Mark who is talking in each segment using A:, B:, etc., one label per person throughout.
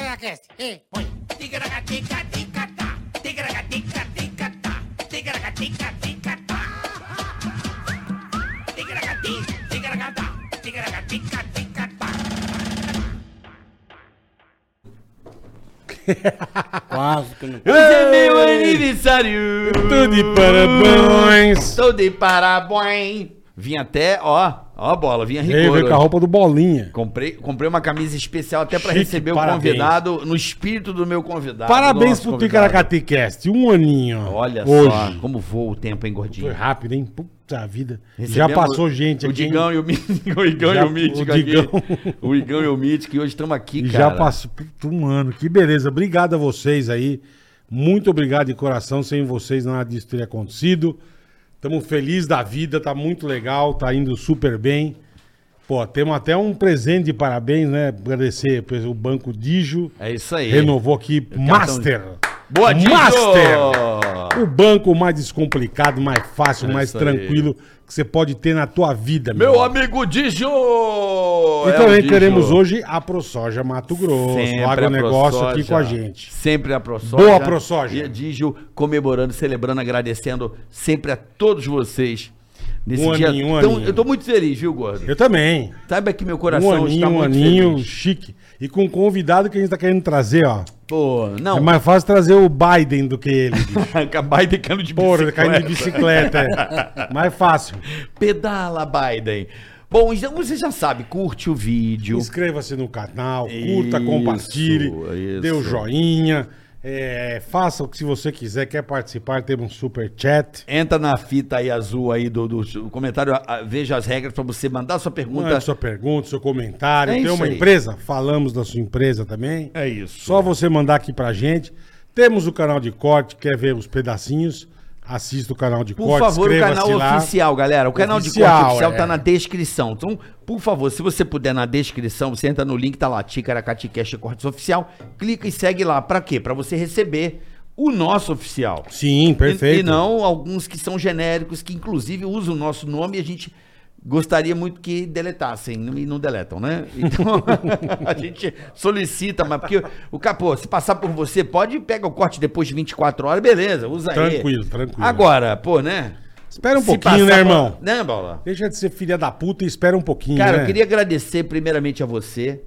A: Tigracast, e põe. Tigracatica, ticatá. Tigracatica, ticatá. Tigracatica, ticatá. Tigracati, tigracatá. Tigracatica, ticatá.
B: Quase que não.
C: Hoje é meu aniversário!
B: Tô de parabéns.
C: Tô de parabéns! Vim Então, até, ó, ó a bola, vinha
B: Ele veio com a
C: rigor.
B: roupa do Bolinha.
C: Comprei, comprei uma camisa especial até pra
B: Chique,
C: receber
B: parabéns.
C: o convidado, no espírito do meu convidado. do
B: Parabéns
C: nosso
B: pro
C: convidado.
B: Ticaracati Cast. Um aninho. ó,
C: Olha
B: hoje.
C: só, como voa o tempo, hein,
B: Foi
C: gordinho?
B: rápido, hein? Puta vida.
C: Recebemos
B: Já passou gente
C: o
B: aqui. hein?
C: Digão e o Mítico, o Igão
B: Já-
C: e o Mítico
B: o Digão.
C: aqui. O Igão e o Mítico, e hoje estamos aqui,
B: E
C: cara.
B: já passou. Puta, um ano. Que beleza. Obrigado a vocês aí. Muito obrigado de coração. Sem vocês nada disso teria acontecido. Estamos felizes da vida. Tá muito legal. Tá indo super bem. Pô, temos até um presente de parabéns, né? Agradecer pois, o Banco Dijo.
C: É isso aí.
B: Renovou aqui. Master.
C: um Boa, Dijo!
B: Master! O banco mais descomplicado, mais fácil,
C: É
B: mais
C: isso
B: tranquilo que você pode ter na tua vida,
C: Meu
B: irmão.
C: amigo Dijo!
B: E
C: É o
B: também
C: Dijo.
B: teremos hoje a ProSoja Mato Grosso, o agronegócio aqui com a gente.
C: Sempre a ProSoja.
B: Boa, ProSoja.
C: E a Digio comemorando, celebrando, agradecendo sempre a todos vocês. Nesse
B: Um
C: dia
B: aninho, um
C: tão-
B: aninho.
C: Eu tô muito feliz, viu, Gordo?
B: Eu também.
C: Saiba que meu coração
B: Um aninho,
C: está
B: um
C: muito
B: aninho,
C: feliz.
B: chique. E com um convidado que a gente tá querendo trazer, ó.
C: Pô, não.
B: É mais fácil trazer o Biden do que ele. bicho.
C: Biden caindo de
B: Porra,
C: bicicleta.
B: caindo de bicicleta. É. Mais fácil.
C: Pedala, Biden. Bom, então você já sabe, curte o vídeo.
B: Inscreva-se no canal, curta,
C: Isso,
B: compartilhe,
C: isso.
B: dê o joinha, é, faça o que se você quiser, quer participar, temos um super chat.
C: Entra na fita aí azul aí do, do comentário, a- a- veja as regras pra você mandar sua pergunta.
B: Manda sua pergunta, seu comentário.
C: É
B: Tem
C: isso
B: uma
C: aí.
B: empresa? Falamos da sua empresa também.
C: É isso.
B: Só você mandar aqui pra gente. Temos o canal de corte, quer ver os pedacinhos? Assista o canal de
C: Por
B: corte,
C: favor, o
B: inscreva-se
C: canal
B: lá.
C: oficial, galera. O canal de
B: Oficial,
C: corte oficial
B: é.
C: tá na descrição. Então, por favor, se você puder na descrição, você entra no link, tá lá, Ticaracati Cash Cortes Oficial, clica e segue lá. Pra quê? Pra você receber o nosso oficial.
B: Sim, perfeito.
C: E, e não alguns que são genéricos, que inclusive usam o nosso nome e a gente gostaria muito que deletassem e não deletam, né? Então a gente solicita, mas porque o capô, se passar por você, pode pega o corte depois de 24 horas, beleza, usa aí.
B: Tranquilo, tranquilo.
C: Agora, pô, né?
B: Espera um
C: Se
B: pouquinho, né,
C: passar pra-
B: irmão?
C: Né, Bola?
B: Deixa de ser filha da puta e espera um pouquinho,
C: Cara,
B: né?
C: eu queria agradecer primeiramente a você.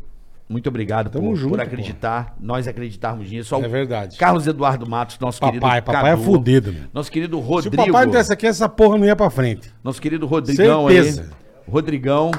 C: Muito obrigado
B: Tamo
C: por,
B: junto,
C: por acreditar, nós acreditarmos nisso. Ao
B: É verdade.
C: Carlos Eduardo Matos, nosso
B: Papai,
C: querido
B: papai é fudido, meu.
C: Nosso querido
B: Se o
C: Rodrigo.
B: papai não tivesse aqui, essa porra não ia pra frente.
C: Nosso querido Rodrigão
B: Certeza.
C: aí. Rodrigão.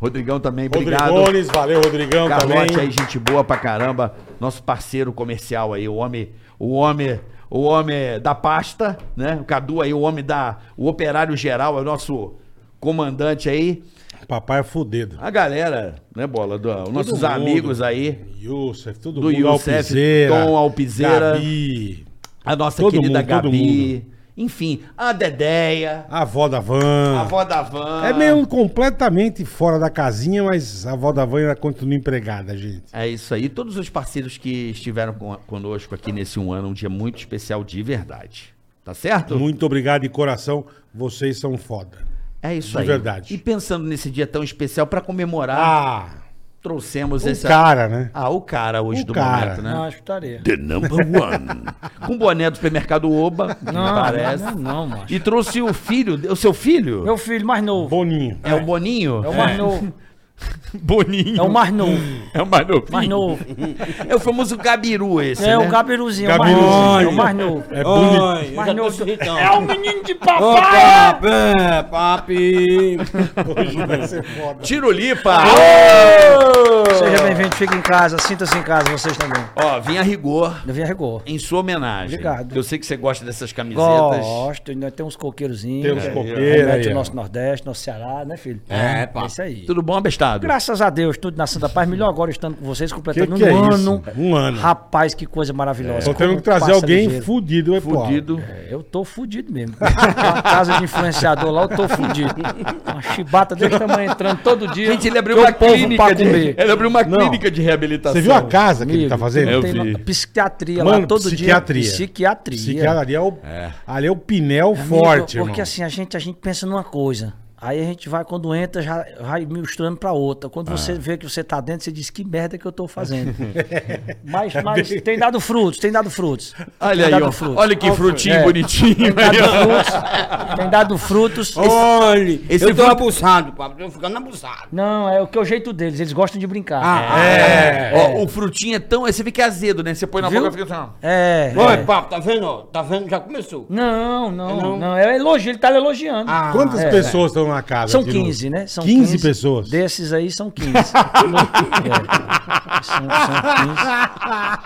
C: Rodrigão também, obrigado.
B: Rodrigones, valeu, Rodrigão
C: Carlote
B: também.
C: aí, gente boa pra caramba. Nosso parceiro comercial aí, o homem, o homem, o homem da pasta, né? O Cadu aí, o homem da, o operário geral, é o nosso comandante aí.
B: Papai é fudido.
C: A galera, né, bola, do, os nossos
B: Todo mundo,
C: amigos aí,
B: Youssef, todo
C: Do
B: mundo.
C: Youssef, Tom Alpizeira.
B: Gabi,
C: a nossa
B: Todo
C: querida
B: mundo, todo
C: Gabi, enfim, a Dedéia,
B: a avó da Van.
C: a avó da Van.
B: Ah. É meio completamente fora da casinha, mas a avó da Van ainda continua empregada, gente.
C: É isso aí. Todos os parceiros que estiveram com- conosco aqui nesse um ano, um dia muito especial de verdade. Tá certo?
B: Muito obrigado de coração, vocês são foda.
C: É isso
B: de
C: aí.
B: verdade.
C: E pensando nesse dia tão especial, pra comemorar,
B: Ah,
C: trouxemos
B: o
C: esse.
B: cara, né?
C: Ah, o cara hoje
B: O
C: do
B: cara.
C: momento, né?
D: Não, acho que estaria.
C: The number one. Com boné do supermercado Oba,
D: Não,
C: parece.
D: não, não, macho.
C: E trouxe o filho, o seu filho?
D: Meu filho mais novo.
B: Boninho.
C: É o Boninho?
D: É o mais novo.
C: Boninho.
D: É o mais novo.
C: É o mais novo.
D: Mais novo.
C: É o famoso Gabiru esse, né?
D: É o Gabiruzinho. o mais
B: Gabiruzinho.
D: novo, É o mais novo.
B: É bonito.
D: Mais novo.
E: É o menino de
D: papai!
E: papi!
B: Hoje vai ser foda.
C: Tirolipa.
D: Seja bem-vindo, fique em casa, sinta-se em casa, vocês também.
C: Ó, vinha a rigor
D: Devia rigor.
C: em sua homenagem.
D: Obrigado.
C: Eu sei que você gosta dessas camisetas.
D: Gosto, ainda tem uns coqueirozinhos.
B: Tem uns
D: É,
B: coqueiros aí,
D: remete o
B: ó.
D: nosso Nordeste, nosso Ceará, né, filho?
E: É, pá.
D: É isso aí.
C: Tudo bom, abestado?
D: Graças a Deus, tudo na Santa Paz. Melhor agora estando com vocês, completando
B: Que que é
D: um
B: isso?
D: ano.
B: Um ano.
D: Rapaz, que coisa maravilhosa.
B: Só temos
D: Como
B: que trazer
D: passa
B: alguém
D: ligeiro.
B: fudido, é pô.
C: Fudido.
D: É, Eu tô fudido mesmo. Uma casa de influenciador lá, eu tô fudido. Uma chibata desse tamanho entrando todo dia.
C: Gente, ele abriu
D: Tem
C: uma
D: o povo
C: clínica
D: pra
C: de...
D: comer.
C: Ele abriu uma
B: Não.
C: clínica de reabilitação.
B: Você viu a casa que ele
D: Amigo,
B: tá fazendo?
C: tá Eu
D: tem
C: vi.
D: uma psiquiatria lá
B: Mano,
D: todo
B: psiquiatria.
D: dia. Psiquiatria.
B: Psiquiatra, ali é o, ali é o pinel
D: Amigo,
B: forte,
D: Porque
B: irmão.
D: assim, a gente, a gente pensa numa coisa. Aí a gente vai, quando entra, já vai misturando pra outra. Quando você
C: Ah.
D: vê que você tá dentro, você diz que merda que eu tô fazendo. mas mas tem dado frutos, tem dado frutos.
C: Olha
D: tem
C: aí,
D: dado
C: ó.
D: frutos.
C: olha que frutinho
D: É.
C: bonitinho.
D: Tem dado frutos. Tem dado frutos.
E: Olha,
C: esse
E: eu tô
C: foi-
E: abusado, papo. Tô ficando abusado.
D: Não, é o que é o jeito deles, eles gostam de brincar.
E: Ah,
B: É.
C: Ó, o frutinho é tão. Você vê que é azedo, né? Você põe na
D: Viu?
C: boca e fica assim. ó.
D: É.
E: Olha,
D: é.
E: papo, tá vendo? ó? Tá vendo? Já começou.
D: Não, não,
E: É não?
D: não, É elogio, ele tá elogiando.
E: Ah,
B: Quantas
D: é,
B: pessoas estão na casa?
D: São
B: aqui no-
D: 15, né? São
B: 15 pessoas.
D: Desses aí são 15. É, São, são 15.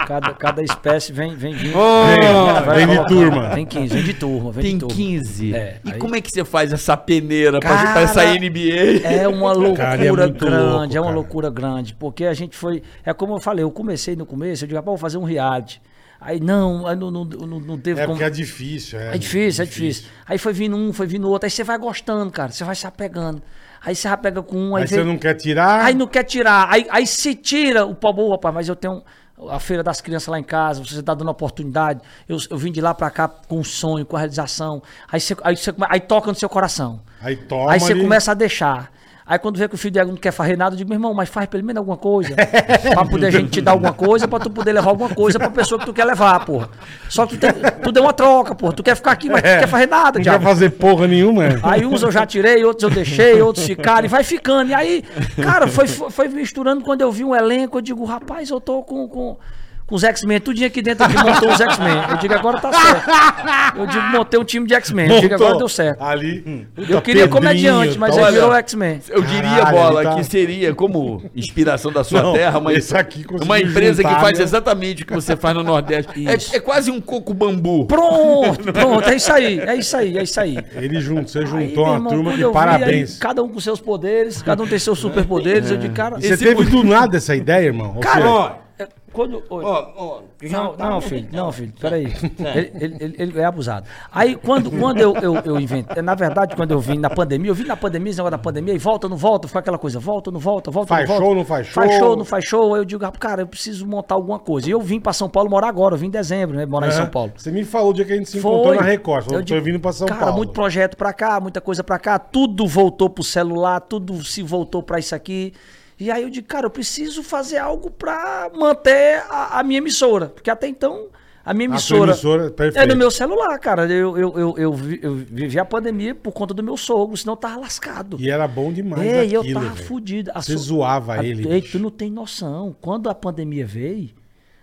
D: Cada, cada espécie vem, vem 20.
B: Vem,
D: Vai
B: vem de
D: colocar.
B: turma.
D: Vem 15, vem de turma. Vem
C: Tem
D: de turma.
C: 15.
D: É,
C: e
D: aí-
C: como é que você faz essa peneira pra,
D: Cara,
C: pra essa NBA?
D: É uma loucura
B: Cara, é muito
D: grande,
B: louco,
D: é uma
B: cara.
D: loucura grande, porque a gente foi, é como eu falei, eu comecei no começo, eu digo, rapaz, vou fazer um reality. Aí não, aí não, não, não, não teve
B: É
D: como.
B: porque é difícil, é.
D: É difícil, é difícil. Aí foi vindo um, foi vindo outro. Aí você vai gostando, cara. Você vai se apegando. Aí você pega com um, aí,
B: Aí você
D: vem-
B: não quer tirar.
D: aí não quer tirar. Aí, aí se tira o pau, "Ô, rapaz, mas eu tenho a feira das crianças lá em casa, você tá dando oportunidade. Eu, eu vim de lá pra cá com um sonho, com a realização. Aí, você, aí, você, come- aí toca no seu coração.
B: Aí toma
D: aí você
B: ali.
D: começa a deixar. Aí quando vê que o filho de não quer fazer nada, eu digo, meu irmão, mas faz pelo menos alguma coisa. pra poder a gente te dar alguma coisa, pra tu poder levar alguma coisa pra pessoa que tu quer levar, porra. Só que tu, tem, tu deu uma troca, porra. Tu quer ficar aqui, mas tu não quer fazer
B: É.
D: nada,
B: Não
D: diabo.
B: quer fazer porra nenhuma. é.
D: Aí uns eu já tirei, outros eu deixei, outros ficaram, e vai ficando. E aí, cara, foi, foi foi misturando. Quando eu vi um elenco, eu digo, rapaz, eu tô com, com, com os X-Men. Tudinho aqui dentro aqui montou os X-Men. Eu digo, agora tá certo. Eu digo, montei um time de X-Men. Eu digo,
B: Montou. Ah, tá
D: agora deu certo. Hum.
B: Ali.
D: Eu queria comediante, mas
B: eu
D: aí virou X-Men.
C: Eu diria,
B: Caralho,
C: Bola,
B: ele tá-
C: que seria como inspiração da sua
B: Não,
C: terra, mas
B: esse aqui conseguiu
C: uma empresa
B: juntar,
C: que faz
B: né?
C: exatamente o que você faz no Nordeste. É, é quase um coco bambu.
D: Pronto, pronto, é isso aí, é isso aí, é isso aí.
B: Ele junto, você
D: Aí,
B: juntou
D: meu
B: uma
D: irmão,
B: turma
D: quando
B: de
D: eu vi,
B: parabéns. É.
D: aí cada um com seus poderes, cada um tem seus superpoderes. Eu digo, cara,
B: E Você
C: Esse
B: teve
C: mo-
B: do nada essa ideia, irmão? Ou
D: Cara,
B: seja,
E: Ó,
D: é, quando. oi.
E: ó, ó. já
D: Não,
E: tá-
D: não, filho, não, filho, peraí. Ele, ele, ele- ele é abusado. Aí, quando, quando eu, eu, eu inventei, na verdade, quando eu vim na pandemia, eu vim na pandemia, esse negócio da pandemia, e volta, não volta, fica aquela coisa, volta, não volta, volta,
B: Faz
D: não volta.
B: show, não faz show?
D: Faz show, não faz show. Aí eu digo, ah, cara, eu preciso montar alguma coisa. E eu vim pra São Paulo morar agora, eu vim em dezembro, né, morar em São Paulo.
B: é. Você me falou o dia que a gente se encontrou
D: Foi.
B: na Record. Você falou,
D: Eu
B: tô
D: digo,
B: vindo pra São
D: cara,
B: Paulo.
D: muito projeto pra cá, muita coisa pra cá, tudo voltou pro celular, tudo se voltou pra isso aqui. E aí eu digo, cara, eu preciso fazer algo pra manter a, a minha emissora, porque até então a minha
B: A sua
D: emissora,
B: emissora,
D: é
B: perfeito.
D: no meu celular, cara. Eu, eu, eu, eu, vi- eu vivi a pandemia por conta do meu sogro, senão eu tava lascado.
B: E era bom demais
D: É, e eu
B: aquilo,
D: tava
B: velho.
D: fudido. A
B: Você
D: so-
B: zoava
D: a-
B: ele,
D: Ei,
B: bicho.
D: tu não tem noção. Quando a pandemia veio,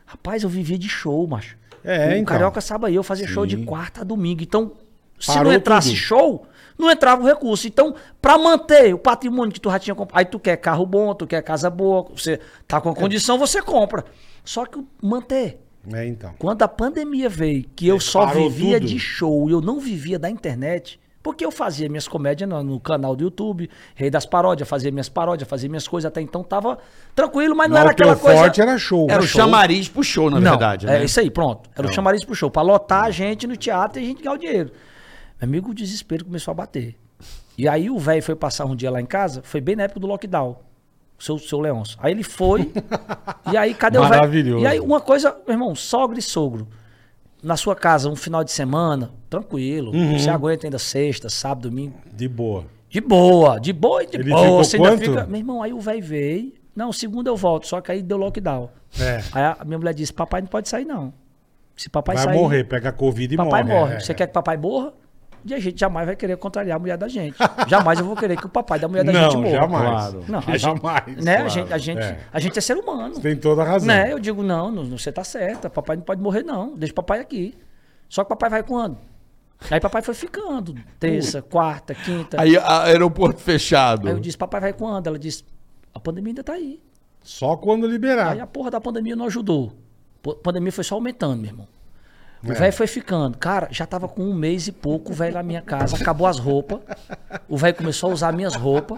D: rapaz, eu vivia de show, macho.
B: É,
D: o
B: então.
D: Carioca sabe aí, eu fazia show de quarta a domingo. Então, se
B: Parou
D: não entrasse
B: tudo.
D: show, não entrava o recurso. Então, pra manter o patrimônio que tu já tinha comprado, aí tu quer carro bom, tu quer casa boa, você tá com a condição, você compra. Só que manter.
B: É, então.
D: Quando a pandemia veio, que eu só
B: Parou
D: vivia
B: tudo.
D: de show, eu não vivia da internet, porque eu fazia minhas comédias no, no canal do YouTube, Rei das Paródias, fazia minhas paródias, fazia minhas coisas, até então tava tranquilo, mas não
B: Mas
D: era
B: o teu
D: aquela coisa.
B: forte era show.
C: Era o
B: show.
C: chamariz pro show, na
D: não,
C: verdade.
D: É
C: né?
D: isso aí, pronto. Era o chamariz pro show, pra lotar a gente no teatro e a gente ganhar o dinheiro. Meu amigo, o desespero começou a bater. E aí o velho foi passar um dia lá em casa, foi bem na época do lockdown. o Seu, seu Leôncio. Aí ele foi. e aí, cadê o velho?
B: Maravilhoso.
D: E aí, uma coisa, meu irmão, sogra e sogro. Na sua casa, um final de semana, tranquilo.
C: Uhum.
D: Você aguenta ainda sexta, sábado, domingo.
B: De boa.
D: De boa, de boa e de
B: Ele
D: boa.
B: ficou
D: Você ainda
B: quanto?
D: fica. Meu irmão, aí o velho veio. Não, segunda eu volto, só que aí deu lockdown.
B: É.
D: Aí a minha mulher disse: Papai não pode sair, não. Se papai
B: Vai
D: sair.
B: morrer, pega a Covid e
D: Papai morre.
B: morre. é,
D: Você
B: é.
D: quer que papai morra? E a gente jamais vai querer contrariar a mulher da gente. jamais eu vou querer que o papai da mulher da gente
B: Não,
D: morra.
B: jamais.
C: claro.
D: Não, a gente,
B: jamais.
D: né?
B: claro.
D: a, gente, a, gente,
B: É. assim.
D: a gente é ser humano.
B: Tem toda a razão.
D: Né? Eu digo, não, não, não, você tá certa. Papai não pode morrer, não. Deixa o papai aqui. Só que papai vai quando? Aí papai foi ficando.
B: Uh.
D: Terça, quarta, quinta.
C: Aí a- aeroporto fechado.
D: Aí eu disse, papai vai quando? Ela disse, a pandemia ainda tá aí.
B: Só quando liberar.
D: Aí a porra da pandemia não ajudou. Pô, A pandemia foi só aumentando, meu irmão.
B: É.
D: O velho foi ficando. Cara, já tava com um mês e pouco o velho na minha casa. Acabou as roupas. O velho começou a usar minhas roupas.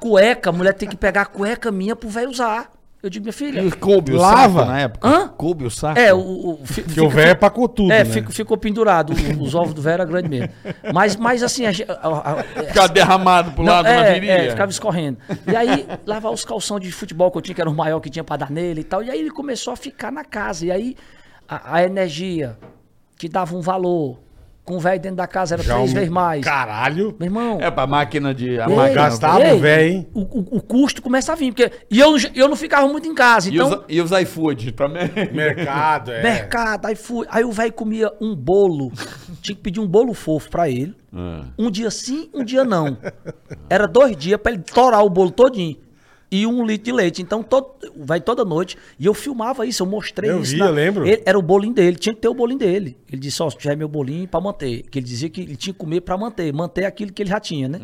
D: Cueca, a mulher tem que pegar a cueca minha pro velho usar. Eu digo, minha filha.
C: E Coube o
B: Lava?
C: saco na época?
D: Hã?
C: Coube o saco?
D: É, o. o fi-
B: Porque o velho é pacotudo,
D: É,
B: né?
D: fico- ficou pendurado. O- Os ovos do velho era grande mesmo. Mas, mas assim, a, ge- a- a-
B: Tá
D: a-
C: Ficava derramado pro
D: não,
C: lado na
D: é,
C: virilha.
D: é, ficava escorrendo. E aí, lavar os calção de futebol que eu tinha, que era o maior que tinha pra dar nele e tal. E aí ele começou a ficar na casa. E aí, a, a energia que dava um valor, Com o velho dentro da casa era
B: Já
D: três
B: um-
D: vezes mais.
B: Caralho.
D: Meu irmão.
C: É pra máquina de. A
D: ei,
C: máquina-
B: gastar- gastava,
D: ei,
B: velho, hein?
D: O, o- o custo começa a vir. Porque, e eu, não- eu não ficava muito em casa.
C: E,
D: Então,
C: os, e os iFood também.
B: Mercado, é.
D: mercado, aí fui. Aí o velho comia um bolo. Tinha que pedir um bolo fofo pra ele. Um dia sim, um dia não. Era dois dias pra ele torar o bolo todinho. E um litro de leite. Então, todo, vai toda noite. E eu filmava isso, eu mostrei
B: Eu
D: isso.
B: vi, eu lembro.
D: Ele- era o bolinho dele, tinha que ter o bolinho dele. Ele disse, ó, já é meu bolinho pra manter. Que ele dizia que ele tinha que comer pra manter, manter aquilo que ele já tinha, né?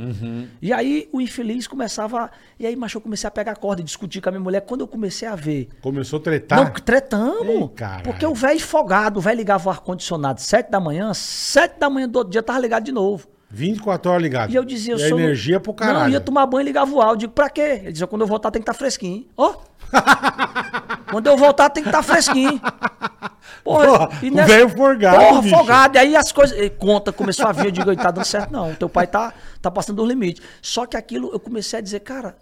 D: E aí o infeliz começava. a- E aí, macho, eu comecei a pegar corda e discutir com a minha mulher. Quando eu comecei a ver
B: Começou a
D: não,
B: tretar. Tá. Ih,
D: tretamos.
B: caralho.
D: porque o velho folgado, o velho ligava o ar-condicionado 7 da manhã, 7 da manhã do outro dia tava ligado de novo.
B: 24 horas ligado.
D: E eu dizia, eu
B: E a
D: sou. um
B: energia é pro caralho.
D: Não, ia tomar banho e ligava o áudio. Digo, pra quê? Ele dizia, quando eu voltar tem que estar fresquinho. Ó! quando eu voltar tem que estar fresquinho. Porra,
B: Porra, o velho folgado,
D: Porra,
B: bicho.
D: folgado. E aí as coisas. e Conta, começou a vir, eu digo, "Ei, tá dando certo, não. Teu pai tá, tá passando os limites. Só que aquilo eu comecei a dizer, cara,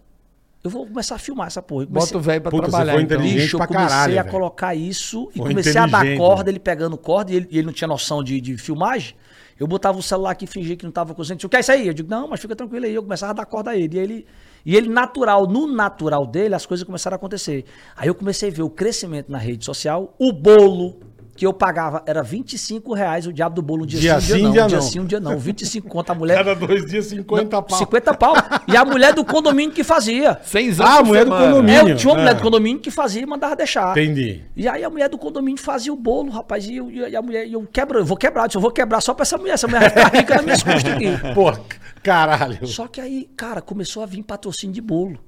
D: eu vou começar a filmar essa porra. Eu
C: Bota
D: comecei-
C: o velho pra
B: Puta, você
C: trabalhar.
B: foi
C: então.
B: inteligente.
D: Bicho,
B: pra
D: eu comecei
B: caralho,
D: a
B: velho.
D: colocar isso e
B: Foi
D: comecei a dar
B: inteligente,
D: corda,
B: né?
D: ele pegando corda e ele, e ele não tinha noção de, de filmagem. Eu botava o celular aqui, fingia que não tava consciente. O que é isso aí? Eu digo, não, mas fica tranquilo aí. Eu começava a dar corda a ele. E ele, e ele natural, no natural dele, as coisas começaram a acontecer. Aí eu comecei a ver o crescimento na rede social, o bolo que eu pagava era 25 reais o diabo do bolo um dia,
B: Dia
D: sim, um
B: sim, dia
D: dia, não. Um dia
B: não.
D: sim, um dia não. 25 conto a mulher.
B: Cada dois dias, 50 pau.
D: 50 pau. E a mulher do condomínio que fazia.
C: Sem
B: Ah, a mulher do condomínio.
D: É, eu tinha uma mulher
B: É.
D: do condomínio que fazia e mandava deixar.
B: Entendi.
D: E aí a mulher do condomínio fazia o bolo, rapaz, e, eu- e a mulher, e eu quebro, eu vou quebrar, eu disse, eu vou quebrar só pra essa mulher, essa mulher vai ficar rica nas minhas costas aqui.
B: Pô, c- caralho.
D: Só que aí, cara, começou a vir patrocínio de bolo.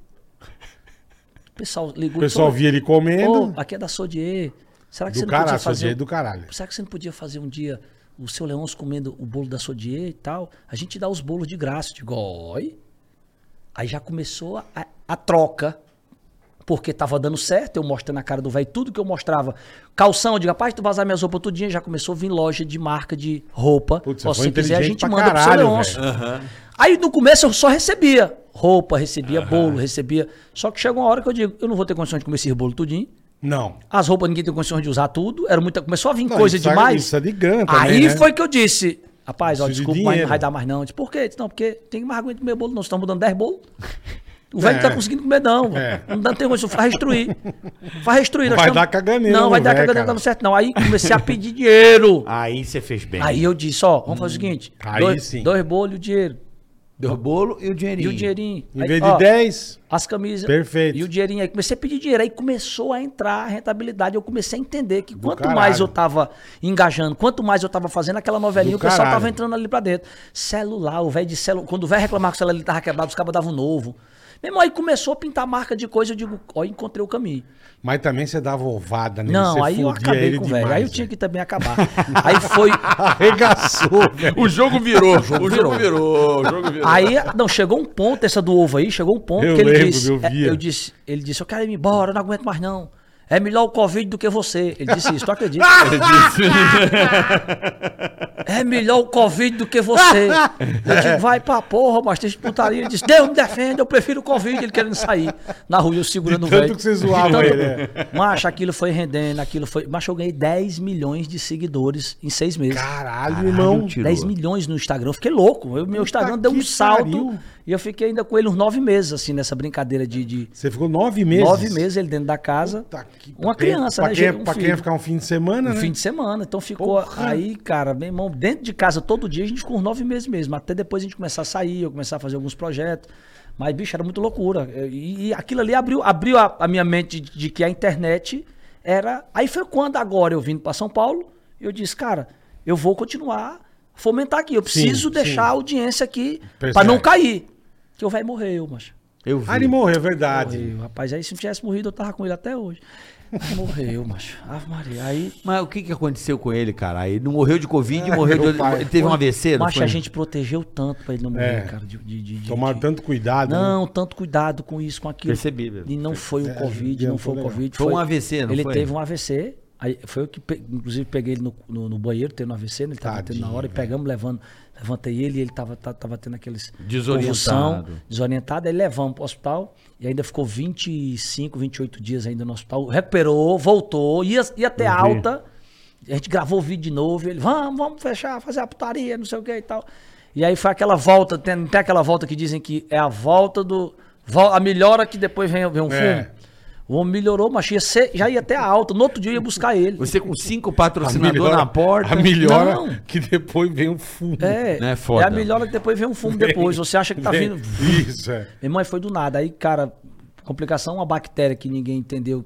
D: O pessoal ligou.
B: O pessoal via ele comendo.
D: Ô, aqui é da Sodier. Será que
B: do
D: você não
B: caralho,
D: podia
B: essa
D: fazer? um
B: dia é do caralho.
D: Será que você não podia fazer um dia o seu Leôncio comendo o bolo da Sodier e tal? A gente dá os bolos de graça. Eu Digo, oi. Aí já começou a, a troca. Porque tava dando certo, eu mostrando a cara do velho, tudo que eu mostrava. Calção, eu digo, rapaz, tu vazar minhas roupas tudinho, já começou a vir loja de marca de roupa.
B: Putz,
D: Ó,
B: foi
D: se quiser, a
B: inteligente
D: gente
B: pra
D: manda pro
B: caralho,
D: seu Leôncio. Aí no começo eu só recebia roupa, recebia bolo, recebia. Só que chegou uma hora que eu digo, eu não vou ter condições de comer esse bolo tudinho.
B: Não.
D: As roupas ninguém tem condições de usar tudo. Era muita, começou a vir
B: Não,
D: coisa
B: isso é-
D: demais.
B: isso é de grana também,
D: Aí
B: né?
D: foi que eu disse. Rapaz, ó,
B: Preciso de
D: desculpa, mas
B: dinheiro.
D: não vai dar mais não. Eu disse, por quê? Eu Disse, não, porque tem mais aguento comer bolo, não. Vocês estão mudando 10 bolos. O velho
B: É.
D: não tá conseguindo comer, não.
B: É.
D: Não dá- não tem condição. Faz restruir. Faz restruir. nós
B: Vai
D: estamos-
B: dar caganeira
D: Não,
B: no
D: vai dar
B: velho,
D: caganeira,
B: cara.
D: não dá certo, não. Aí comecei a pedir dinheiro.
C: Aí você fez bem.
D: Aí eu disse, ó, vamos fazer o seguinte.
B: Aí
D: dois,
B: sim.
D: dois bolos e o dinheiro.
C: Deu o bolo e o
D: E
C: dinheirinho.
D: o dinheirinho.
B: Em
D: Aí,
B: vez
D: ó,
B: de 10,
D: As camisas.
B: Perfeito.
D: E o dinheirinho aí. Comecei a pedir dinheiro. Aí começou a entrar a rentabilidade. Eu comecei a entender que quanto
B: caralho.
D: mais eu tava engajando, quanto mais eu tava fazendo aquela novelinha,
B: Do
D: o pessoal
B: caralho.
D: tava entrando ali pra dentro. Celular, o velho de celular. Quando o velho reclamava que o celular ele tava quebrado, os cabos davam um novo. Meu irmão, aí começou a pintar marca de coisa. Eu digo, ó, encontrei o caminho.
B: mas também você dava ovada nele.
D: Não,
B: você
D: aí eu
B: fudia
D: acabei
B: ele
D: com o velho. Aí
B: demais, né?
D: eu tinha
B: velho.
D: que também acabar. aí foi.
B: Arregaçou, velho.
C: O jogo virou. o jogo
D: virou.
C: virou. O jogo virou.
D: Aí, não, chegou um ponto, essa do ovo aí, chegou um ponto
B: Eu
D: que ele
B: lembro,
D: disse.
B: eu via.
D: é, disse, ele disse, eu quero ir embora, eu não aguento mais, não. É melhor o Covid do que você. Ele disse isso, tu acredita? é melhor o Covid do que você. Eu digo, vai pra porra, mas tem putaria. Ele disse, Deus me defenda, eu prefiro o Covid. Ele querendo sair na rua, eu segurando o
B: tanto
D: velho.
B: que você zoava
D: De tanto-
B: ele, é.
D: Macho, aquilo foi rendendo, aquilo foi... Macho, eu ganhei 10 milhões de seguidores em seis meses.
B: Caralho, irmão.
C: tio. Tirou.
D: 10 milhões no Instagram. Eu fiquei louco. Eu- meu Instagram deu um
B: que
D: salto.
B: pariu.
D: E eu fiquei ainda com ele uns nove meses, assim, nessa brincadeira de, de
B: Você ficou nove meses.
D: nove meses ele dentro da casa.
B: Puta que-
D: uma criança,
B: pra
D: né?
B: Quem,
D: gente, um
B: pra quem
D: filho.
B: ia ficar um fim de semana,
D: Um
B: né?
D: fim de semana. Então ficou
B: Porra.
D: aí, cara, meu irmão, dentro de casa todo dia a gente ficou uns nove meses mesmo. Até depois a gente começar a sair, eu começar a fazer alguns projetos. Mas, bicho, era muito loucura. E, e aquilo ali abriu, abriu a, a minha mente de, de que a internet era. Aí foi quando, agora eu vindo para São Paulo, eu disse, cara, eu vou continuar a fomentar aqui. Eu preciso
B: sim.
D: deixar a audiência aqui
B: Pois
D: para
B: é.
D: não cair. Que o velho morreu, macho.
C: Eu vi.
B: Ah, ele morreu, é verdade.
D: Morreu, rapaz. Aí se não tivesse morrido, eu tava com ele até hoje. Morreu, macho. Ave Maria. Aí
C: Mas o que, que aconteceu com ele, cara? Ele não morreu de Covid, morreu de...
B: É, meu pai.
C: Ele teve um AVC, não
D: Mas
C: foi?
D: a gente protegeu tanto pra ele não morrer,
B: É.
D: cara. De, de, de- de-
B: Tomaram
D: de-
B: tanto cuidado. né? É,
D: Não, tanto cuidado com isso, com aquilo.
C: Percebi, velho.
D: E não foi o Covid,
B: adiantou
D: não foi o
B: legal.
D: Covid.
C: Foi um AVC, não
D: Ele
C: foi?
D: teve um AVC. Aí foi eu que, pe- inclusive, peguei ele no, no, no banheiro, tendo um AVC, né? ele tava tendo na
B: Tadinho,
D: hora, e pegamos, levando, levantei ele, e ele tava, ta- tava tendo aqueles...
C: Desorientado.
D: convulsão, desorientado, aí levamos pro hospital, e ainda ficou 25, 28 dias ainda no hospital, recuperou, voltou, ia, ia ter alta, A gente gravou o vídeo de novo, e ele, vamos, vamos fechar, fazer a putaria, não sei o que e tal. E aí foi aquela volta, tem, tem aquela volta que dizem que é a volta do. vol- A melhora que depois vem, vem um
B: É.
D: filme. O homem melhorou, mas ia ser- já ia até a alta. No outro dia eu ia buscar ele.
C: Você com cinco patrocinadores na porta.
B: A melhora
D: Não.
B: que depois vem o fumo.
D: É,
C: Né, foda.
D: é a melhora que depois vem um fumo depois. Você acha que tá
B: Vem-
D: vindo.
B: Isso, é.
D: Minha mãe foi do nada. Aí, cara, complicação, uma bactéria que ninguém entendeu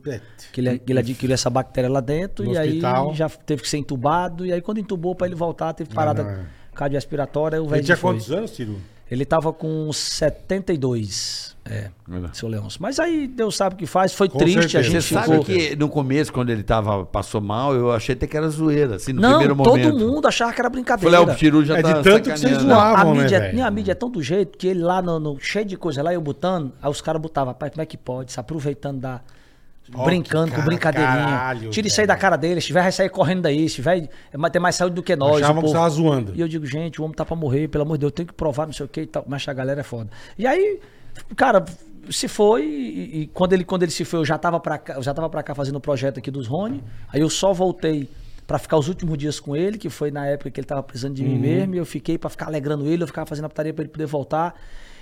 D: que ele, é- que ele adquiriu essa bactéria lá dentro.
B: É, No
D: e
B: hospital.
D: aí já teve que ser entubado. E aí, quando entubou pra ele voltar, teve parada
B: não, é.
D: cardiorrespiratória. O
B: Ele
D: velho
B: tinha
D: foi.
B: quantos anos, Ciro?
D: Ele tava com 72. É, seu Leôncio. Mas aí Deus sabe o que faz. Foi
B: Com
D: triste, a
B: certeza.
C: Você
D: gente
C: sabe
D: ficou.
C: que no começo, quando ele tava, passou mal, eu achei até que era zoeira, assim, no
D: Não,
C: primeiro
D: todo
C: momento.
D: mundo achava que era brincadeira.
C: Falei, ah, o Tiru já
B: É de
C: tá
B: tanto que vocês
C: sacaneando.
B: zoaram.
D: a
B: Estavam, né,
D: mídia,
B: velho?
D: minha mídia é tão do jeito que ele lá no, no- cheio de coisa lá, eu botando, aí os caras botavam, rapaz, como é que pode? Se aproveitando da.
B: Ó,
D: brincando
B: que
D: com
B: cara,
D: brincadeirinha.
B: caralho,
D: Tira isso aí
B: velho.
D: da cara dele, se tiver, vai sair correndo daí, se tiver, é mais- tem mais saúde do que nós.
B: Achavam
D: o
B: que
D: povo.
B: tava zoando.
D: E eu digo, gente, o homem tá pra morrer, pelo amor de Deus, eu tenho que provar, não sei o que e tal. Mas a galera é foda. E aí, cara, se foi, e, e quando, ele, quando ele se foi, eu já tava pra cá, eu já tava pra cá fazendo o projeto aqui dos Rony, aí eu só voltei pra ficar os últimos dias com ele, que foi na época que ele tava precisando
B: Uhum.
D: de mim mesmo, e eu fiquei pra ficar alegrando ele, eu ficava fazendo a putaria pra ele poder voltar.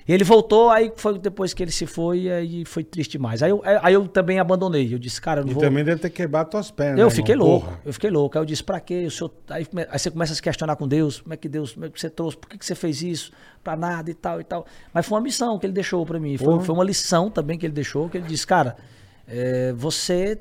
D: E ele voltou, aí foi depois que ele se foi, e aí foi triste demais. Aí eu, é, aí eu também abandonei, eu disse, cara, eu não
B: E
D: vou...
B: também deve ter quebrado tuas pernas.
D: Eu
B: né,
D: fiquei
B: irmão?
D: louco,
B: Porra.
D: eu fiquei louco. Aí eu disse, pra quê? O senhor... aí, come- aí você começa a se questionar com Deus, como é que Deus, como é que você trouxe, por que, que você fez isso? Pra nada e tal e tal. Mas foi uma missão que ele deixou pra mim, foi, foi uma lição também que ele deixou, que ele disse, cara, é, você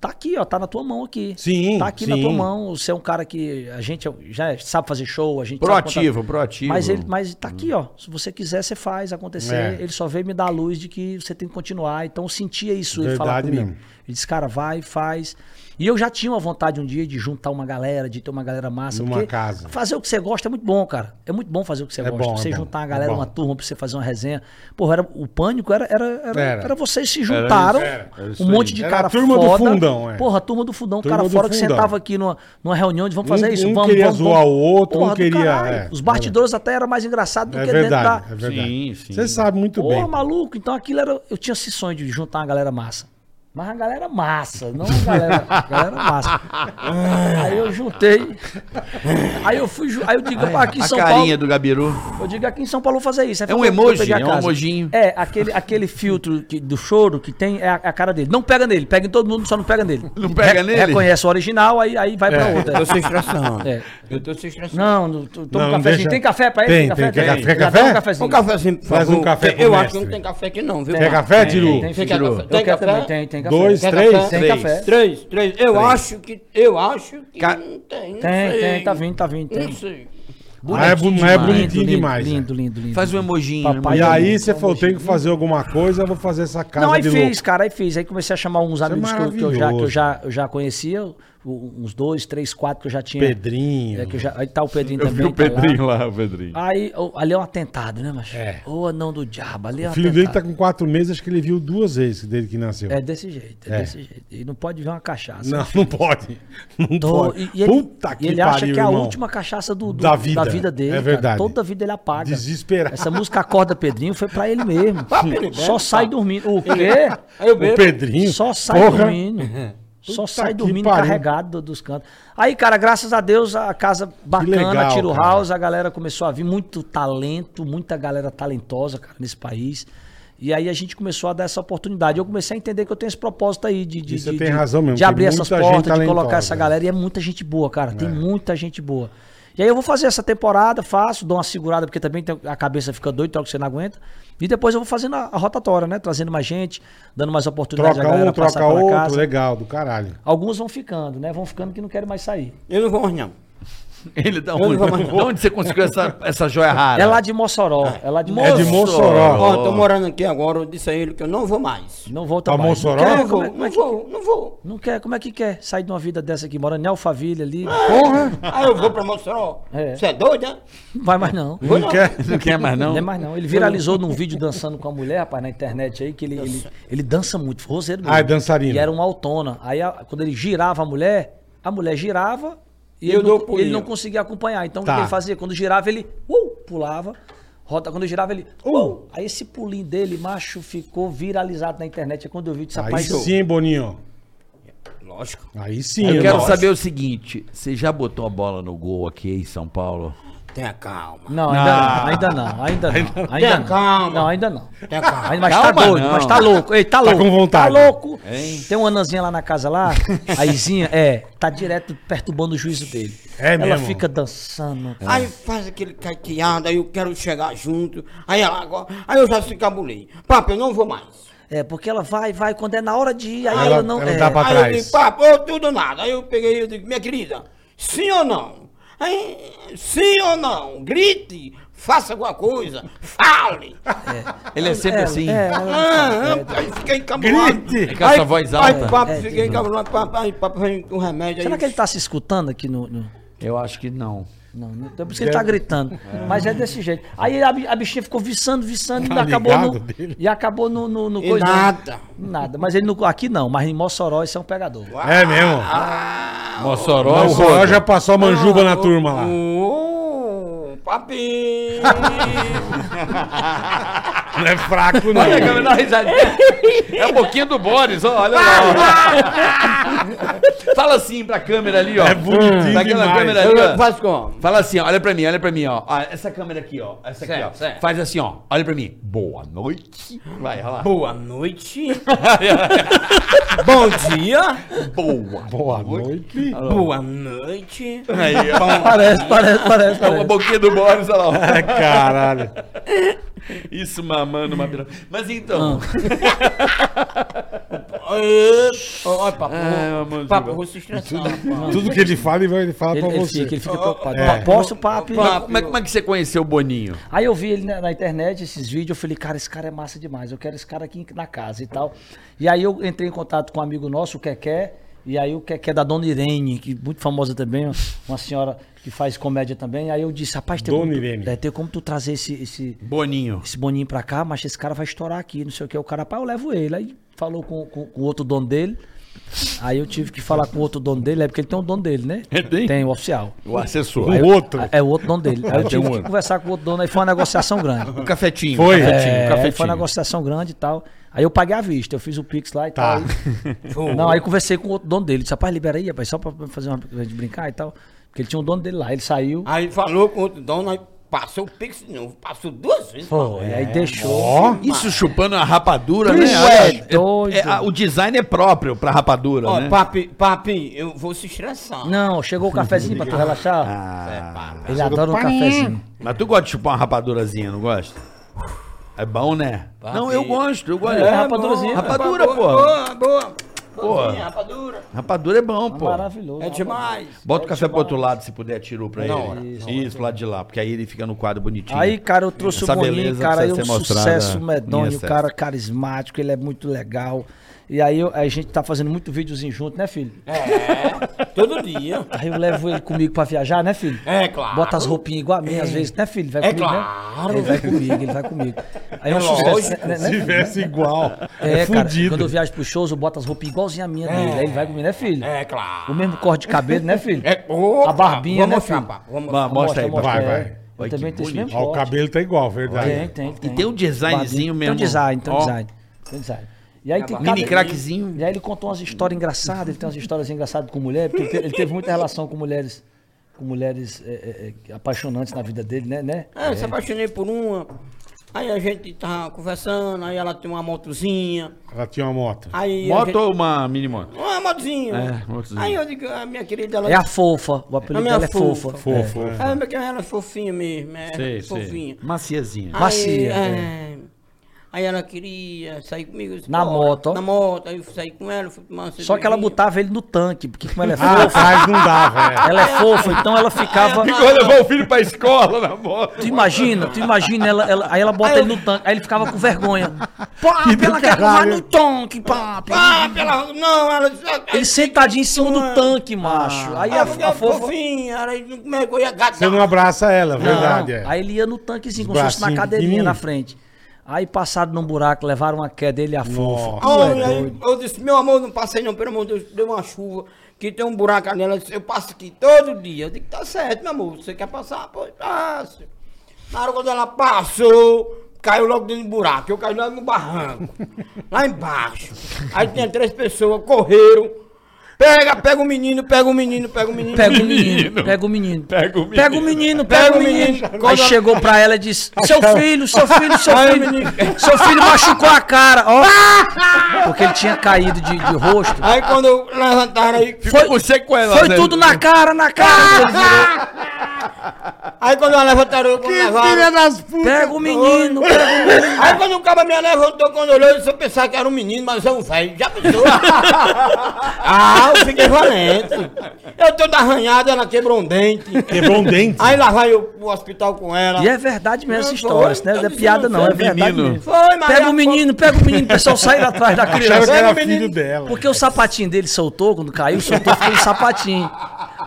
D: tá aqui, ó, tá na tua mão aqui.
B: Sim,
D: Tá aqui
B: sim.
D: na tua mão, você é um cara que a gente já sabe fazer show, a gente sabe
C: Proativo,
D: contar-
C: proativo.
D: mas ele, mas tá aqui, ó. Se você quiser, você faz acontecer.
B: É.
D: Ele só veio me dar a luz de que você tem que continuar. Então eu sentia isso, ele falar
B: Verdade
D: comigo.
B: mesmo.
D: Ele disse, cara, vai, faz. E eu já tinha uma vontade um dia de juntar uma galera, de ter uma galera massa.
B: Numa
D: porque
B: casa.
D: Fazer o que você gosta é muito bom, cara. É muito bom fazer o que você
B: É
D: gosta.
B: bom, é
D: você
B: bom,
D: juntar uma
B: é
D: galera,
B: bom.
D: uma turma pra você fazer uma resenha. Porra, era, o pânico era, era, era,
B: Era.
D: era vocês se juntaram.
B: era,
C: era isso
D: um
C: aí.
D: monte de
B: Era a
D: cara
B: turma do
D: foda.
B: fundão, é.
D: Porra, a turma do fundão,
B: Turma
D: cara
B: do
D: fora que
B: fundão.
D: sentava aqui numa, numa reunião de vamos
B: Um-
D: fazer isso,
B: um
D: vamos,
B: queria
D: vamos,
B: zoar
D: vamos.
B: o outro, um
D: Porra do
B: queria,
D: caralho.
B: é.
D: Os bastidores até eram mais engraçados do
B: É
D: que
B: verdade,
D: dentro da,
B: é verdade.
C: Sim, sim.
B: Você sabe muito
D: Porra,
B: bem.
D: maluco. Então aquilo era. Eu tinha esse sonho de juntar uma galera massa. Mas a galera massa, não a galera, a galera massa. aí eu juntei. Aí eu fui. ju- Aí eu digo, "Pá, aqui em
C: A
D: São
C: carinha
D: Paulo.
C: do Gabiru.
D: Eu digo, aqui em São Paulo eu vou fazer isso. Aí
C: É um
D: foi quando eu
C: emoji,
D: peguei a
C: é um
D: casa.
C: emojinho.
D: É, aquele, aquele filtro que- do choro que tem é a, a cara dele. Não pega nele, pega em todo mundo, só não pega nele.
C: Não pega
D: Re-
C: nele?
D: Reconhece o original, aí, aí vai
B: É.
D: pra outra.
E: Tô sem extração.
D: É.
E: Eu tô sem extração.
D: Não, não to- toma
B: Não,
D: um cafezinho.
B: deixa.
D: Tem café pra ele?
B: Tem, tem
D: Já
B: café. Quer
D: dá
B: café?
D: Um cafezinho.
E: Um cafezinho, por
B: Faz
E: favor.
B: um café pro
E: Eu
B: mestre.
E: acho que não tem café aqui não, viu? É.
B: Quer café, Diru?
D: Tem,
E: Tem
D: filho.
E: café. Tem
D: Eu quero
E: café?
D: também, tem, tem
B: É,
D: café.
B: Dois,
D: Tem
B: três?
D: café. Tem
C: Três.
D: café.
E: Três, três. Eu acho que. Eu acho que.
C: Ca-
E: Não tem, não
D: Tem,
E: sei.
D: tem, tá vindo, tá vindo. Tem.
E: Não sei.
B: Mas é, bu- mas é bonitinho demais. né?
D: Lindo, lindo, lindo.
C: Faz um emojinho. um
D: Papai
B: E
C: emojinho.
B: aí você falou, tem que fazer alguma coisa, eu vou fazer essa casa
D: Não, aí
B: de
D: fiz,
B: louco. é
D: cara, aí fiz. Aí comecei a chamar uns amigos que eu, que eu já, que eu
B: maravilhoso.
D: já, eu já conhecia, o- uns dois, três, quatro que eu já tinha.
B: Pedrinho.
D: É, que eu já, aí tá o Pedrinho
C: Eu vi
D: também.
C: o
D: tá lá.
C: Pedrinho lá, o Pedrinho.
D: Aí, ó, ali é um atentado, né, macho?
B: É.
D: Ô, anão do diabo, ali é
B: O
D: um
B: filho dele
D: atentado.
B: tá com quatro meses, acho que ele viu duas vezes desde que nasceu.
D: É desse jeito, é,
B: É.
D: desse jeito. E não pode ver uma cachaça.
B: Não, não pode. Não
D: Tô-
B: pode.
D: e, e ele,
B: Puta
D: e
B: que
D: ele
B: pariu,
D: acha que é a
B: irmão.
D: última cachaça do, do-
B: Da vida.
D: dele.
B: É
D: cara.
B: verdade.
D: Toda vida ele apaga.
B: Desesperado.
D: Essa música Acorda Pedrinho foi pra ele mesmo.
E: bebe,
D: Só
E: papo.
D: sai dormindo. O quê?
E: Aí eu
B: O
E: bebo.
B: Pedrinho.
D: Só sai
B: tá. é
D: né,
B: porra,
D: dormindo. Só
B: Puta
D: sai
B: que
D: dormindo
B: pariu.
D: carregado do- dos cantos. Aí, cara, graças a Deus, a casa bacana,
B: legal,
D: Tiro
B: cara.
D: House, a galera começou a vir muito talento, muita galera talentosa, cara, nesse país. E aí a gente começou a dar essa oportunidade. Eu comecei a entender que eu tenho esse propósito aí de, de,
B: E você
D: de-
B: tem
D: de-
B: razão mesmo,
D: de
B: tem
D: abrir essas
B: muita gente
D: portas, de colocar
B: talentosa.
D: essa galera. E é muita gente boa, cara. Tem muita gente boa. E aí eu vou fazer essa temporada, faço, dou uma segurada, porque também tem- a cabeça fica doida, troca que você não aguenta. E depois eu vou fazendo a, a rotatória, né? Trazendo mais gente, dando mais oportunidade
B: Troca um, troca
D: pela
B: outro.
D: casa.
B: Legal, do caralho.
D: Alguns vão ficando, né? Vão ficando que não querem mais sair.
E: Eu não vou mais não.
C: Ele dá onde? De onde você conseguiu essa, essa joia rara?
D: É lá de Mossoró. É lá de
B: É de Mossoró.
E: Ó, tô morando aqui agora, eu disse a ele que eu não vou mais.
D: Não volta
B: Pra
D: mais.
B: Mossoró?
D: Não
E: Não
D: quer, como
E: vou,
D: é, como é
E: não
D: que...
E: vou, não vou.
D: não quer. Como é que quer sair de uma vida dessa aqui? Morando em Alphaville ali.
E: Aí eu vou pra Mossoró.
D: É.
E: Você é doida?
D: Não vai mais não.
E: Vou
B: Não quer?
C: Não quer mais não?
D: Não é mais não. Ele viralizou num vídeo dançando com a mulher, rapaz, na internet aí, que ele, ele, ele dança muito, roseiro mesmo.
B: Ah, é dançarino.
D: E era uma autona. Aí a- quando ele girava a mulher, a mulher girava e
E: Eu
D: ele, não,
E: dou pulinho.
D: ele não conseguia acompanhar. Então o
B: Tá.
D: que ele fazia? Quando girava, ele uh, pulava. Rota, quando girava, ele. Uh. Aí esse pulinho dele, macho, ficou viralizado na internet. É quando eu vi disse,
B: Aí
D: rapaz,
B: sim, Boninho.
E: Lógico.
B: Aí sim,
C: Eu
B: irmão.
C: quero saber o seguinte: você já botou a bola no gol aqui em São Paulo?
E: Tenha calma.
D: Não, ainda não, ainda não, ainda não. Ainda não.
E: calma.
D: Não, ainda não.
E: Tenha calma.
D: Ainda- Mas
C: Calma,
D: tá doido,
C: não.
D: mas tá louco. Ei, tá louco.
B: com vontade.
D: Tá louco. Tem uma ananzinha lá na casa lá, a Izinha, é, tá direto perturbando o juízo dele.
B: É
D: Ela
B: mesmo?
D: fica dançando.
E: Aí faz aquele caqueado, aí eu quero chegar junto. Aí ela agora. Aí eu já se cabulei. Papo, eu não vou mais.
D: É, porque ela vai, vai, quando é na hora de ir, aí
B: Ela-
D: ela, não.
B: ela
D: é.
B: dá pra-
E: aí
B: trás.
E: eu digo, papo, ou tudo ou nada. Aí eu peguei e eu digo, minha querida, sim ou não? Aí, sim ou não? Grite, faça alguma coisa, fale.
C: Ele é sempre
D: É,
C: assim.
D: é, ela-
E: Ah, ah, aí fiquei encabulado.
B: Grite!
C: Com essa voz alta.
E: Aí, papo,
D: É,
E: fiquei
D: de-
E: encabulado. Papo, aí, papo, vem com remédio.
D: Será
E: aí,
D: que ele tá se escutando aqui no. no-
C: Eu acho que não.
D: Não, né? Então, por isso que ele tá gritando. Mas é desse jeito. Aí a, bi- a bichinha ficou viçando, viçando
B: Tá
D: e acabou
B: ligado
D: no.
B: dele?
D: E acabou no. no, no
E: E
D: coisa- né?
E: nada.
D: Nada. Mas ele não. Aqui não, mas em Mossoró isso é um pegador.
B: É mesmo.
C: Ah, Mossoró, é ah,
B: Não, o Royal já passou a manjuba na
E: ô,
B: turma lá.
E: Ô, papi!
B: Não é fraco, não.
C: É um pouquinho do Boris, ó, olha lá. ó. Fala assim pra câmera ali, ó.
B: É bonitinho
C: Daquela
B: demais.
C: Tá câmera ali, ó.
E: Eu Faz como?
C: Fala assim, ó, olha pra mim, olha pra mim, ó. Ó, Essa câmera aqui, ó. Essa aqui, ó.
E: Certo, certo.
C: Faz assim, ó. Olha pra mim. Boa noite. Vai, olha lá.
E: Boa noite. Bom dia.
C: Boa.
B: Boa noite.
E: Boa noite.
C: Aí, ó.
D: Parece, parece, parece.
B: Então,
C: É uma
D: parece.
C: boquinha do Boris, olha lá. ó.
B: É, caralho.
C: Isso mamando uma piroca. Mas então.
E: Olha, papo.
C: Ah, meu
E: papo,
C: Deus.
E: vou se estressar. papo.
B: Tudo que ele fala, ele vai- ele fala
D: Ele,
B: pra
D: ele
B: você.
D: fica, ele fica preocupado.
B: É.
D: Posso, papo?
E: Papo.
C: Como é, como é que você conheceu o Boninho?
D: Aí eu vi ele na, na internet, esses vídeos, eu falei, cara, esse cara é massa demais, eu quero esse cara aqui na casa e tal. E aí eu entrei em contato com um amigo nosso, o Keké, e aí o Keké da Dona Irene, que é muito famosa também, uma senhora que faz comédia também. Aí eu disse, rapaz, tem,
B: Dona
D: como, tu-
B: Irene.
D: é, tem como tu trazer esse, esse,
C: Boninho.
D: esse boninho pra cá, mas esse cara vai estourar aqui, não sei o que. O cara, rapaz, eu levo ele. Aí falou com, com, com o outro dono dele. Aí eu tive que falar com o outro dono dele, é porque ele tem um dono dele, né?
C: Ele tem?
D: Tem, o oficial.
C: O assessor.
B: O outro.
D: É o outro dono dele. Aí
C: Tem um
D: eu tive que
C: outro.
D: conversar com o outro dono, aí foi uma negociação grande.
C: O um cafetinho.
B: Foi.
C: o Cafetinho,
D: É,
C: o
D: aí
C: um cafetinho.
D: foi uma negociação grande e tal. Aí eu paguei à vista, eu fiz o Pix lá e
B: Tá.
D: tal. Aí- Não, aí conversei com o outro dono dele. Disse, rapaz, libera aí, rapaz, só pra pra fazer uma pra gente brincar e tal. Porque ele tinha um dono dele lá. Ele saiu.
E: Aí falou com outro dono, aí passou o pix de novo. Passou duas vezes.
D: Foi, aí deixou.
B: Ó.
C: Isso chupando a rapadura, né?
D: Isso é doido.
C: a- o design é próprio pra rapadura,
E: Ó,
C: né?
E: papi, papi, eu vou se estressar.
D: Não, chegou o cafezinho pra tu relaxar.
C: Ah.
E: Separa.
D: ele adora um cafezinho.
C: Mas tu gosta de chupar uma rapadurazinha, não gosta? É bom, né? Não, eu gosto, eu gosto.
D: É, rapadurazinha.
C: Rapadura, pô.
E: Boa, boa.
C: Boa.
E: Boa, rapadura.
C: Rapadura é bom, pô.
D: Maravilhoso.
E: É demais.
C: Bota o café pro outro lado, se puder, tirou pra ele.
E: hora,
C: Isso, Isso, lado de lá, porque aí ele fica no quadro bonitinho.
D: Aí, cara, eu trouxe
C: Essa
D: o Boninho,
C: beleza
D: cara, aí é
C: precisa
D: um
C: ser mostrada
D: sucesso
C: em
D: medonho,
C: excesso.
D: cara carismático, ele é muito legal. E aí eu- a gente tá fazendo muito videozinho junto, né, filho?
E: É, todo dia.
D: Aí eu levo ele comigo pra viajar, né, filho?
E: É claro.
D: Bota as roupinhas igual a minha, às vezes, né, filho? Vai
E: É
D: comigo,
E: claro.
D: né? Ele vai comigo, ele vai comigo. Aí é um
E: É
D: sucesso,
E: lógico,
D: né,
B: Se
D: né?
B: tivesse igual, é,
D: É, cara, quando eu
B: fudido.
D: viajo pros shows, eu boto as roupinhas igualzinha a minha dele. Aí ele vai comigo, né, filho?
E: É
D: O
E: claro.
D: mesmo corte de cabelo, né, filho?
E: É, opa,
D: a barbinha,
E: vamos
D: né,
E: mostrar,
D: filho?
E: papo, vamos mostrar.
C: Vá, Ah, mostra aí,
D: Mostra,
C: vai,
D: mostra,
C: vai.
D: é. Eu
C: Olha que
D: também tenho esse
C: bonito.
D: mesmo
B: Ó, o
D: corte.
B: cabelo tá igual, verdade.
D: Tem, tem, tem.
C: tem um designzinho
D: Barbinha.
C: mesmo.
D: Tem um design, tem um
C: Ó.
D: design. Tem um design. E aí tem
E: Mini
C: Mini
D: cada-
C: craquezinho.
D: E aí ele contou umas histórias engraçadas, ele tem umas histórias engraçadas com mulher, porque ele te- ele teve muita relação com mulheres, com mulheres é, é, é, apaixonantes na vida dele, né? né?
E: É, eu se apaixonei por uma. Aí a gente tava conversando, aí ela tem uma motozinha.
B: Ela tinha uma moto.
E: Aí a
C: Moto
E: gente-
C: ou uma mini moto?
E: Uma motozinha.
C: É, motozinha.
E: Aí eu digo, a minha querida, ela
D: É a fofa, o apelido
E: A minha
D: dela é fofa.
E: fofa.
B: Fofo.
E: É,
B: é.
E: porque ela é fofinha mesmo, é fofinha.
C: Maciazinha.
E: Aí,
D: Ah, Macia,
E: é, Aí ela queria sair comigo. eu disse,
D: Na
E: "Bora."
D: moto, ó.
E: Na moto, aí eu saí com ela, fui tomar uma
D: É. Só que ela
E: cervejinha.
D: botava ele no tanque, porque como ela é
B: Ah,
D: fofa,
B: atrás não dá, velho.
D: ela é fofa, então ela ficava.
C: Ficou levar o filho pra escola na moto.
D: Tu imagina, tu imagina, ela, ela- aí ela bota ele no tanque, aí ele ficava com vergonha. Pá,
B: Que do
D: ela quer
B: caralho.
D: tomar no tanque, pá.
E: Ah, pela. Não, ela. disse, "Ah,
D: Ele sentadinho em cima do tanque, macho. Aí a,
E: Ah, porque
D: a
E: é
D: fofa.
E: fofinha, ela como é que eu ia gatar?
B: Você não abraça ela,
D: Não,
B: verdade. É.
D: Aí ele ia no tanquezinho,
B: Os
D: como se fosse na
B: bracinhos
D: cadeirinha na
B: pequenininhos.
D: frente. Aí passaram num buraco, levaram uma queda, ele e a é fofa.
B: Nossa.
E: Olha, aí eu disse, meu amor, não passei não, pelo amor de Deus, deu uma chuva, que tem um buraco ali, ela disse, eu passo aqui todo dia. Eu digo, tá certo, meu amor, você quer passar? Pois passe. Na hora quando ela passou, caiu logo dentro do buraco, eu caí lá no barranco, lá embaixo. Aí tinha três pessoas, correram, Pega, pega o menino, pega o menino, pega o menino.
D: Pega o
C: Menino.
D: menino, pega o menino.
C: Pega o
D: Pega o menino, pega o menino. Aí
E: Quando-
D: chegou pra ela e disse: Seu filho, seu filho, seu
E: Ai,
D: filho. Seu filho machucou a cara, ó. Porque ele tinha caído de, de rosto.
E: Aí quando eu levantaram aí.
C: Foi com sequela.
D: Foi
C: né?
D: tudo na cara, na cara.
E: Aí quando eu levantaram, eu quando levaram.
B: das putas!
D: Pega o menino, pega o menino.
E: Aí quando o cara me levantou, quando olhou, eu só pensava que era um menino, mas é um velho. Já pensou? ah, eu fiquei valente. Eu toda arranhada, ela quebrou um dente.
B: Quebrou um dente.
E: Aí lá vai eu pro hospital com ela.
D: E é verdade mesmo essa
E: Não,
D: história, isso
E: foi,
D: não é
E: tá
D: piada
E: dizendo,
D: não, é
C: foi
D: verdade
C: menino.
D: mesmo.
E: Foi, mas
D: Pega
E: a-
D: o menino, pega o menino, o pessoal sai atrás da
B: Acharam que
D: criança.
B: era
E: Pega o
B: filho
E: menino.
B: dela.
D: Porque o sapatinho dele soltou, quando caiu, soltou, ficou um sapatinho.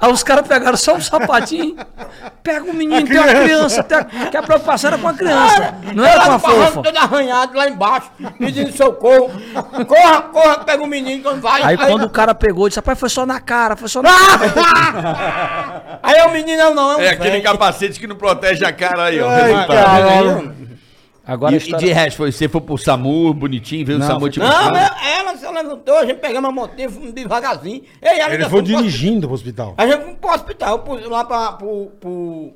D: Aí os caras pegaram só um sapatinho, pega o menino, tem uma criança, tem a- que a preocupação era com a criança, não era
E: Ela
D: com a
E: no barranco
D: fofa.
E: todo arranhado lá embaixo, pedindo socorro. Corra, corra, pega o menino quando vai.
D: Aí quando o cara pegou, disse, rapaz, foi só na cara, foi só na cara.
E: Aí é o menino, não, não, é um
C: É aquele
E: velho. é,
C: capacete que não protege a cara aí, ó.
B: Ai,
C: Tá.
B: caralho.
C: E,
D: Agora a
C: e de
D: história...
C: resto, foi- você foi pro SAMU, bonitinho, veio o tipo,
D: Não, é
C: SAMU
D: foi-
C: te
E: Não,
C: buscar?
E: mas é, ela se levantou, a gente pegamos a motinha, fomos devagarzinho. Ei, ela
B: Ele
E: ainda
B: foi
E: pro hospital.
B: dirigindo pro hospital.
E: A gente foi pro hospital, eu pus lá pra, pro, pro...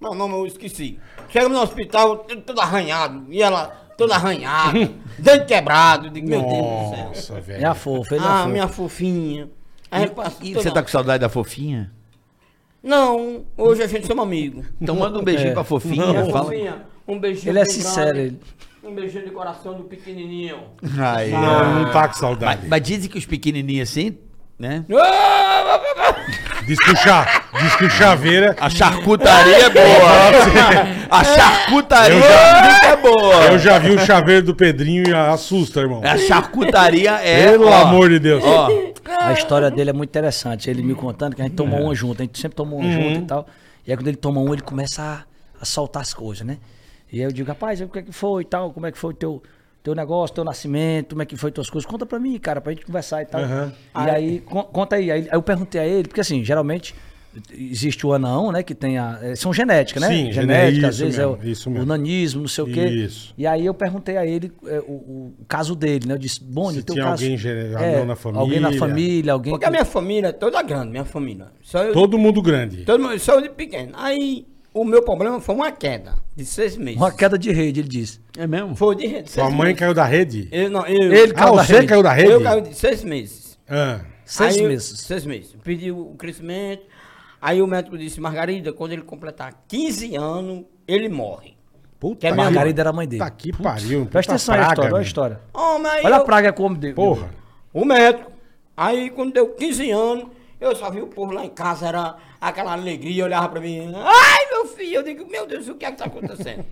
E: Não, não, eu esqueci. Chegamos no hospital, tudo tudo arranhado, e ela toda arranhada, dente quebrado. Eu Digo, meu Deus do céu.
B: Nossa,
D: É
B: velho.
D: a fofa, ele é a
E: Ah,
D: fofa.
E: minha fofinha. Aí eu passo
C: E
E: toda-
C: você tá com saudade da fofinha?
E: Não, hoje a gente somos amigos.
C: Então manda um beijinho
D: É.
C: pra fofinha.
E: Minha
C: fala.
E: fofinha, um beijinho
D: Ele é
E: bem
D: sincero,
E: grande,
D: ele.
E: Um beijinho de coração do pequenininho.
C: Ai, ó.
B: Não, não tá com
C: mas,
B: saudade.
C: mas dizem que os pequenininhos assim, né?
E: Ah,
B: Diz que o, chá, diz que o chaveira.
C: A charcutaria é boa. A charcutaria
B: É. Eu já-
C: é boa.
B: Eu já vi o chaveiro do Pedrinho e assusta, irmão.
C: A charcutaria é.
B: Pelo
C: ó,
B: amor de Deus.
C: Ó,
D: A história dele é muito interessante. Ele me contando que a gente toma uma junto, a gente sempre toma uma junto e
B: Uhum.
D: tal. E aí quando ele toma um, ele começa a, a soltar as coisas, né? E aí eu digo, rapaz, o que é que foi e tal? Como é que foi o teu, teu negócio, teu nascimento? Como é que foi tuas coisas? Conta pra mim, cara, pra gente conversar e tal.
B: Aham.
D: E aí, con- conta aí. Aí eu perguntei a ele, porque assim, geralmente existe o anão, né? Que tem a... eh, São genéticas, né?
B: Sim,
D: genética,
B: gené-
D: às
B: isso
D: vezes
B: mesmo,
D: é o,
B: isso
D: o
B: mesmo.
D: nanismo, não sei o quê.
B: Isso.
D: E aí eu perguntei a ele eh, o, o- o caso dele, né? Eu disse, Boni,
B: Se
D: o teu
B: tinha
D: caso...
B: alguém gene-
D: É,
B: anão na
D: Alguém na
B: família.
D: família, alguém...
E: Porque a minha família é toda grande, minha família. Só eu,
B: Todo mundo grande.
E: todo mundo, só eu de pequeno. Aí o meu problema foi uma queda de seis meses.
D: Uma queda de rede, ele disse.
C: é mesmo?
E: Foi de rede.
B: Sua mãe
E: meses.
B: caiu da rede?
E: Eu, não, eu,
D: Ele
B: Ah,
D: caiu da
B: você
D: rede.
B: caiu da rede?
E: eu caí de seis meses.
B: Ah.
D: Seis
E: Aí eu-
B: tá
D: meses.
E: Seis meses. Pedi o crescimento. Aí o médico disse, Margarida, quando ele completar 15 anos, ele morre.
B: Puta
E: Que é
B: que-
D: Margarida era a mãe dele.
B: Tá que pariu. puta
D: Presta atenção aí a
B: praga,
D: história, olha a
B: meu.
D: história.
E: Oh, mas
D: Olha a
E: eu-
D: praga como deu.
B: Porra.
E: O médico. Aí quando deu 15 anos, eu só vi o povo lá em casa, era aquela alegria, olhava pra mim, ai meu filho, eu digo, meu Deus, o que é que tá acontecendo?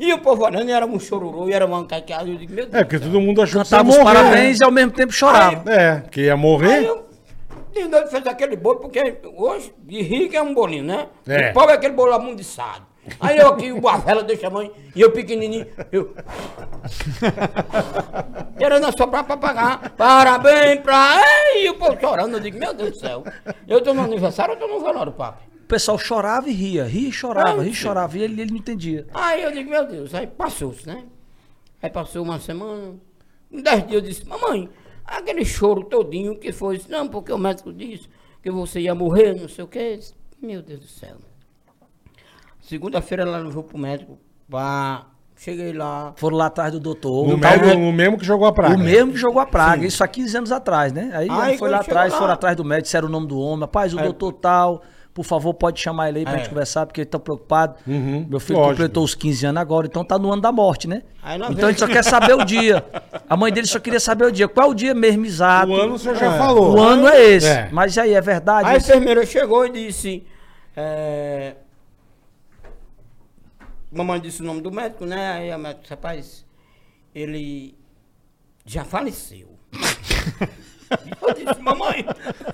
E: e o povo olhando, era um chororô, e era uma caqueada, eu digo, meu Deus.
B: É, porque
E: do céu."
B: todo mundo achou
D: Cantava
B: que
D: os
B: você ia morrer,
D: parabéns e ao mesmo tempo chorava.
B: né? É, que ia
E: Aí
B: morrer.
E: eu, de noite fez aquele bolo, porque hoje, de rico é um bolinho, né?
B: É.
E: O pobre é aquele bolo amundiçado. Aí eu aqui, o Barvela deixa a mãe, e eu pequenininho, eu... Querendo assoprar pra pagar. Parabéns pra... Ei, E o povo chorando, eu digo, meu Deus do céu. Eu tô no aniversário, eu tô no velório, papo.
D: O pessoal chorava e ria, ria e chorava,
E: Ah,
D: ria e
E: sim.
D: chorava. E ele, ele não entendia.
E: Aí eu digo, meu Deus, aí passou-se, né? Aí passou uma semana, em dez dias eu disse, mamãe, aquele choro todinho que foi, disse, não, porque o médico disse que você ia morrer, não sei o quê. Eu disse, Meu Deus do céu. Segunda-feira ela levou pro médico, pá, cheguei lá.
D: Foram lá atrás do doutor.
B: O
D: o tal
B: mesmo,
D: do-
B: o mesmo que jogou a praga.
D: o mesmo que jogou a praga, isso há 15 anos atrás, né?
E: Aí,
D: Aí foi
E: quando
D: lá
E: chegou
D: atrás,
E: lá-
D: foram atrás do médico, disseram o nome do homem. Rapaz, o doutor tal, por favor, pode chamar ele aí pra
E: É.
D: gente conversar, porque ele tá preocupado.
B: Uhum,
D: Meu filho
B: lógico.
D: completou os 15 anos agora, então tá no ano da morte, né?
E: Aí nós
D: Então ele
E: vemos.
D: só quer saber o dia. A mãe dele só queria saber o dia. Qual é o dia mesmo exato?
B: O ano o senhor já
E: É.
B: falou.
D: O ano é esse.
B: É.
D: Mas e aí, é verdade?
E: Aí a
D: isso?
E: enfermeira chegou e disse, é, mamãe disse o nome do médico, né? Aí o médico, rapaz, ele já faleceu. Eu disse, mamãe,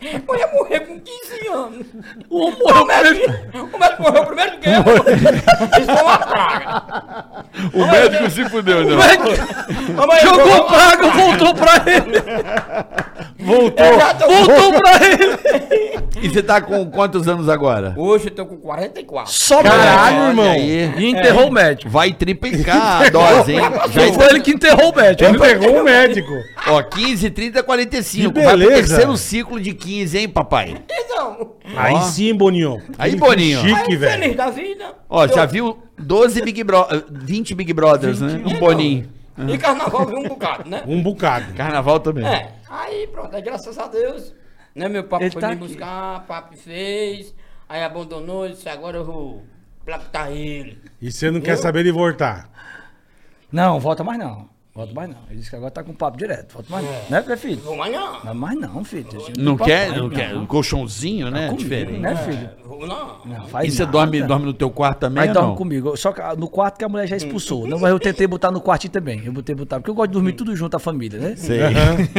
E: eu ia morrer com 15 anos. Então, O médico, o médico morreu primeiro do que eu. Isso foi uma praga.
C: O médico se fudeu, não.
E: Mamãe, ele
D: Jogou
E: jogou-
D: praga, voltou pra ele.
B: Voltou.
E: Eu já tô-
D: Voltou pra ele.
C: É. E você tá com quantos anos agora?
E: Hoje eu tô com 44.
D: Só
B: Caralho, irmão.
D: pra- E enterrou o médico.
C: É. Vai triplicar a dose, hein? Já
D: Já
C: está-
D: foi ele que enterrou o médico.
B: Ele pegou o médico.
C: Ó, 15, 30, 45.
B: Que
C: Vai pro
B: beleza.
C: terceiro ciclo de 15, hein, papai?
E: Então,
B: Aí sim, Boninho.
C: Aí,
B: Que
C: Boninho.
B: Chique,
E: aí, feliz
B: velho.
E: da vida.
C: Ó, já
E: Eu-
C: viu 12 Big Brothers, 20 Big Brothers, né? Um Boninho.
E: E carnaval viu um bocado, né?
B: Um bocado.
C: Carnaval também.
E: É, aí pronto, aí, graças a Deus, né, meu papo
D: Ele
E: foi
D: tá
E: me
D: aqui.
E: buscar, papo fez, aí abandonou, disse, agora eu vou placar ele.
B: E você não quer saber de voltar.
D: Não, volta mais não. Volta mais não. Ele disse que agora tá com papo direto. Volta mais não. Né, porque, filho?
E: Vou amanhã,
D: Não, mais não, filho. A gente
C: Não
D: tem
C: quer,
D: papai,
C: não quer. Um
D: Não,
C: colchãozinho, né?
D: Comigo,
C: Diferente.
D: né, filho?
E: vou não.
D: Não,
C: E
D: faz
C: você
D: nada.
C: dorme, dorme no teu quarto também
D: Aí
C: ou
D: dorme
C: não?
D: comigo. Só que ah, no quarto que a mulher já expulsou. Não, mas eu tentei botar no quartinho também. Eu botei botar, porque eu gosto de dormir tudo junto, a família, né?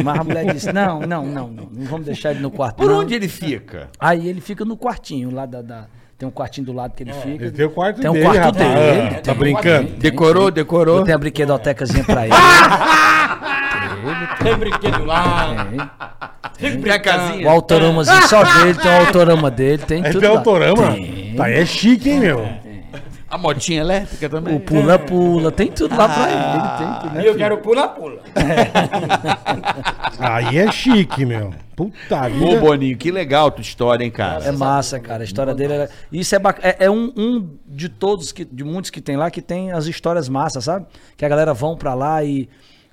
D: Mas a mulher disse: não, não, não, não. Não vamos deixar ele no quarto.
C: Por
D: não.
C: onde ele fica?
D: Aí ele fica no quartinho lá da. da- tem um quartinho do lado que ele fica.
C: É.
B: Ele tem o quarto
D: Tem um
B: dele,
D: quarto
B: rapaz.
D: dele,
B: Ah,
D: tem
B: Tá
D: um
B: brincando?
C: Decorou, decorou.
D: Tem a brinquedotecazinha pra ele.
C: Ah!
E: Tem brinquedo lá,
D: Tem.
C: Tem a
D: O
C: casinha.
D: autoramazinho só dele, tem o autorama dele, tem
B: Ele
D: tudo.
B: tem
D: lá.
B: autorama?
D: Tem.
B: Tá, é chique, hein, meu?
C: A motinha elétrica também.
D: O pula-pula, tem tudo lá pra
C: Ah.
D: ele. Ele tem tudo, né?
E: e eu quero pula-pula.
B: Aí é chique, meu. Puta
C: Ô,
B: vida.
C: Boninho, que legal tua história, hein, cara?
D: É massa, cara. A história dele era. Isso é bacana. É, é um, um de todos, que, de muitos que tem lá, que tem as histórias massas, sabe? Que a galera vão pra lá e.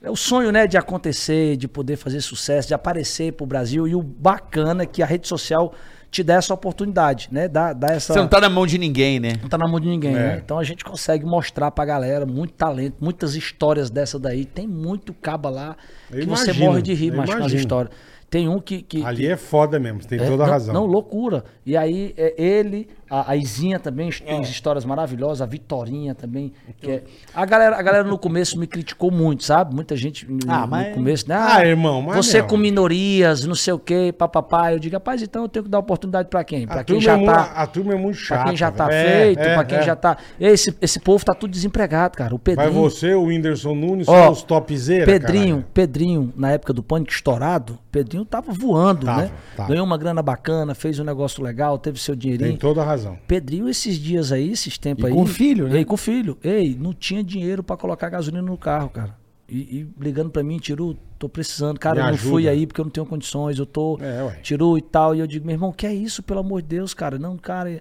D: É o sonho, né, de acontecer, de poder fazer sucesso, de aparecer pro Brasil. E o bacana é que a rede social te dá essa oportunidade, né? Dá, dá essa.
C: Você não tá na mão de ninguém, né?
D: não tá na mão de ninguém,
B: É.
D: né? Então a gente consegue mostrar pra galera muito talento, muitas histórias dessa daí. Tem muito caba lá
B: Eu
D: que você
B: imagino,
D: morre de rir,
B: eu
D: mas com as
B: imagino.
D: histórias. Tem um que. que
B: Ali é foda mesmo, você tem
D: é,
B: toda a
D: não-
B: razão.
D: Não, loucura. E aí, é, ele, a, a Izinha também his-
B: É.
D: tem histórias maravilhosas, a Vitorinha também. que é- a, galera, a galera no começo me criticou muito, sabe? Muita gente no,
C: Ah,
D: no
C: mas-
D: começo, né?
B: Ah, irmão, mas
D: Você
B: não.
D: com minorias, não sei o quê, papapá. Eu digo, rapaz, então eu tenho que dar oportunidade pra quem? Pra
B: A
D: quem
B: turma,
D: já
B: é mu-
D: tá.
B: a turma é muito chata.
D: Pra quem já tá
B: velho. É,
D: feito,
B: é,
D: pra quem
B: é.
D: já tá. Esse, esse povo tá tudo desempregado, cara. O
B: Vai
D: Pedrinho.
B: você, o Whindersson Nunes,
D: Ó,
B: são os topzera,
D: Pedrinho,
B: caralho.
D: Pedrinho, na época do pânico estourado, Pedrinho tava voando,
B: Tava,
D: né?
B: tava.
D: Ganhou uma grana bacana, fez um negócio legal, teve seu dinheirinho.
B: Tem toda a razão.
D: Pedrinho, esses dias aí, esses tempos
C: E
D: aí.
C: com filho, né?
D: Ei, com filho. Ei, não tinha dinheiro pra colocar gasolina no carro, cara. E, e ligando pra mim, Tiru, tô precisando. Cara,
B: Me
D: eu não
B: ajuda.
D: fui aí porque eu não tenho condições. Eu tô.
B: É, ué.
D: Tiru e tal. E eu digo, meu irmão, que é isso, pelo amor de Deus, cara? Não, cara. é-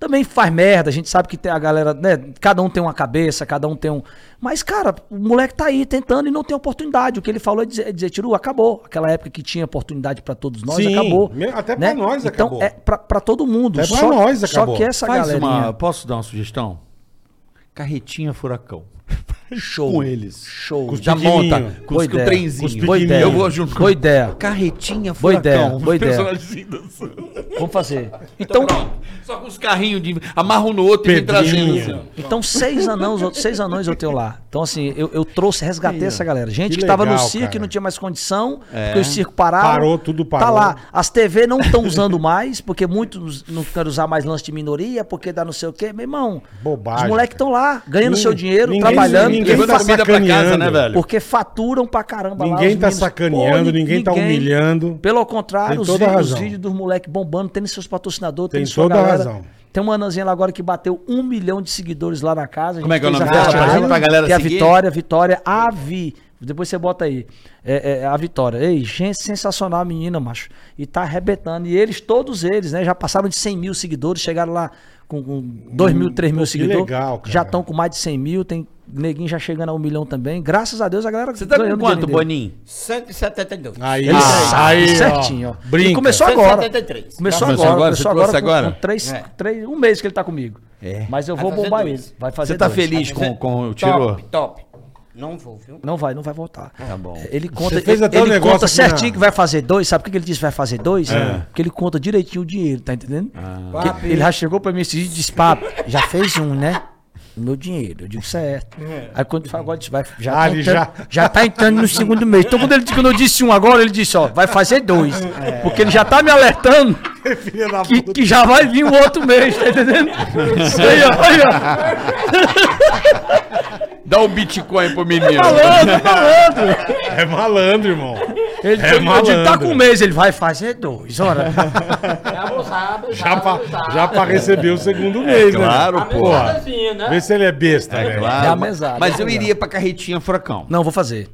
D: Também faz merda, a gente sabe que tem a galera, né? Cada um tem uma cabeça, cada um tem um. Mas, cara, o moleque tá aí tentando e não tem oportunidade. O que ele falou é dizer, é dizer Tiru, acabou. Aquela época que tinha oportunidade pra todos nós,
B: Sim,
D: acabou.
B: me- até pra
D: né?
B: nós
D: então,
B: acabou.
D: É pra, pra todo mundo.
B: Até pra nós acabou.
D: Só que essa
C: Faz
D: galerinha...
C: uma. Posso dar uma sugestão? Carretinha furacão.
D: Show.
C: Com eles.
D: Show.
B: Com os
C: Já monta.
B: pequenininho.
C: Com,
D: Boa
C: os- com o
D: ideia.
B: Com
C: trenzinho.
B: os
D: Boa ideia.
C: Eu vou junto.
D: Boa ideia.
C: Carretinha
D: Boa ideia,
C: furacão.
D: boa
C: os
D: ideia.
C: personagens dançando.
D: Vamos fazer. Então,
C: Só com os carrinhos de. Amarra um no outro e vem
B: Pedrinho.
C: trazendo. Assim. ó.
D: então seis anãos, eu- seis anões eu tenho lá. Então, assim, eu, eu trouxe, resgatei essa galera. Gente
B: Que
D: que, estava
B: legal,
D: no circo
B: cara.
D: e não tinha mais condição, porque o circo pararam.
B: Parou, tudo
D: Tá
B: parou.
D: lá. As TV não estão usando mais, porque muitos não querem usar mais lance de minoria, porque dá não sei o quê. Meu irmão,
B: Bobagem,
D: os moleques estão lá, ganhando
B: Ninguém-
D: seu dinheiro,
B: ninguém-
D: trabalhando.
B: ninguém
D: porque
C: Levando
B: tá
C: a comida pra casa, né,
B: sacaneando.
C: velho?
D: Porque faturam pra caramba lá.
B: Ninguém
D: os
B: tá
D: meninos.
B: sacaneando,
D: Pô, ni-
B: ninguém tá humilhando.
D: Pelo
B: Tem
D: contrário, os
B: toda a
D: vídeos, os
B: razão.
D: vídeos dos moleques bombando, tendo seus patrocinadores,
B: Tem
D: tendo sua
B: toda a
D: galera.
B: razão.
D: Tem uma anãzinha lá agora que bateu um milhão de seguidores lá na casa. a
C: Como
D: gente
C: é que é o
D: fez
C: nome
D: a
C: dela?
D: festa
B: Pra- pra
C: galera
D: que é a
C: seguir?
D: Vitória, Vitória, a Vi. Depois você bota aí. É, é, a Vitória. Ei, gente, sensacional a menina, macho. E tá arrebentando. E eles, todos eles, né? Já passaram de 100 mil seguidores, chegaram lá com, com 2 mil, 3 mil
B: Hum, que
D: seguidores.
B: legal, cara.
D: Já estão com mais de 100 mil. Tem neguinho já chegando a um milhão também. Graças a Deus a galera
C: Você tá com
D: ganhando
C: quanto,
D: dinheiro dele.
C: Boninho?
E: 172.
B: Aí,
D: Ele
B: ah,
D: sabe
B: aí, ó.
D: certinho, ó.
B: Brinca.
D: Ele começou agora.
E: 173.
D: Começou
C: Nossa,
D: agora,
C: agora,
D: começou
C: você trouxe
D: agora, com,
C: agora?
D: com três,
E: É.
D: três, um mês que ele tá comigo.
C: É.
D: Mas eu vou
E: Vai fazer
D: bombar
E: dois.
D: ele. Vai fazer
C: Você tá
D: dois.
C: feliz com, com o Tiro?
E: Top, top. Não vou, viu?
D: Não vai, não vai voltar. Tá
C: bom.
D: Ele conta,
B: Você fez
D: ele,
B: até um
D: ele
B: negócio É.
D: conta
B: aqui
D: certinho
B: na-
D: que vai fazer dois. Sabe por que que ele disse que vai fazer dois? Porque ele conta direitinho o dinheiro, tá entendendo? Porque
E: Papi.
D: Ele já chegou pra mim esse dia e disse, papo, já fez um, né? O Meu dinheiro, eu digo certo. Aí quando ele fala agora, ele disse, vai, já,
B: É. Ah,
D: tá
B: ele
D: entrando, já...
B: já-
D: tá entrando no segundo mês. Então quando ele disse, quando eu disse um agora, ele disse, ó, vai fazer dois.
B: É.
D: Porque ele já tá me alertando
B: Filha da
D: que,
B: puta.
D: que já vai vir o outro mês, tá entendendo? Isso aí, ó, aí, ó.
C: Dá o Bitcoin pro menino.
D: Tá Malandro, malandro.
B: É malandro, irmão.
D: Ele
B: É
D: foi, eu digo, tá
B: malandro.
D: com um mês, ele vai fazer dois, ora.
E: É abusado,
B: Já pra, já pra receber o segundo mês, né?
C: claro, pô.
B: Porra.
E: né?
B: Vê se ele é besta, velho.
C: Claro,
D: É a
C: mas-
D: mesada,
C: mas
D: é a
C: eu
D: mesada.
C: iria pra carretinha furacão.
D: Não, vou fazer.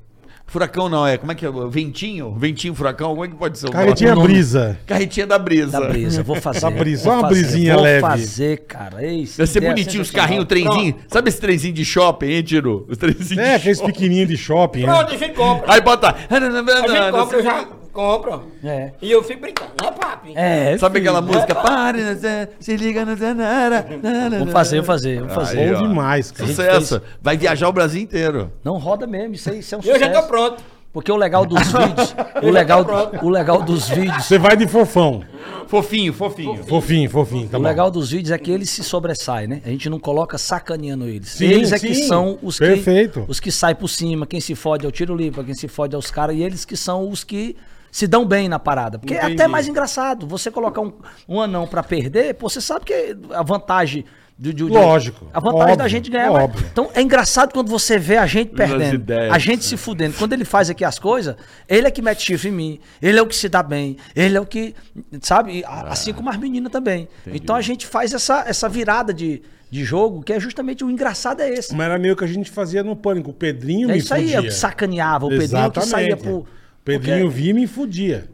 C: Furacão não, é. Como é que é? Ventinho? Ventinho, furacão? Como é que pode ser? o nome?
B: Carretinha
D: Nome.
B: brisa.
C: Carretinha da brisa.
D: Da brisa, vou fazer.
B: Da brisa,
D: vou
B: só uma
D: fazer,
B: brisinha
D: vou
B: leve.
D: fazer, cara. Ei,
C: Deve ser bonitinho os carrinhos, o trenzinho. Sabe esse trenzinho de shopping, hein, Tiro? Os trenzinhos
B: É,
C: de
B: aqueles
C: shopping.
B: pequenininhos de shopping, né?
E: Pronto, a gente compra.
C: Aí bota...
E: A gente compra, eu já compro.
D: É.
E: E eu fico brincando, né, papi?
D: É,
C: Sabe
D: filho.
C: aquela música? Pare, né, Zé, se liga no Zé, né, na, na, na, na,
D: Vou fazer, vou fazer, vou fazer.
B: Bom
C: ó.
B: demais, cara.
C: Sucesso. Vai viajar o Brasil inteiro.
D: Não roda mesmo, isso aí, isso é um
E: E eu
D: sucesso.
E: já tô pronto.
D: Porque o legal dos vídeos, o
E: já
D: legal,
E: tô pronto.
D: o legal dos vídeos,
B: Você vai de fofão.
C: Fofinho, fofinho.
B: Fofinho, fofinho, tá
D: o
B: bom.
D: legal dos vídeos é que eles se sobressaem, né? A gente não coloca sacaneando eles.
B: Sim,
D: eles é que
B: sim,
D: são os que
B: perfeito.
D: os que saem por cima, quem se fode é o tiro limpo, quem se fode é os caras e eles que são os que se dão bem na parada. Porque é
B: Entendi.
D: até mais engraçado. Você colocar um, um anão pra perder, pô, você sabe que a vantagem do, do- do-
B: Lógico,
D: A vantagem
B: óbvio,
D: da gente ganhar. mas-
B: óbvio.
D: Então é engraçado quando você vê a gente
C: Nas
D: perdendo.
C: ideias.
D: A gente se fudendo. Quando ele faz aqui as coisas, ele é que mete chifre em mim, ele é o que se dá bem, ele é o que. Sabe? E a- Assim como as meninas também. Então a gente faz essa, essa virada de, de jogo, que é justamente o engraçado é esse.
B: Mas era meio que a gente fazia no pânico. O Pedrinho
D: é
B: me
D: isso aí, é o
B: fudia.
D: que sacaneava, o Pedrinho que saía pro.
B: O Pedrinho vinha e me fudia.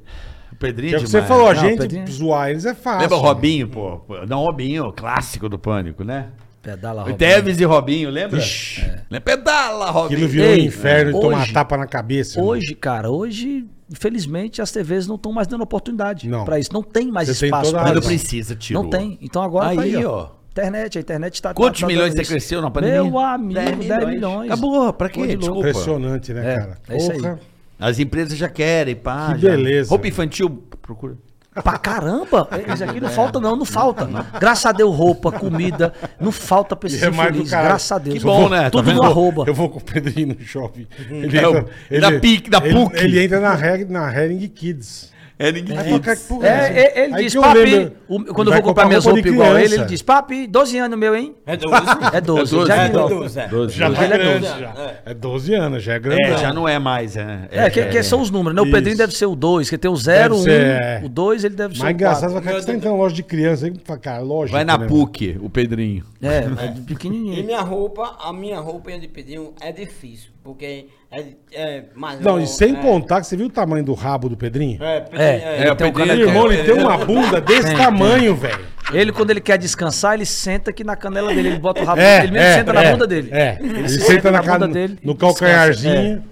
C: O Pedrinho
B: É o que você
C: demais.
B: falou, a
D: Não,
B: gente
D: Pedrinho-
B: zoar eles é fácil.
C: Lembra o Robinho, pô? Pô, Não, Robinho, clássico do Pânico, né?
D: Pedala,
C: O
D: Ah, Robinho.
C: Teves e Robinho, lembra? É. Lembra? Pedala,
B: Aquilo
C: Robinho.
B: virou um
D: Ei,
B: inferno de
D: hoje-
B: tomar tapa na cabeça.
D: Hoje, cara, hoje, infelizmente, as TVs não estão mais dando oportunidade
B: Não.
D: pra isso. Não tem mais
B: Você tem
D: espaço
B: toda a
D: pra
B: razão.
C: Quando
D: isso.
C: precisa, tiro.
D: Não tem. Então agora tá
C: Aí,
D: aí,
C: ó.
D: ó. Internet, a internet tá.
C: Quantos
D: tá- tá
C: milhões
D: dando
C: você
D: isso.
C: cresceu na pandemia?
D: Meu amigo, 10 milhões.
C: Acabou, pra quê?
D: Pô, de louco.
C: Desculpa.
B: Impressionante, né,
D: É,
B: cara?
D: é isso aí.
B: Porra.
C: As empresas já querem, pá.
B: Que
C: já.
B: beleza.
C: Roupa infantil, procura.
D: Pra caramba! Isso aqui não falta, não, não falta. Graças a Deus, roupa, comida, não falta pra
B: E
D: esse
B: é mais do
D: feliz.
B: caralho.
D: Graças a Deus.
C: Que bom, né? Tá
D: Tudo
C: vendo?
D: no arroba.
B: Eu vou com o Pedrinho no shopping.
D: Uhum.
B: Ele
C: É, o- da PIC, da
B: ele-
C: PUC.
B: Ele, entra na, Her- na Hering Kids.
C: É, ninguém
B: Aí
C: quis.
B: fala, cara, que porra
D: É,
B: essa?
D: é, ele
B: Aí
D: diz,
B: que eu
D: papi,
B: lembro,
D: o- quando eu
B: vai
D: vou comprar minhas
B: roupa de
D: roupas igual a ele,
B: criança.
D: ele diz, papi, 12 anos meu, hein?
E: É doce.
D: É 12,
C: doze,
D: já
C: é
D: que não.
E: doce, é.
C: Doze,
B: Já
C: doze.
B: tá
D: Ele é
B: grande,
E: doze.
B: já. É 12 anos, já é grande.
C: É, já não é mais, né?
D: É, que, que são os números, né? O
B: Isso.
D: Pedrinho deve ser o 2, que tem o 0,
B: Deve
D: 1,
B: ser, é.
D: o 2, ele deve ser
B: Mas
D: o 4.
B: engraçado, cara, que você tá entrando na loja de criança aí, fala, cara,
C: É.
B: lógico.
C: Vai na
B: né,
C: PUC, o Pedrinho.
D: É, mas
E: E
D: pequenininho.
E: minha roupa, a minha roupa de pedir é difícil, porque é, é mais
B: Não, e sem
E: é,
B: contar que você viu o tamanho do rabo do Pedrinho?
E: É, pedi-
D: É,
E: é,
D: ele
C: É,
D: tem o
C: Pedrinho,
B: Meu
D: canecão.
B: irmão, ele tem uma bunda desse
D: Tem,
B: tamanho, velho.
D: Ele, quando ele quer descansar, ele senta aqui na canela dele, ele bota o rabo
B: É,
D: ele mesmo
B: é,
D: senta
B: é,
D: na bunda dele.
B: É, ele senta na bunda dele. No
D: e É.
B: calcanharzinho.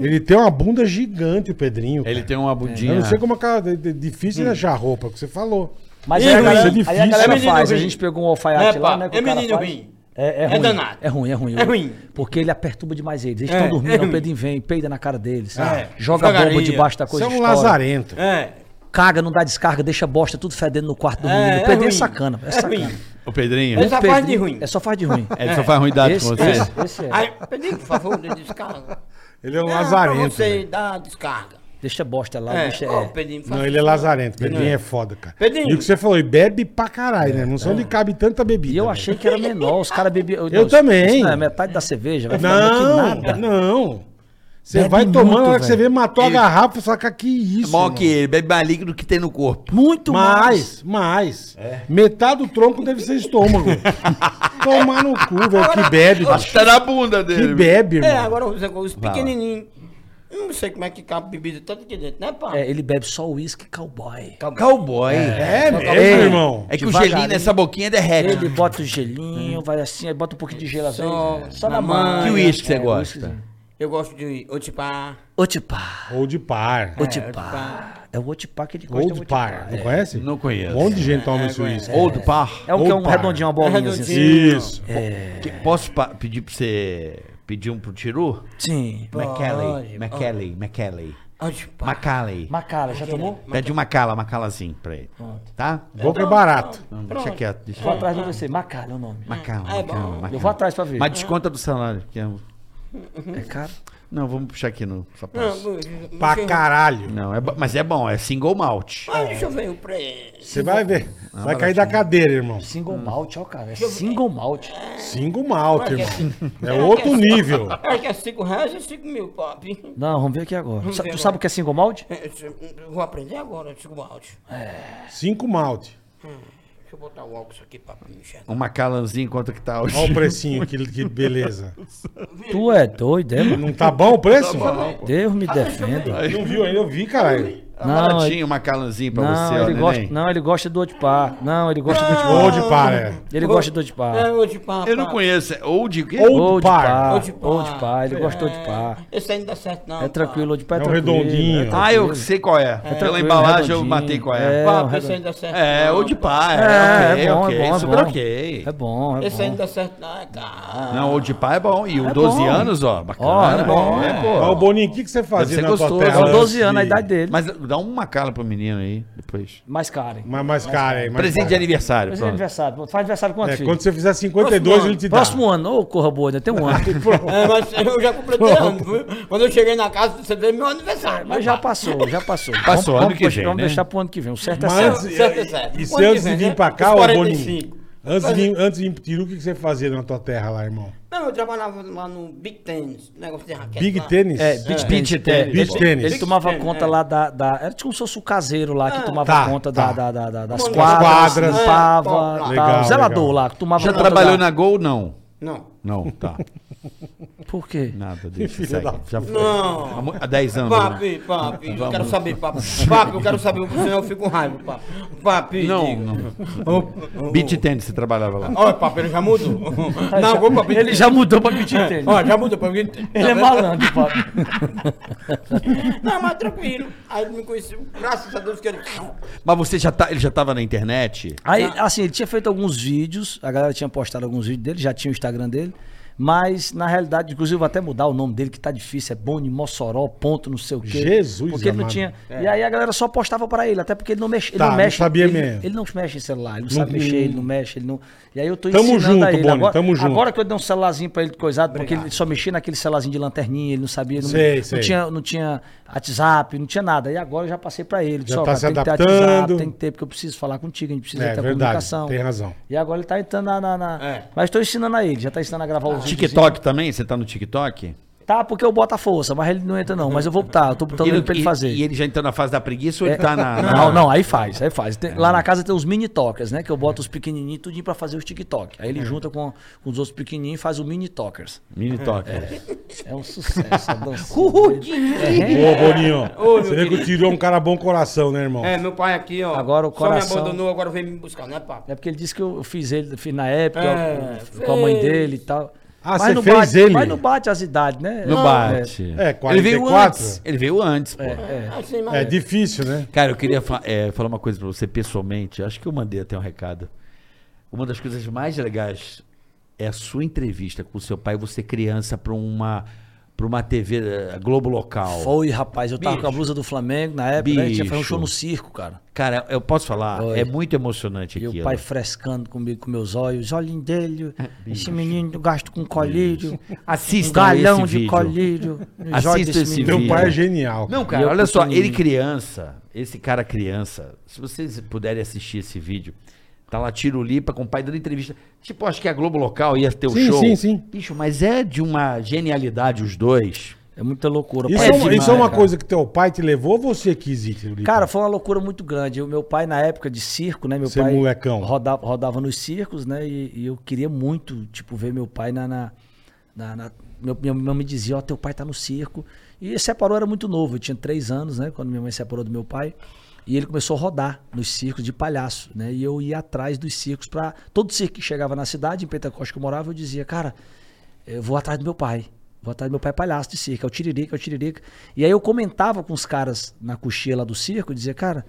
B: Ele tem uma bunda gigante, o Pedrinho.
C: Ele
B: cara.
C: tem uma bundinha.
B: Eu não sei como é que é de- de- difícil ele achar roupa, que você falou.
D: Hum. Mas
E: Ih,
D: aí, a
E: ruim,
D: galera,
E: isso é
D: aí a
B: difícil.
D: galera
E: É menino
D: faz, a
E: ruim.
D: gente pegou um alfaiate
E: É,
D: lá,
E: pá,
D: né? que
E: é
D: o cara
E: menino
D: faz.
E: ruim.
D: É, é
E: É
D: ruim.
E: danado.
D: É ruim, é ruim.
E: É ruim.
D: Porque ele aperturba demais eles. Eles
E: É,
D: estão dormindo,
E: é
D: aí o
E: ruim.
D: Pedrinho vem, peida na cara deles,
E: É.
D: joga a bomba
E: Devagarinho.
D: debaixo da
B: Você
D: coisa.
B: é um
D: estoura.
B: lazarento.
E: é.
D: Caga, não dá descarga, deixa a bosta tudo fedendo no quarto do
E: É,
D: menino.
E: é
D: O Pedrinho
E: ruim.
D: é sacana. É
E: É
D: sacana.
E: ruim.
C: O Pedrinho.
E: Ele só
D: Pedrinho
E: faz de ruim.
D: É só faz de ruim.
C: Ele só faz ruindade com
D: Esse,
C: você.
D: esse, esse é.
E: Aí, pedi, por favor, de descarga.
B: Ele é um
E: Ah,
B: lazarento.
E: Pra você
B: velho.
E: dar a descarga.
D: Deixa a bosta lá,
E: É,
D: deixa.
E: ó,
D: é.
E: Pedrinho, faz
B: Não, ele é lazarento. Pedrinho é foda, cara.
E: Pedrinho.
B: E o que você falou, e bebe pra caralho, né? Não sei onde cabe tanta bebida. né?
D: É. E eu
B: velho.
D: achei que era menor, os caras bebiam.
B: Eu também.
D: Isso não é metade da cerveja, vai
B: Não,
D: que nada.
B: não. Você
D: Bebe
B: vai tomando,
D: muito,
B: a hora que você vê,
D: velho.
B: matou a garrafa, e fala, cara, que isso.
C: Mó
B: mano?
C: que ele, bebe mais líquido que tem no corpo.
D: Muito mais.
B: Mais, mais. Metade do tronco deve ser estômago. Tomar no cu, velho. Que bebe,
C: Acho
B: bicho.
C: que tá na bunda dele.
B: Que bebe,
E: É,
B: irmão.
E: agora os, os pequenininhos. Não sei como é que cabe bebida tanto aqui dentro, né, pá?
D: É, ele bebe só uísque cowboy.
C: Cowboy.
B: É, é, mesmo,
D: Ei,
B: irmão.
C: É que o
D: Devagarinho.
C: gelinho nessa boquinha derrete.
D: Ele bota o gelinho, vai assim, aí bota um pouquinho de gelo às vezes.
E: Só-
D: Só na
E: na
D: mão.
E: manga.
C: Que uísque você
D: É,
C: gosta?
E: Eu gosto de otipá.
D: Otipá.
B: Ou de par.
D: Otipá. É o Otipá que ele gosta.
B: Ou de
D: é o
B: par.
D: Otipar,
B: Não
D: é.
B: conhece?
C: Não conheço.
B: Um monte de gente toma isso isso.
C: Ou do par.
D: É um que é um
B: Otipar.
D: redondinho, uma bolinha assim.
E: Redondinho.
B: Isso.
C: Que- Posso pa- pedir pra você pedir um pro Tiru?
D: Sim.
C: McKelly. McKelly. McKelly.
E: Otipá.
C: Macalay.
D: Macala, já tomou?
C: Pede um macala, macalazinho pra ele. Tá?
B: Boca é barato.
C: Não, deixa quieto. Deixa
D: Vou atrás de você. Macala é o nome.
C: Macala,
E: É
C: macala,
E: bom.
C: macala.
D: Eu vou atrás pra ver.
C: Mas desconta do salário. que é um-
D: É caro.
C: Não, vamos puxar aqui no
E: Não,
C: sapato.
E: não, não
B: Pra
E: sei-
B: caralho.
C: Não, é, bo- mas é bom, é single malt.
E: Mas deixa eu ver o preço.
B: Você vai ver. Vai cair da cadeira, irmão.
D: Single
E: Hum.
D: malt, ó, cara. É single malt.
B: Cinco malte, irmão. É outro nível.
E: Acho que é 5 reais e 5 mil, papi.
D: Não, vamos ver aqui agora.
E: Vamos
D: Sa-
E: ver
D: Tu
E: agora.
D: sabe o que é single malt?
E: É, isso- eu Vou aprender agora, desculpa, áudio.
B: Cinco malte.
E: Deixa eu botar o óculos aqui, papi, enxerga.
C: Um macalãzinho, quanto que tá hoje?
B: Olha o precinho, que, que beleza.
D: Tu é doido, é, mano?
B: Não tá bom o preço?
D: Deus
B: Ah,
D: me defenda.
B: Não viu ainda, eu vi, caralho.
C: Tá
D: Não,
C: baratinho, um macalãzinho pra
D: Não,
C: você, ó,
D: ele
C: neném.
D: gosta, não, ele gosta do Odipá. Não, ele
B: Ah.
D: gosta do Odipá.
B: Ou de para.
D: Ele gosta do Odipá.
E: É, hoje, pá,
C: Eu não
E: pá.
C: conheço. é Old o quê?
B: Old-
D: Odipá.
E: Hoje, pá.
D: Odipá. Ele gosta do Odipá.
E: É, Esse ainda dá certo, não.
D: É tranquilo, Odipá é
B: É um
D: tranquilo.
B: redondinho.
D: é
C: Ah, eu
D: tranquilo.
C: sei qual é. Pela
D: tranquilo,
C: embalagem eu
D: redondinho.
C: matei qual é.
D: É, um
E: Papi, esse
D: redondo-
E: ainda dá certo.
C: É,
E: não.
C: ou de pá,
D: É,
C: é,
D: é bom,
C: ok,
D: é bom, é
C: super
D: bom.
C: ok.
D: É bom, é
E: Esse
D: bom.
E: ainda dá certo, não. É caro.
C: Não, ou de pá é bom. E o 12
D: bom.
C: anos, ó, bacana.
D: Ó, é bom.
C: É,
B: Mas o
C: pô.
B: Boninho, o que, que você fazia
C: Deve
B: na
C: ser
B: tua
C: gostoso. né?
B: terra?
D: São
C: São
D: 12
B: antes
D: É anos a
B: de-
D: idade dele.
C: é Mas dá uma cala pro menino aí, depois.
D: Mais caro, hein?
B: Mas mais caro aí. mais
C: Presente de
B: caro.
C: aniversário,
D: Mas é
C: pronto.
D: aniversário. Faz aniversário quanto,
B: É,
D: filho?
B: quando você fizer 52, ele te dá.
D: Próximo ano. Ô, corra boa, ainda tem um ano.
E: É, mas eu já completei ano. viu? Quando eu cheguei na casa, você fez meu aniversário.
D: Mas já passou, já passou.
C: Passou, ano
D: vamos,
C: que
D: vamos,
C: vem,
D: Vamos
C: né?
D: deixar pro ano que vem. O certo é
B: Mas
D: certo.
B: antes,
E: certo, é certo.
B: e se
E: Quando
B: antes de
E: tiver,
B: vir
E: né?
B: pra cá, ô
E: Os
B: Boninho,
E: 45.
B: antes de, vir- antes de ir pro Tiru, o que que você fazia na tua terra lá, irmão?
E: Não, eu trabalhava lá no Big Tênis, negócio de raquete.
B: Big
E: lá.
B: tênis?
D: É, beach,
C: É.
D: tennis.
C: Beach tennis.
D: Ele-
B: Beach tennis.
D: Ele tomava
E: Beach
D: conta
E: tennis,
D: lá da, da- Era tipo como se fosse o caseiro lá que tomava
B: Tá,
D: conta
B: tá.
D: da- da- da- da- das
E: Das
D: quadras,
B: quadras.
D: limpava,
E: É,
D: tal.
B: legal,
D: o zelador
B: legal.
D: lá que tomava
C: Já
D: conta
C: trabalhou
D: da-
C: na Gol? Não.
E: Não.
C: Não, tá.
D: Por quê?
C: Nada, deixa,
B: Filho
C: segue.
B: da
C: Já foi.
E: Não.
C: Há mu- Há 10 anos. né?
E: Papi, papi, eu quero saber, papi. Papi, eu quero saber, senão eu fico com raiva, papi. Papi,
C: Não,
E: diga.
C: não. Beat tênis você trabalhava lá.
E: Olha, papi, ele já mudou. Não, vou papi.
D: Ele já mudou pra beach tennis.
E: Olha, já mudou pra mim.
D: Ele é malandro, papo.
E: Não, mas tranquilo. Aí ele me conheceu, graças a Deus que ele...
C: Mas você já tá, ele já tava na internet?
D: Aí, assim, ele tinha feito alguns vídeos, a galera tinha postado alguns vídeos dele, já tinha o Instagram dele, mas na realidade, inclusive, vou até mudar o nome dele, que tá difícil, é Boni Mossoró, ponto, não sei o quê.
B: Jesus
D: Porque ele não
B: amado.
D: tinha. E aí a galera só postava pra ele, até porque ele não mexe. Ele
B: Tá,
D: não
B: não
D: mexe,
B: sabia
D: ele,
B: mesmo.
D: ele não mexe em celular, ele não,
B: Não- Hum.
D: sabe mexer, ele não mexe, ele não. E aí eu tô
B: Tamo junto,
D: a ele.
B: Boni,
D: agora,
B: tamo junto.
D: agora que eu dei um celularzinho pra ele coisado, porque ele só mexia naquele celularzinho de lanterninha, ele não sabia, ele não,
B: Sei,
D: não
B: sei.
D: tinha, não tinha WhatsApp, não tinha nada. E agora eu já passei pra ele, disse,
B: Já
D: ó,
B: tá
D: cara,
B: se
D: tem que ter
B: adaptando.
D: WhatsApp, tem que ter, porque eu preciso falar contigo, a gente precisa
B: É,
D: ter a
B: verdade,
D: comunicação.
B: tem razão.
D: E agora ele tá entrando na. na- na-
E: É.
D: Mas tô ensinando a ele, já tá ensinando a gravar os vídeos.
C: TikTok também? Você tá no TikTok?
D: Tá, porque eu boto a força, mas ele não entra, não. Mas eu vou botar, eu tô botando ele pra ele fazer. É. Ah,
C: E ele já entrou na fase da preguiça ou ele tá na. na-
D: Não, não, aí faz, aí faz. Tem- Lá na casa tem os mini tokers, né? Que eu boto os pequenininhos tudinho pra fazer os TikTok.
B: É.
D: Aí ele junta com, com os outros pequenininhos e faz o mini tokers.
C: Mini toque.
D: É um sucesso, a dança. É.
B: Ô, Boninho,
E: Ô, meu
B: você vê que o
E: querido.
B: Tiru é um cara bom coração, né, irmão?
E: É, meu pai aqui, ó.
D: Agora o coração-
E: Só me abandonou, agora veio me buscar, né, papi?
D: É porque ele disse que eu fiz ele fiz na época,
E: É,
D: eu- com a mãe
E: fez.
D: dele e tal.
B: Ah, você
D: não
B: fez
D: bate,
B: ele?
D: Mas não bate as idades, né?
C: No
D: É,
C: bate.
B: É,
C: Ele veio
B: 44?
C: antes. Ele veio antes, pô.
D: é.
E: Assim, mas...
B: É difícil, né?
C: Cara, eu queria fa- é, falar uma coisa pra você pessoalmente. Acho que eu mandei até um recado. Uma das coisas mais legais é a sua entrevista com o seu pai, você criança, pra uma, pra uma TV eh, Globo Local.
D: Foi, rapaz. Eu tava
C: Bicho.
D: com a blusa do Flamengo na época, né? A gente ia fazer um
C: Bicho.
D: show no circo, cara.
C: Cara, eu posso falar?
D: Foi.
C: É muito emocionante
D: E
C: aquilo.
D: o pai frescando comigo com meus olhos, os olhinhos dele,
C: É,
D: esse menino gasto com colírio, um
C: Assistam
D: galão
C: esse
D: de
C: vídeo.
D: colírio. os
C: Assista
D: olhos desse
C: esse
D: menino.
B: Teu
C: Sim.
B: pai é genial.
C: Não,
D: E
C: cara,
D: eu
C: olha só,
D: pequenininho.
C: ele criança, esse cara criança, se vocês puderem assistir esse vídeo, tá lá Tirulipa com o pai dando entrevista. Tipo, acho que a Globo Local ia ter o
B: Sim,
C: show.
B: sim, sim.
C: Bicho, mas é de uma genialidade os dois.
D: É muita loucura.
B: Isso,
D: pai,
B: é,
D: é
B: uma-
D: demais,
B: isso é uma
D: cara.
B: coisa que teu pai te levou ou você quis ir, Tiru?
D: Cara, foi uma loucura muito grande. O meu pai, na época de circo, né? Meu
B: Você é
D: pai
B: molecão.
D: Rodava, rodava nos circos, né? E, e eu queria muito, tipo, ver meu pai na. na, na- na- meu- minha mãe me dizia, ó, teu pai tá no circo. E separou, era muito novo. Eu tinha três anos, né? Quando minha mãe separou do meu pai. E ele começou a rodar nos circos de palhaço, né? E eu ia atrás dos circos para Todo circo que chegava na cidade, em Pentecoste que eu morava, eu dizia, cara, eu vou atrás do meu pai. Vou atrás do meu pai palhaço de circo, é o Tiririca, é o Tiririca. E aí eu comentava com os caras na coxia lá do circo, dizia, cara,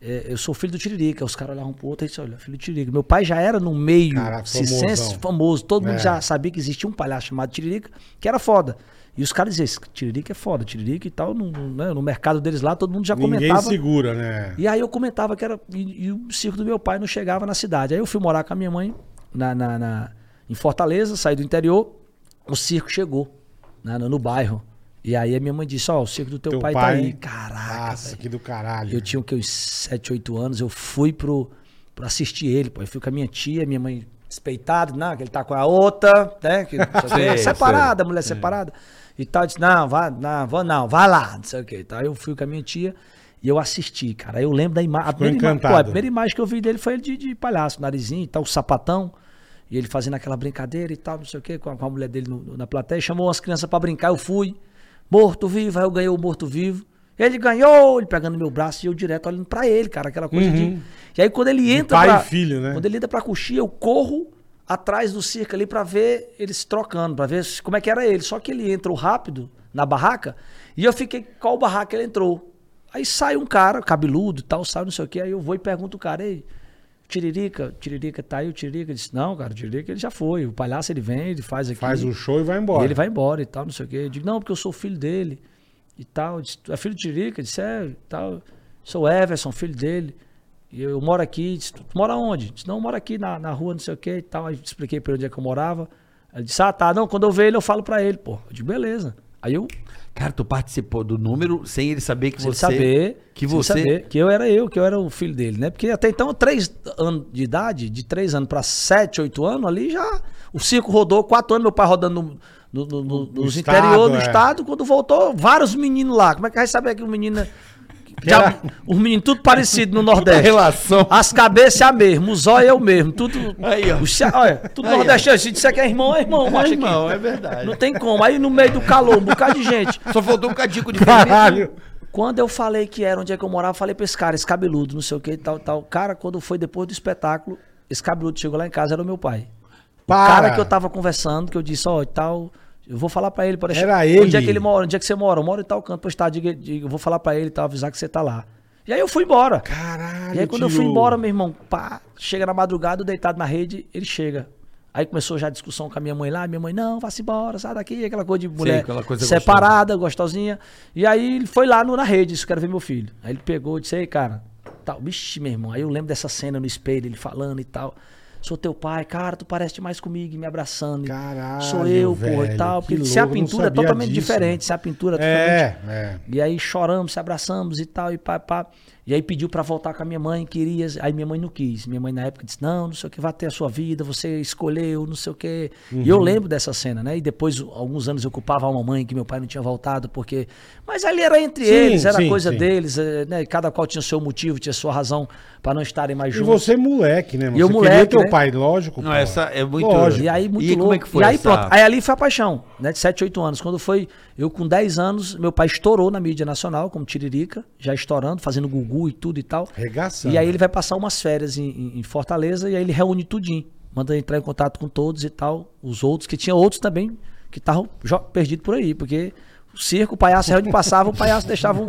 D: é, eu sou filho do Tiririca. Os caras olhavam pro outro e disseram, olha, filho do Tiririca. Meu pai já era no meio
B: Caraca,
D: circense
B: famosão.
D: famoso, todo
B: É.
D: mundo já sabia que existia um palhaço chamado Tiririca, que era foda. E os caras diziam, "Esse Tiririca é foda, Tiririca e tal, no, no- né, no mercado deles lá, todo mundo já
B: Ninguém
D: comentava.
B: segura, né?
D: E aí eu comentava que era. E, e o circo do meu pai não chegava na cidade. Aí eu fui morar com a minha mãe na, na- na- em Fortaleza, saí do interior, o circo chegou né, no, no bairro. E aí a minha mãe disse, ó, o circo do teu,
B: Teu
D: pai,
B: pai-
D: tá aí. Caraca,
B: Nossa,
D: velho.
B: que do caralho.
D: Eu tinha o que, uns 7, 8 anos, eu fui pro, pra assistir ele, pô. Eu fui com a minha tia, minha mãe despeitada, não, que ele tá com a outra, né? Que,
C: Sei,
D: separada, mulher separada. E tal, eu disse, não, vá, não, vou não, vá lá, não sei o que. Tá? Eu fui com a minha tia e eu assisti, cara. Aí Eu lembro da imagem. A, primeira ima- pô,
B: encantado.
D: a primeira imagem que eu vi dele foi ele de, de palhaço, narizinho e tal, o sapatão. E ele fazendo aquela brincadeira e tal, não sei o que, com a, com a mulher dele no- no- na plateia, chamou umas crianças pra brincar, eu fui. Morto-vivo, aí eu ganhei o morto-vivo. Ele ganhou, ele pegando meu braço e eu direto olhando pra ele, cara, aquela coisa de. E aí quando ele entra.
B: Uhum. pai e
D: pra-
B: filho, né?
D: Quando ele entra pra coxia, eu corro atrás do circo ali pra ver eles trocando, pra ver se- como é que era ele. Só que ele entrou rápido na barraca e eu fiquei, qual barraca ele entrou? Aí sai um cara, cabeludo e tal, sai não sei o que, aí eu vou e pergunto o cara, ei, Tiririca, Tiririca tá aí, o Tiririca disse, não, cara, o Tiririca ele já foi, o palhaço ele vem, ele faz aqui.
B: Faz o show e vai embora.
D: E um ele vai embora e tal, não sei o quê. Eu digo, não, porque eu sou filho dele e tal. Eu disse, "Tu é filho de Tirica? Eu disse, é, e tal. Sou Everson, filho dele. E eu moro aqui. Eu Disse, tu mora onde? Eu Disse, não, eu moro aqui na, na rua, não sei o quê e tal. Aí expliquei pra ele onde é que eu morava. Ele disse, ah, tá. Não, quando eu ver ele, eu falo pra ele, pô. Eu digo, beleza. Aí eu,
C: Cara, tu participou do número sem ele saber que
D: sem ele
C: você.
D: saber,
C: Que
D: sem ele
C: você.
D: saber que eu era eu, que eu era o filho dele, né? Porque até então, três anos de idade, de três anos pra sete, oito anos, ali já. O circo rodou quatro anos, meu pai rodando no, no, no- no- nos
B: estado,
D: interior do
B: é.
D: estado. Quando voltou, vários meninos lá. Como é que vai saber que o menino. é- Já, os meninos tudo parecido no Nordeste.
C: relação.
D: As cabeças é a mesma, os olhos é o mesmo. Tudo.
C: Aí, ó.
D: Os ce- olha, tudo
C: Aí, ó.
D: nordestino. Se disser que é irmão, é irmão.
C: Não,
D: acha que-
C: irmão, é verdade.
D: Não tem como. Aí no meio do calor, um bocado de gente.
C: Só faltou um cadico de
B: Caralho.
D: Quando eu falei que era onde é que eu morava, eu falei pra esse cara, esse cabeludo, não sei o que e tal, tal. Cara, quando foi depois do espetáculo, esse cabeludo chegou lá em casa, era o meu pai. O cara que eu tava conversando, que eu disse, ó, e tal, eu vou falar pra ele. Pra
B: Era
D: Onde é
B: ele.
D: que ele mora? Onde é que você mora? Eu moro em tal canto, pois tá, diga, diga, eu vou falar pra ele e tal, avisar que você tá lá. E aí eu fui embora.
B: Caralho,
D: E aí quando eu
B: tio.
D: fui embora, meu irmão, pá, chega na madrugada, eu deitado na rede, ele chega. Aí começou já a discussão com a minha mãe lá, minha mãe, não, vá-se embora, sai daqui, aquela coisa de mulher
C: aquela coisa
D: separada, gostosinha. E aí ele foi lá no- na rede, isso, quero ver meu filho. Aí ele pegou e disse, ei, cara, tal, bicho, meu irmão. Aí eu lembro dessa cena no espelho, ele falando e tal. Sou teu pai, cara, tu parece demais comigo, e me abraçando. E
B: Caralho,
D: Sou eu, porra,
B: velho,
D: e tal.
B: que
D: Porque se a
B: louco, eu não
D: pintura é
B: sabia
D: totalmente
B: disso,
D: diferente, se a pintura é totalmente
B: É, é.
D: e aí choramos, se abraçamos e tal, e pá, pá. E aí pediu pra voltar com a minha mãe, queria. Aí minha mãe não quis. Minha mãe na época disse: não, não sei o que, vai ter a sua vida, você escolheu, não sei o que. E
B: Uhum.
D: eu lembro dessa cena, né? E depois, alguns anos, eu culpava a mamãe que meu pai não tinha voltado, porque. Mas ali era entre
B: Sim,
D: eles, era
B: sim,
D: coisa
B: sim.
D: deles, eh, né? Cada qual tinha seu motivo, tinha sua razão pra não estarem mais
B: E
D: juntos.
B: você moleque, né? mano?
D: E eu
B: você queria
D: moleque,
B: teu
D: né?
B: pai, lógico.
C: Não,
B: pô.
C: essa é muito-
B: Lógico.
D: E aí, muito
C: E como
D: louco.
C: é que foi
D: e aí,
C: essa-
D: pronto. Aí ali foi a paixão, né? De 7, 8 anos. Quando foi, eu com 10 anos, meu pai estourou na mídia nacional, como Tiririca, já estourando, fazendo gugu e tudo e tal.
B: Regaçando.
D: E
C: né?
D: aí ele vai passar umas férias em, em- em Fortaleza e aí ele reúne tudinho. Manda entrar em contato com todos e tal, os outros, que tinha outros também que estavam jo- perdidos por aí, porque o circo, o palhaço, era onde passava, o palhaço deixava um...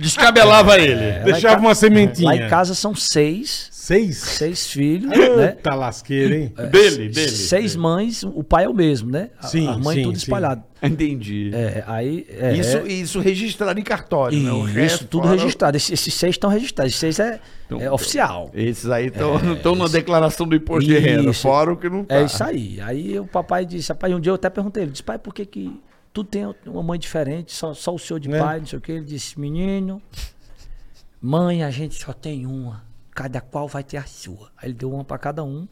C: Descabelava ele.
D: É, lá em
B: Deixava
D: ca-
B: uma sementinha.
D: Lá em casa são seis,
B: Seis?
D: seis filhos, né? É.
B: Puta lasqueira, hein?
C: Dele, dele.
D: Seis mães, o pai é o mesmo, né? A,
B: Sim,
D: a mãe
B: sim,
D: tudo
B: sim.
D: espalhado.
C: Entendi.
D: É, aí. é,
C: isso,
D: é,
C: isso registrado em cartório, né? O Então,
D: e
C: resto
D: isso tudo
C: fora-
D: registrado. Esses, esses seis estão registrados. Esses seis é, é oficial.
C: Esses aí estão na declaração do imposto de renda,
D: Isso.
C: fora o que não tá.
D: É isso aí. Aí o papai disse, rapaz, um dia eu até perguntei, ele disse, pai, por que que tu tem uma mãe diferente, só, só o senhor de
B: Né?
D: pai, não sei o quê? Ele disse, menino, mãe, a gente só tem uma, cada qual vai ter a sua. Aí ele deu uma pra cada um,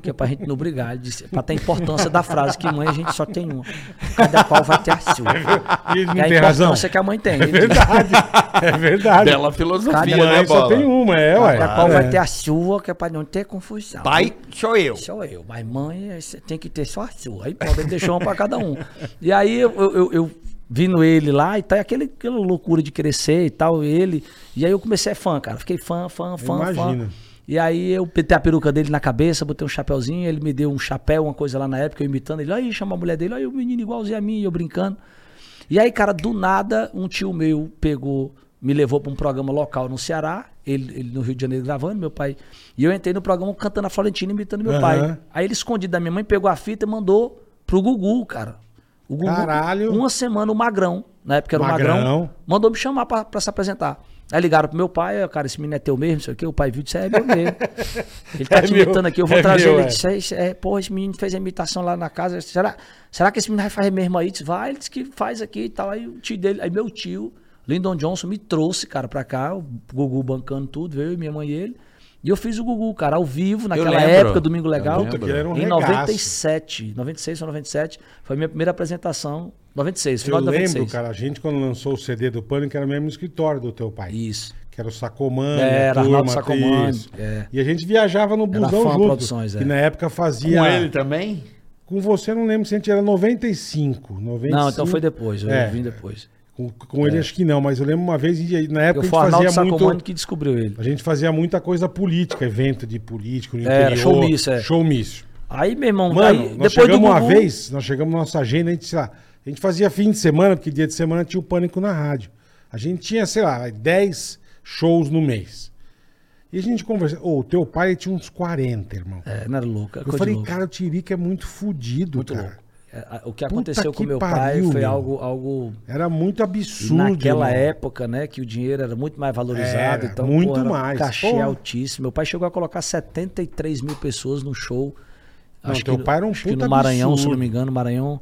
D: que é pra gente não brigar. Ele disse, pra ter a importância da frase, que mãe, a gente só tem uma, cada qual vai ter a sua.
B: E ele
D: E
B: não
D: a
B: tem
D: importância
B: razão.
D: que a mãe tem.
B: É verdade. É verdade.
C: Bela filosofia,
D: Cada
C: né,
B: Mãe só
C: Bola?
D: um.
B: tem uma, é, ué.
D: Cada Tá, qual
B: é.
D: vai ter a sua, que é pra não ter confusão.
C: Pai, sou eu.
D: Só eu, mas mãe, você tem que ter só a sua. Aí pronto, ele deixou uma pra cada um. E aí eu, eu, eu- eu vindo ele lá e tal, e aquele, aquela loucura de crescer e tal, ele. E aí eu comecei a ser fã, cara. Fiquei fã, fã, fã,
B: imagino.
D: fã. E aí eu pentei a peruca dele na cabeça, botei um chapéuzinho, ele me deu um chapéu, uma coisa lá na época, eu imitando ele, aí chama a mulher dele, aí o menino igualzinho a mim, e eu brincando. E aí, cara, do nada, um tio meu pegou, me levou pra um programa local no Ceará, ele, ele no Rio de Janeiro gravando, meu pai. E eu entrei no programa cantando a Florentina, imitando meu
B: Aham.
D: pai. Aí ele escondido da minha mãe, pegou a fita e mandou pro Gugu, cara. O Gugu,
B: Caralho.
D: Uma semana o Magrão, na época era o Magrão,
B: Magrão.
D: mandou me chamar pra, pra se apresentar. Aí ligaram pro meu pai, ó, cara, esse menino é teu mesmo, não sei o quê. O pai viu e disse, é meu mesmo. Ele tá
B: É
D: te
B: meu,
D: imitando aqui, eu vou
B: é
D: trazer
B: meu, é.
D: ele. Ele disse, é, isso é, porra, esse menino fez a imitação lá na casa. Será, será que esse menino vai fazer mesmo aí? Eu Disse, vai, ele disse que faz aqui e tal. Aí o tio dele, aí meu tio, Lyndon Johnson, me trouxe, cara, pra cá, o Gugu bancando tudo, veio minha mãe e ele. E eu fiz o Gugu, cara, ao vivo, naquela
C: lembro.
D: época, Domingo Legal.
C: lembro.
B: Puta, que era um
D: Em
B: regaço.
D: 97, 96 ou 97, foi a minha primeira apresentação. 96,
B: Eu
D: final de
B: lembro,
D: 96.
B: cara, a gente quando lançou o CD do Pânico era mesmo no escritório do teu pai.
D: Isso.
B: Que era o Sacomani,
D: Era,
B: a turma,
D: Arnaldo Sacomani,
B: isso.
D: é.
B: E a gente viajava no busão
D: Fã
B: junto.
D: Produções, é.
B: Que na época fazia...
C: Com ele também?
B: Com você, eu não lembro se a gente era 95, 95.
D: Não, então foi depois, eu
B: É.
D: vim depois.
B: Com, com ele acho que não, mas eu lembro uma vez, e aí, na
D: Eu
B: época
D: fui
B: É
D: o
B: a gente
D: Arnaldo
B: fazia
D: Sacomani
B: muito...
D: que descobriu ele.
B: A gente fazia muita coisa política, evento de político no
D: Era,
B: interior.
D: showmício, é.
B: Showmício.
D: Aí, meu irmão,
B: Mano,
D: aí,
B: nós
D: depois do
B: chegamos uma
D: Gugu,
B: vez, nós chegamos na nossa agenda, a gente, sei lá, a gente fazia fim de semana, porque dia de semana tinha o pânico na rádio. A gente tinha, sei lá, 10 shows no mês. E a gente conversava. Ô, o teu pai tinha uns 40, irmão.
D: É, não era louco, era
B: Eu
D: coisa
B: falei,
D: de louco.
B: cara, o Tirica é muito fodido,
D: muito
B: cara.
D: louco. É, a- O que aconteceu
B: que
D: com meu
B: pariu,
D: pai foi
B: meu.
D: algo, algo
B: Era muito
D: E
B: absurdo.
D: Naquela
B: irmão.
D: época, né, que o dinheiro era muito mais valorizado.
B: Era,
D: então,
B: muito
D: era um
B: mais,
D: Cachê
B: porra.
D: altíssimo. Meu pai chegou a colocar 73 mil pessoas num show.
B: Não, teu pai era um
D: acho que
B: puta
D: no Maranhão, se eu
B: absurdo.
D: não me engano, Maranhão.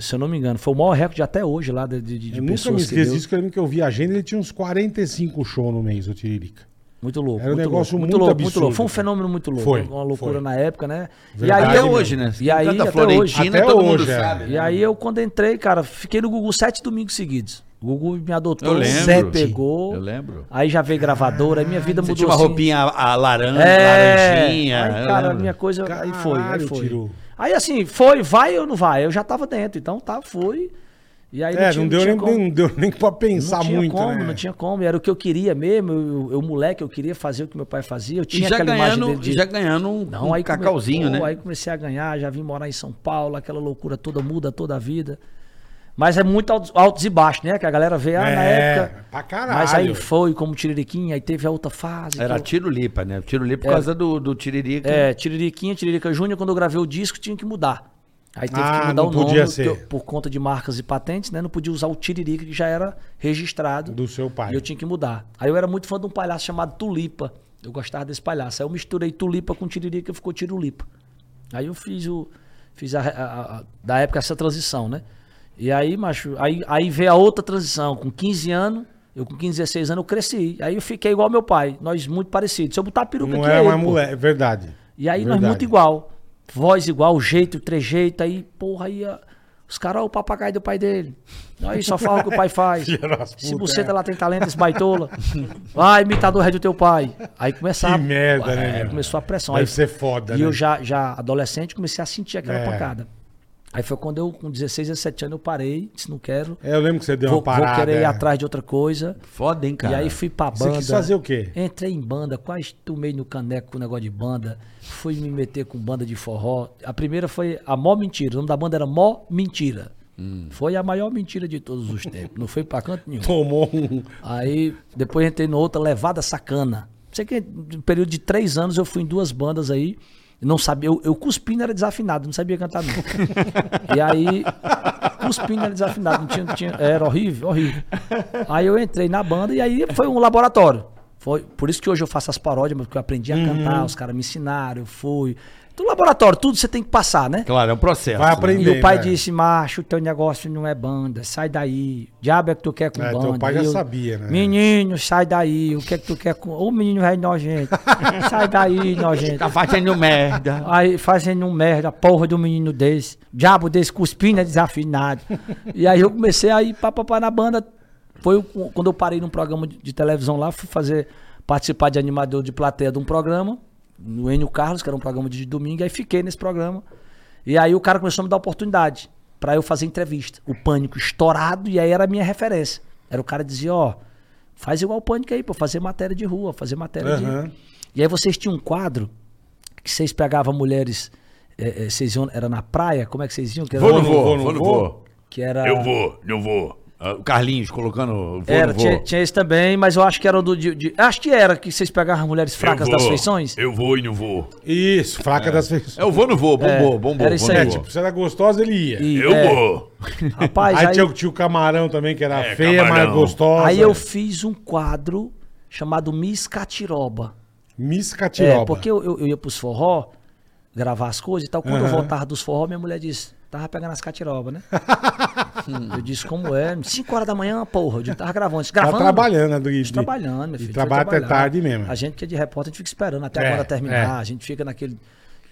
D: Se eu não me engano, foi o maior recorde até hoje lá de, de, de
B: Eu nunca me
D: pessoas que
B: esqueço
D: deu.
B: disso, que eu lembro que eu vi a agenda, ele tinha uns 45 shows no mês, o Tiririca.
D: Muito louco.
B: Era um
D: muito
B: negócio
D: louco,
B: muito
D: louco,
B: absurdo,
D: louco. Foi um
B: cara.
D: fenômeno muito louco.
B: Foi,
D: uma loucura
B: foi.
D: na época, né?
B: Verdade,
D: e aí,
B: meu.
D: eu-
C: né?
D: E aí,
C: Canta
D: até
C: Florentina,
B: hoje.
C: todo
B: Até
C: mundo
B: hoje, é.
C: sabe.
D: E aí eu, quando entrei, cara, fiquei no Gugu sete domingos seguidos. O Gugu me adotou,
C: Eu
D: o Zé
C: lembro.
D: pegou.
C: Eu lembro.
D: Aí já veio gravadora, aí minha vida
C: Você
D: mudou
C: tinha uma
D: assim.
C: roupinha a, a laranja,
D: É.
C: laranjinha. né?
D: Aí,
C: eu
D: cara, a
C: lembro.
D: minha coisa. aí foi, aí
B: Caralho,
D: foi.
B: tirou.
D: Aí assim, foi, vai ou não vai? Eu já tava dentro, então tá, foi. E aí
B: É, não, deu nem,
D: como-
B: não deu nem pra
D: não
B: pensar
D: tinha
B: muito,
D: como,
B: né?
D: não tinha como. Era o que eu queria mesmo. Eu, eu moleque, eu queria fazer o que meu pai fazia. Eu tinha
C: e já
D: aquela imagem
C: ganhando,
D: dele de...
C: já ganhando um,
D: Não,
C: um
D: aí come-
C: cacauzinho,
D: Pô,
C: né?
D: Aí comecei a ganhar, já vim morar em São Paulo, aquela loucura toda muda toda a vida. Mas é muito altos, altos e baixos, né? Que a galera vê ah, na
B: É,
D: época.
B: pra caralho.
D: Mas aí foi como Tiririquinha, aí teve a outra fase.
C: Era
D: que eu-
C: tirolipa, né? Tirolipa por causa do, do tiririca.
D: É, Tiririquinha, Tiririca Júnior, quando eu gravei o disco, tinha que mudar. Aí teve
B: Ah,
D: que mudar
B: não
D: o nome
B: podia
D: porque
B: ser.
D: eu- por conta de marcas e patentes, né? Não podia usar o Tiririca, que já era registrado.
B: Do seu pai.
D: E eu tinha que mudar. Aí eu era muito fã de um palhaço chamado Tulipa. Eu gostava desse palhaço. Aí eu misturei Tulipa com Tiririca e ficou Tirulipa. Aí eu fiz o. Fiz a, a- a- da época essa transição, né? E aí, macho, aí, aí veio a outra transição. Com 15 anos, eu com 15, 16 anos, eu cresci. Aí eu fiquei igual meu pai. Nós muito parecidos. Se eu botar a peruca
B: Não
D: aqui. é
B: era
D: ele,
B: mais
D: pô.
B: mulher, é verdade.
D: E aí nós
B: Verdade.
D: muito igual. Voz igual, jeito, trejeito, aí, porra, aí ó, os caras, ó, o papagaio do pai dele. Aí só fala o que o pai faz.
B: Filha das
D: Se
B: puta,
D: você
B: é.
D: tá lá tem talento, esse baitola. Vai, imitador é do teu pai. Aí começava.
B: Que merda, né,
D: é,
B: meu?
D: Começou a pressão.
B: Deve
D: aí,
B: ser foda,
D: E
B: né?
D: eu já, já adolescente comecei a sentir aquela
B: É.
D: pancada. Aí foi quando eu, com 16, 17 anos, eu parei, disse, não quero.
B: É, eu lembro que você deu
D: Vou,
B: uma parada.
D: vou querer
B: é.
D: ir atrás de outra coisa.
C: Foda, hein, cara?
D: E aí fui pra
B: Você
D: banda.
B: quis fazer o quê?
D: Entrei em banda, quase tomei no caneco com o negócio de banda. Fui me meter com banda de forró. A primeira foi a Mó Mentira. O nome da banda era Mó Mentira.
B: Hum.
D: Foi a maior mentira de todos os tempos. Não foi pra canto nenhum.
B: Tomou um.
D: Aí depois entrei no outra Levada Sacana. Sei que no período de três anos eu fui em duas bandas aí. Não sabia, eu, eu cuspindo era desafinado, não sabia cantar não. e aí, cuspindo era desafinado, não tinha, não tinha- era horrível, horrível. Aí eu entrei na banda e aí foi um laboratório. Foi, por isso que hoje eu faço as paródias, porque eu aprendi a cantar, os caras me ensinaram, eu fui. Então, laboratório, tudo você tem que passar, né?
C: Claro, é um processo.
B: Vai
C: né?
B: aprender.
D: E o pai
B: né?
D: disse, macho, teu negócio não é banda, sai daí. Diabo é que tu quer com
B: É, teu
D: banda.
B: pai já
D: E
B: sabia, né?
D: Menino, sai daí. O que é que tu quer com... Ô, menino velho nojento. sai daí, nojento.
C: Tá fazendo merda.
D: Aí fazendo um merda, porra do menino desse. Diabo desse, cuspindo, é desafinado. e aí eu comecei a ir papapá na banda. Foi o- quando eu parei num programa de, de televisão lá, fui fazer, participar de animador de plateia de um programa, no Enio Carlos, que era um programa de domingo, aí fiquei nesse programa. E aí o cara começou a me dar oportunidade pra eu fazer entrevista. O pânico estourado, e aí era a minha referência. Era o cara que dizia, ó, faz igual o pânico aí, pô, fazer matéria de rua, fazer matéria
B: Aham.
D: de. E aí vocês tinham um quadro que vocês pegavam mulheres, eh, eh, vocês iam, era na praia, como é que vocês iam? Que era,
B: Vou, não vou, não vou.
D: que era
A: Eu vou, não vou.
C: Ah, O Carlinhos colocando. Vou,
D: era,
C: não vou.
D: tinha, tinha esse também, mas eu acho que era do. De, de- acho que era que vocês pegavam as mulheres fracas
C: Eu
D: das
C: vou,
D: feições.
C: Eu vou e não vou.
B: Isso,
C: É.
B: fraca das feições.
C: Eu vou, não vou. Bombou,
D: É,
C: bombou.
D: era isso
C: vou, não
D: aí.
B: É,
C: vou.
B: tipo, se era gostosa, ele ia.
D: E,
C: Eu
D: é,
C: vou.
D: Rapaz,
B: Aí,
D: aí,
B: tinha, o- é. tinha o camarão também, que era
C: É,
B: feia, mas
C: camarão.
B: gostosa.
D: aí eu fiz um quadro chamado Miss Catiroba.
B: Miss Catiroba.
D: É, porque eu, eu, eu ia pros forró, gravar as coisas e tal. Quando eu
B: Aham.
D: voltava dos forró, minha mulher disse, tava pegando as catiroba, né? Hum, eu disse, como é? 5 horas da manhã, porra. Eu disse, tava gravando. Eu Disse,
B: Tá
D: gravando?
B: trabalhando, né, Dri?
D: A gente trabalhando, meu
B: E
D: filho.
B: trabalha
D: foi
B: até
D: trabalhar.
B: tarde mesmo.
D: A gente que é de repórter, a gente fica esperando até
B: É,
D: agora terminar.
B: é.
D: A gente fica naquele...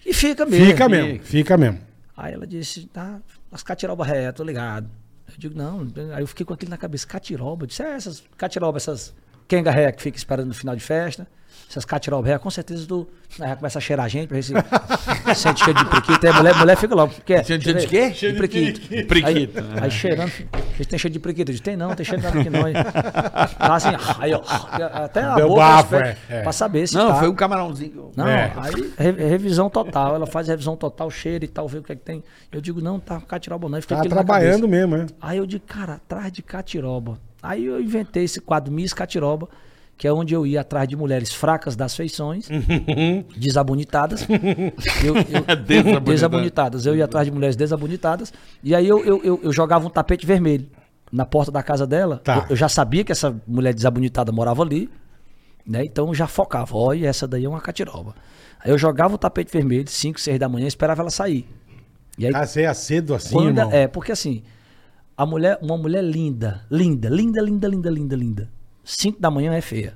D: E fica mesmo.
B: Fica
D: e-
B: mesmo, fica mesmo.
D: Aí ela disse, tá, as catiroba ré, tô ligado. Eu digo, não. Aí eu fiquei com aquilo na cabeça, catiroba. Eu disse, é, essas catiroba, essas quenga ré que fica esperando no final de festa. Essas catiroba ré, com certeza do... Aí ela começa a cheirar a gente, pra ver se sente cheiro de priquito. Aí a mulher, mulher fica logo. Porque,
C: Sente cheiro de quê?
D: De priquito. Aí,
C: Priquito.
D: aí cheirando, vocês têm cheiro de priquito? Eu disse, tem não, tem cheiro de nada aqui não. Aí, tá assim, aí ó, até a
B: Deu
D: boca,
B: bafo,
D: pra,
B: é, é.
D: pra saber se
C: Não,
D: tá.
C: foi um camarãozinho.
D: Não,
B: É.
D: aí re- revisão total. Ela faz revisão total, cheira e tal, vê o que é que tem. Eu digo, não, tá catiroba não. e Fica
B: Tá
D: aquilo na
B: trabalhando
D: cabeça.
B: mesmo, né?
D: Aí eu digo, cara, atrás de catiroba. Aí eu inventei esse quadro Miss Catiroba, que é onde eu ia atrás de mulheres fracas das feições, desabonitadas. Eu- eu-
C: Desabonitadas.
D: desabonitadas. Eu ia atrás de mulheres desabonitadas. E aí eu, eu, eu- eu jogava um tapete vermelho na porta da casa dela.
B: Tá.
D: Eu- eu já sabia que essa mulher desabonitada morava ali né? Então eu já focava, olha, essa daí é uma catiroba. Aí eu jogava o tapete vermelho, 5, 6 da manhã, esperava ela sair. E aí,
B: Ah, você é cedo assim,
D: quando,
B: irmão?
D: é, porque assim, a mulher, uma mulher linda, linda, linda, linda, linda, linda, linda. 5 da manhã é feia.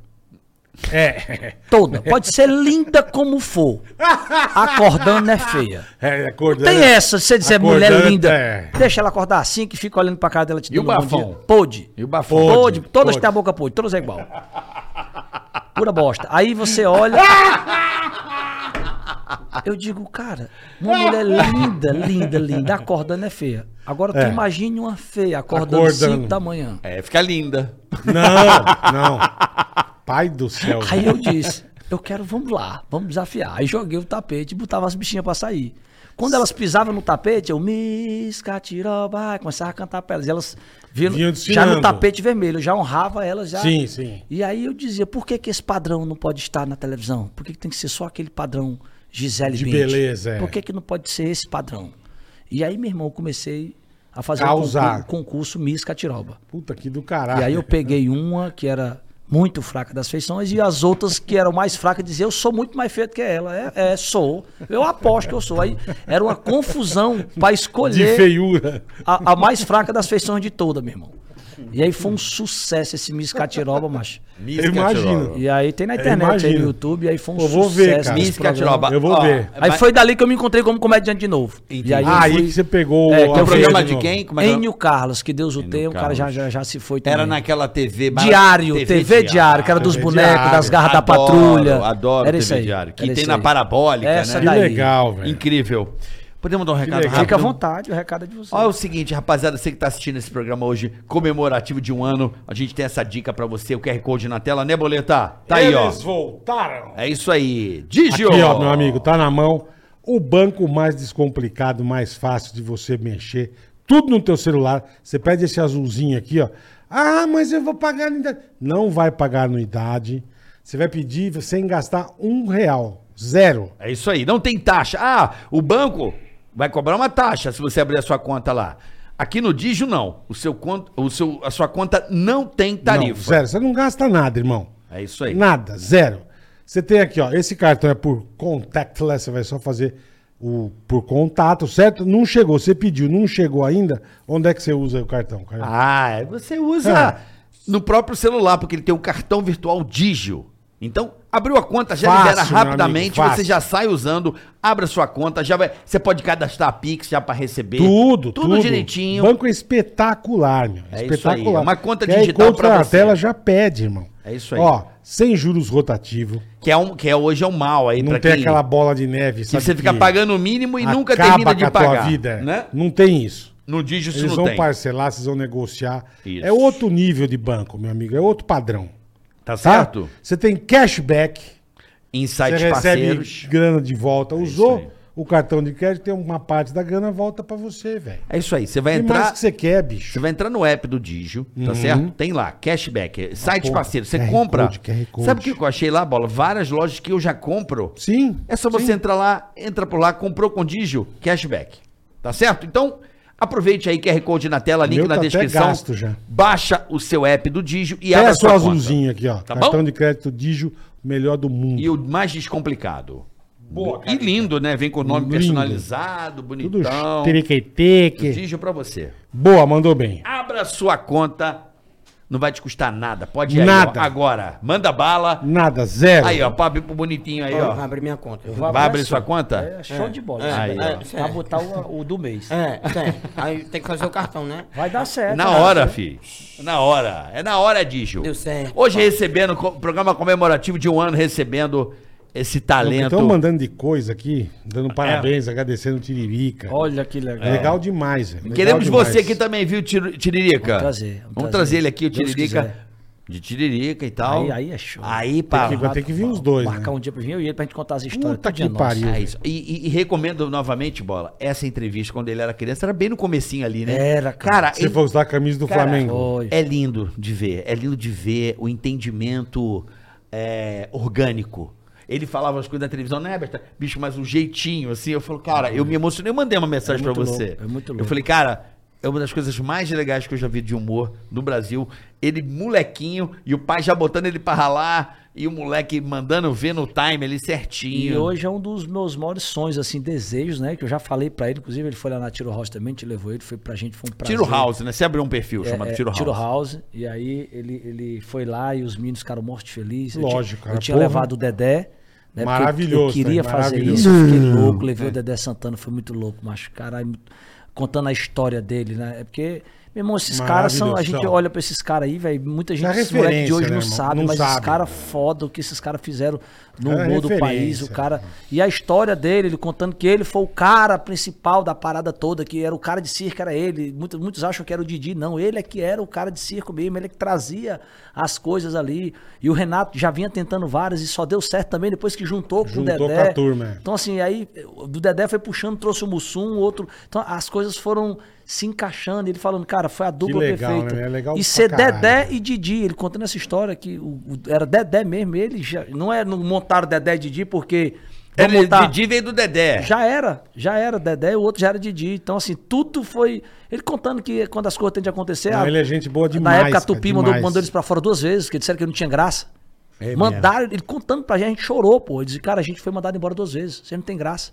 B: É,
D: Toda. Pode ser linda como for. Acordando é feia.
B: é, acordando.
D: Tem essa, se você dizer mulher
B: Acordando,
D: linda.
B: é.
D: Deixa ela acordar assim que fica olhando pra cara dela te
C: E o
D: dando um
C: bafão?
D: Pode.
C: E o bafão?
D: Pode,
B: Pode,
D: todas
B: pode.
D: têm a boca pode, todas é igual. Pura bosta. Aí você olha. Eu digo, cara, uma mulher linda, linda, linda, acordando é feia. Agora tu
B: É.
D: imagine uma feia acordando
B: Acordando.
D: 5 da manhã.
C: É, fica linda.
B: Não, não. Pai do céu.
D: Aí eu
B: né?
D: disse, eu quero, vamos lá, vamos desafiar. Aí joguei o tapete e botava as bichinhas pra sair. Quando elas pisavam no tapete, eu Miss Catiroba, aí começava a cantar pra elas. E elas
B: Vinham
D: viram, já
B: desfilando.
D: no tapete vermelho, eu já honrava elas. Já...
B: Sim, sim.
D: E aí eu dizia, por que, que esse padrão não pode estar na televisão? Por que, que tem que ser só aquele padrão Gisele
B: De
D: Bündchen?
B: beleza, é.
D: Por que, que não pode ser esse padrão? E aí, meu irmão, eu comecei a fazer o
B: Causar.
D: concurso, concurso Miss Catiroba.
B: Puta que do caralho.
D: E aí eu peguei uma que era muito fraca das feições e as outras que eram mais fracas diziam, eu sou muito mais feio do que ela. É, é, sou. Eu aposto que eu sou. Aí era uma confusão pra
B: De
D: escolher
B: feiura.
D: a, a mais fraca das feições de toda, meu irmão. E aí foi um sucesso esse Miss Catiroba, macho.
C: Miss
B: Eu imagino.
C: Catiroba.
D: E aí tem na internet, aí
B: É, imagino.
D: no YouTube, aí foi um
B: Eu vou ver,
D: sucesso.
B: cara.
D: esse
C: Miss
D: programa.
C: Catiroba.
B: Eu vou
C: Ó,
B: ver.
D: Aí
C: vai-
D: foi dali que eu me encontrei como comediante de novo.
C: Entendi.
D: E aí eu
B: Ah, aí
D: fui-
B: que você pegou
D: É, que é o
B: a
C: É o
B: feira
C: programa
B: novo.
C: de quem? Como é que é o-
D: Enio Carlos, que Deus o tenha, o cara
C: Carlos.
D: já, já, já se foi
C: Era
D: também.
C: naquela TV mara-
D: Diário, TV, diário, que era dos
B: TV
D: bonecos,
B: diário.
D: das garras da
C: Adoro,
D: patrulha.
C: Adoro
D: era
C: TV
D: isso aí.
C: Diário. Que
D: era
C: tem
D: isso
C: na
D: aí.
C: parabólica,
D: Essa
C: né?
B: Que
D: daí.
B: legal, velho.
C: Incrível. Podemos dar um recado
B: legal.
C: rápido?
D: Fica à vontade, o recado é de você.
C: Ó, é o seguinte, rapaziada, você que tá assistindo esse programa hoje, comemorativo de um ano, a gente tem essa dica pra você, o QR Code na tela, né, Boleta? Tá aí, ó.
B: Eles voltaram.
C: É isso aí. Digio!
B: Aqui, ó, meu amigo, tá na mão. O banco mais descomplicado, mais fácil de você mexer. Tudo no teu celular. Você pede esse azulzinho aqui, ó. Ah, mas eu vou pagar anuidade. Não vai pagar anuidade. Você vai pedir sem gastar um real. Zero.
C: É isso aí. Não tem taxa. Ah, o banco vai cobrar uma taxa se você abrir a sua conta lá. Aqui no Digio, não. O seu conto, o seu, a sua conta não tem tarifa.
B: Não, zero. Você não gasta nada, irmão.
C: É isso aí.
B: Nada, zero. Você tem aqui, ó. Esse cartão é por contactless, você vai só fazer o por contato, certo? Não chegou, você pediu, não chegou ainda. Onde é que você usa o cartão, cara?
C: Ah, você usa
B: Ah.
C: no próprio celular, porque ele tem um cartão virtual Digio. Então, abriu a conta, já
B: Fácil,
C: libera
B: meu
C: rapidamente,
B: amigo, fácil.
C: você já sai usando, abre a sua conta, já vai, você pode cadastrar a Pix já pra receber.
B: Tudo, tudo.
C: direitinho.
B: Banco é espetacular, meu.
C: É isso aí,
B: espetacular.
C: é uma conta
B: Quer
C: digital
B: encontrar
C: pra
B: na
C: você.
B: tela já pede, irmão.
C: É isso aí.
B: Ó, sem juros rotativo.
C: Que é um que é hoje é um mal aí
B: Não
C: pra
B: tem
C: quem-
B: aquela bola de neve,
C: que você fica
B: que
C: pagando o mínimo e nunca
B: acaba
C: termina de
B: com a tua
C: pagar,
B: vida.
C: né?
B: Não tem isso.
C: No Digio isso
B: Eles
C: não
B: vão
C: tem.
B: parcelar, vocês vão negociar.
C: Isso.
B: É outro nível de banco, meu amigo. É outro padrão.
C: Tá
B: Tá?
C: certo?
B: Você tem cashback,
C: Insights
B: você recebe
C: parceiros. É
B: grana de volta. Usou,
C: aí.
B: O cartão de crédito tem uma parte da grana volta pra você, velho.
C: É isso aí. Você vai
B: O que mais
C: entrar.
B: que você quer, bicho?
C: Você vai entrar no app do Digio, tá certo? Tem lá, cashback, site
B: porra,
C: parceiro. Você
B: Uhum. QR
C: compra.
B: Code, QR Code.
C: Sabe o que eu achei lá, Bola? Várias lojas que eu já compro.
B: Sim.
C: É só você entrar lá, entra por lá, comprou com Digio, cashback. Tá certo? Então, aproveite aí, QR Code na tela, link
B: meu
C: na
B: tá até
C: descrição.
B: gasto já.
C: Baixa o seu app do Digio e
B: Olha
C: abra
B: só
C: sua conta.
B: azulzinho aqui, ó.
C: Tá bom?
B: cartão de crédito Digio, melhor do mundo.
C: E o mais descomplicado. e lindo, né? Vem com o nome
B: Lindo.
C: personalizado,
B: Tudo
C: bonitão.
B: teriqueteque.
C: então? Digio é pra você.
B: Boa, mandou bem.
C: Abra sua conta. Não vai te custar nada. Pode ir aí,
B: Nada.
C: ó, agora. Manda bala.
B: Nada, zero. Então,
C: Aí, ó, pra abrir pro bonitinho aí,
E: Vamos
C: ó.
E: abrir minha conta.
C: Vai abrir sua conta?
D: É, show de bola.
E: É,
D: Aí,
E: é,
D: ó.
E: é.
D: Vai botar o, o do mês.
E: É, tem. Aí tem que fazer o cartão, né?
D: Vai dar
B: é
D: certo.
C: Na
D: cara.
C: hora, fi. Na hora. É na hora, Digio.
E: Deu certo.
C: Hoje recebendo, co- programa comemorativo de um ano, recebendo esse talento. É.
B: Estão mandando de coisa aqui, dando parabéns, agradecendo o Tiririca.
D: Olha que É. legal.
B: Legal demais, velho. Legal
C: Queremos
B: demais.
C: você aqui também, viu, Tiro- Tiririca?
D: Vamos trazer, vamos
C: Vamos
D: trazer.
C: trazer ele aqui, o
D: um Deus
C: Tiririca.
D: quiser.
C: De Tiririca e tal.
D: Aí- aí é show.
C: Aí, pá.
B: que- vai ter que vir os dois,
D: Marcar
B: né?
D: um dia pra vir eu e ele pra gente contar as histórias.
B: Puta
D: tudinho
B: que
D: nossa.
B: pariu.
C: É isso. E, e- e recomendo novamente, Bola, essa entrevista quando ele era criança, era bem no comecinho ali, né?
D: Era,
C: cara.
D: cara.
B: Você
C: ele-
B: foi usar a camisa do
C: Cara,
B: Flamengo.
D: Foi.
C: É lindo de ver, é lindo de ver o entendimento é, orgânico. Ele falava as coisas na televisão, né, Berta? Bicho, mas um jeitinho, assim. Eu falo, cara, eu me emocionei, eu mandei uma mensagem pra
D: muito louco,
C: você.
D: é muito
C: Eu
D: louco.
C: falei, cara, é uma das coisas mais legais que eu já vi de humor no Brasil. Ele, molequinho, e o pai já botando ele pra ralar, e o moleque mandando ver no time ali certinho.
D: E hoje é um dos meus maiores sonhos, assim, desejos, né? Que eu já falei pra ele. Inclusive, ele foi lá na Tiro House também, te levou ele, foi pra gente, foi um prazer.
C: Tiro House, né? Você abriu um perfil
D: É,
C: chamado
D: é,
C: Tiro House.
D: Tiro House. E aí ele, ele foi lá e os meninos ficaram mortos felizes.
B: Lógico,
D: eu,
B: cara,
D: ti- eu tinha
B: porra.
D: levado o Dedé. né, porque eu-
B: Maravilhoso,
D: Eu
B: né?
D: queria fazer
B: Maravilhoso.
D: isso, eu fiquei louco, levei o Dedé Santana, foi muito louco, macho. Caralho, muito- contando a história dele, né? É porque, meu irmão, esses caras são. A
B: Maravilhoso,
D: gente
B: são.
D: olha pra esses caras aí, velho. Muita gente, esses
B: referência,
D: moleque de hoje
B: né,
D: não
B: irmão?
D: sabe,
B: Não
D: mas esses
B: sabe.
D: caras foda o que esses caras fizeram no
B: Cara, é
D: humor do país.
B: referência.
D: O cara. E a história dele, ele contando que ele foi o cara principal da parada toda, que era o cara de circo, era ele. Muitos, muitos acham que era o Didi, não. Ele é que era o cara de circo mesmo, ele é que trazia as coisas ali. E o Renato já vinha tentando várias e só deu certo também depois que juntou,
B: Juntou
D: com o Dedé.
B: com a turma, é.
D: Então, assim, aí o Dedé foi puxando, trouxe o Mussum, outro. Então, as coisas foram se encaixando. Ele falando, cara, foi a dupla
B: legal,
D: perfeita.
B: né? É legal
D: e
B: pra
D: ser
B: caralho.
D: Dedé e Didi, ele contando essa história que o- o- era Dedé mesmo, ele já, não é não montaram Dedé e Didi porque
C: Era,
D: vamos montar-
C: É,
D: É.
C: Didi veio do Dedé.
D: já era, já era Dedé, o outro já era Didi. Então assim, tudo foi ele contando que quando as coisas têm de acontecer,
B: Não,
D: a-
B: ele é gente boa
D: na
B: demais,
D: época a
B: cara,
D: Tupi mandou,
B: demais. É
D: mandou eles pra fora duas vezes, porque disseram que não tinha graça. Mandaram, ele contando pra gente, a gente chorou, pô. Ele disse, cara, a gente foi mandado embora duas vezes, você não tem graça.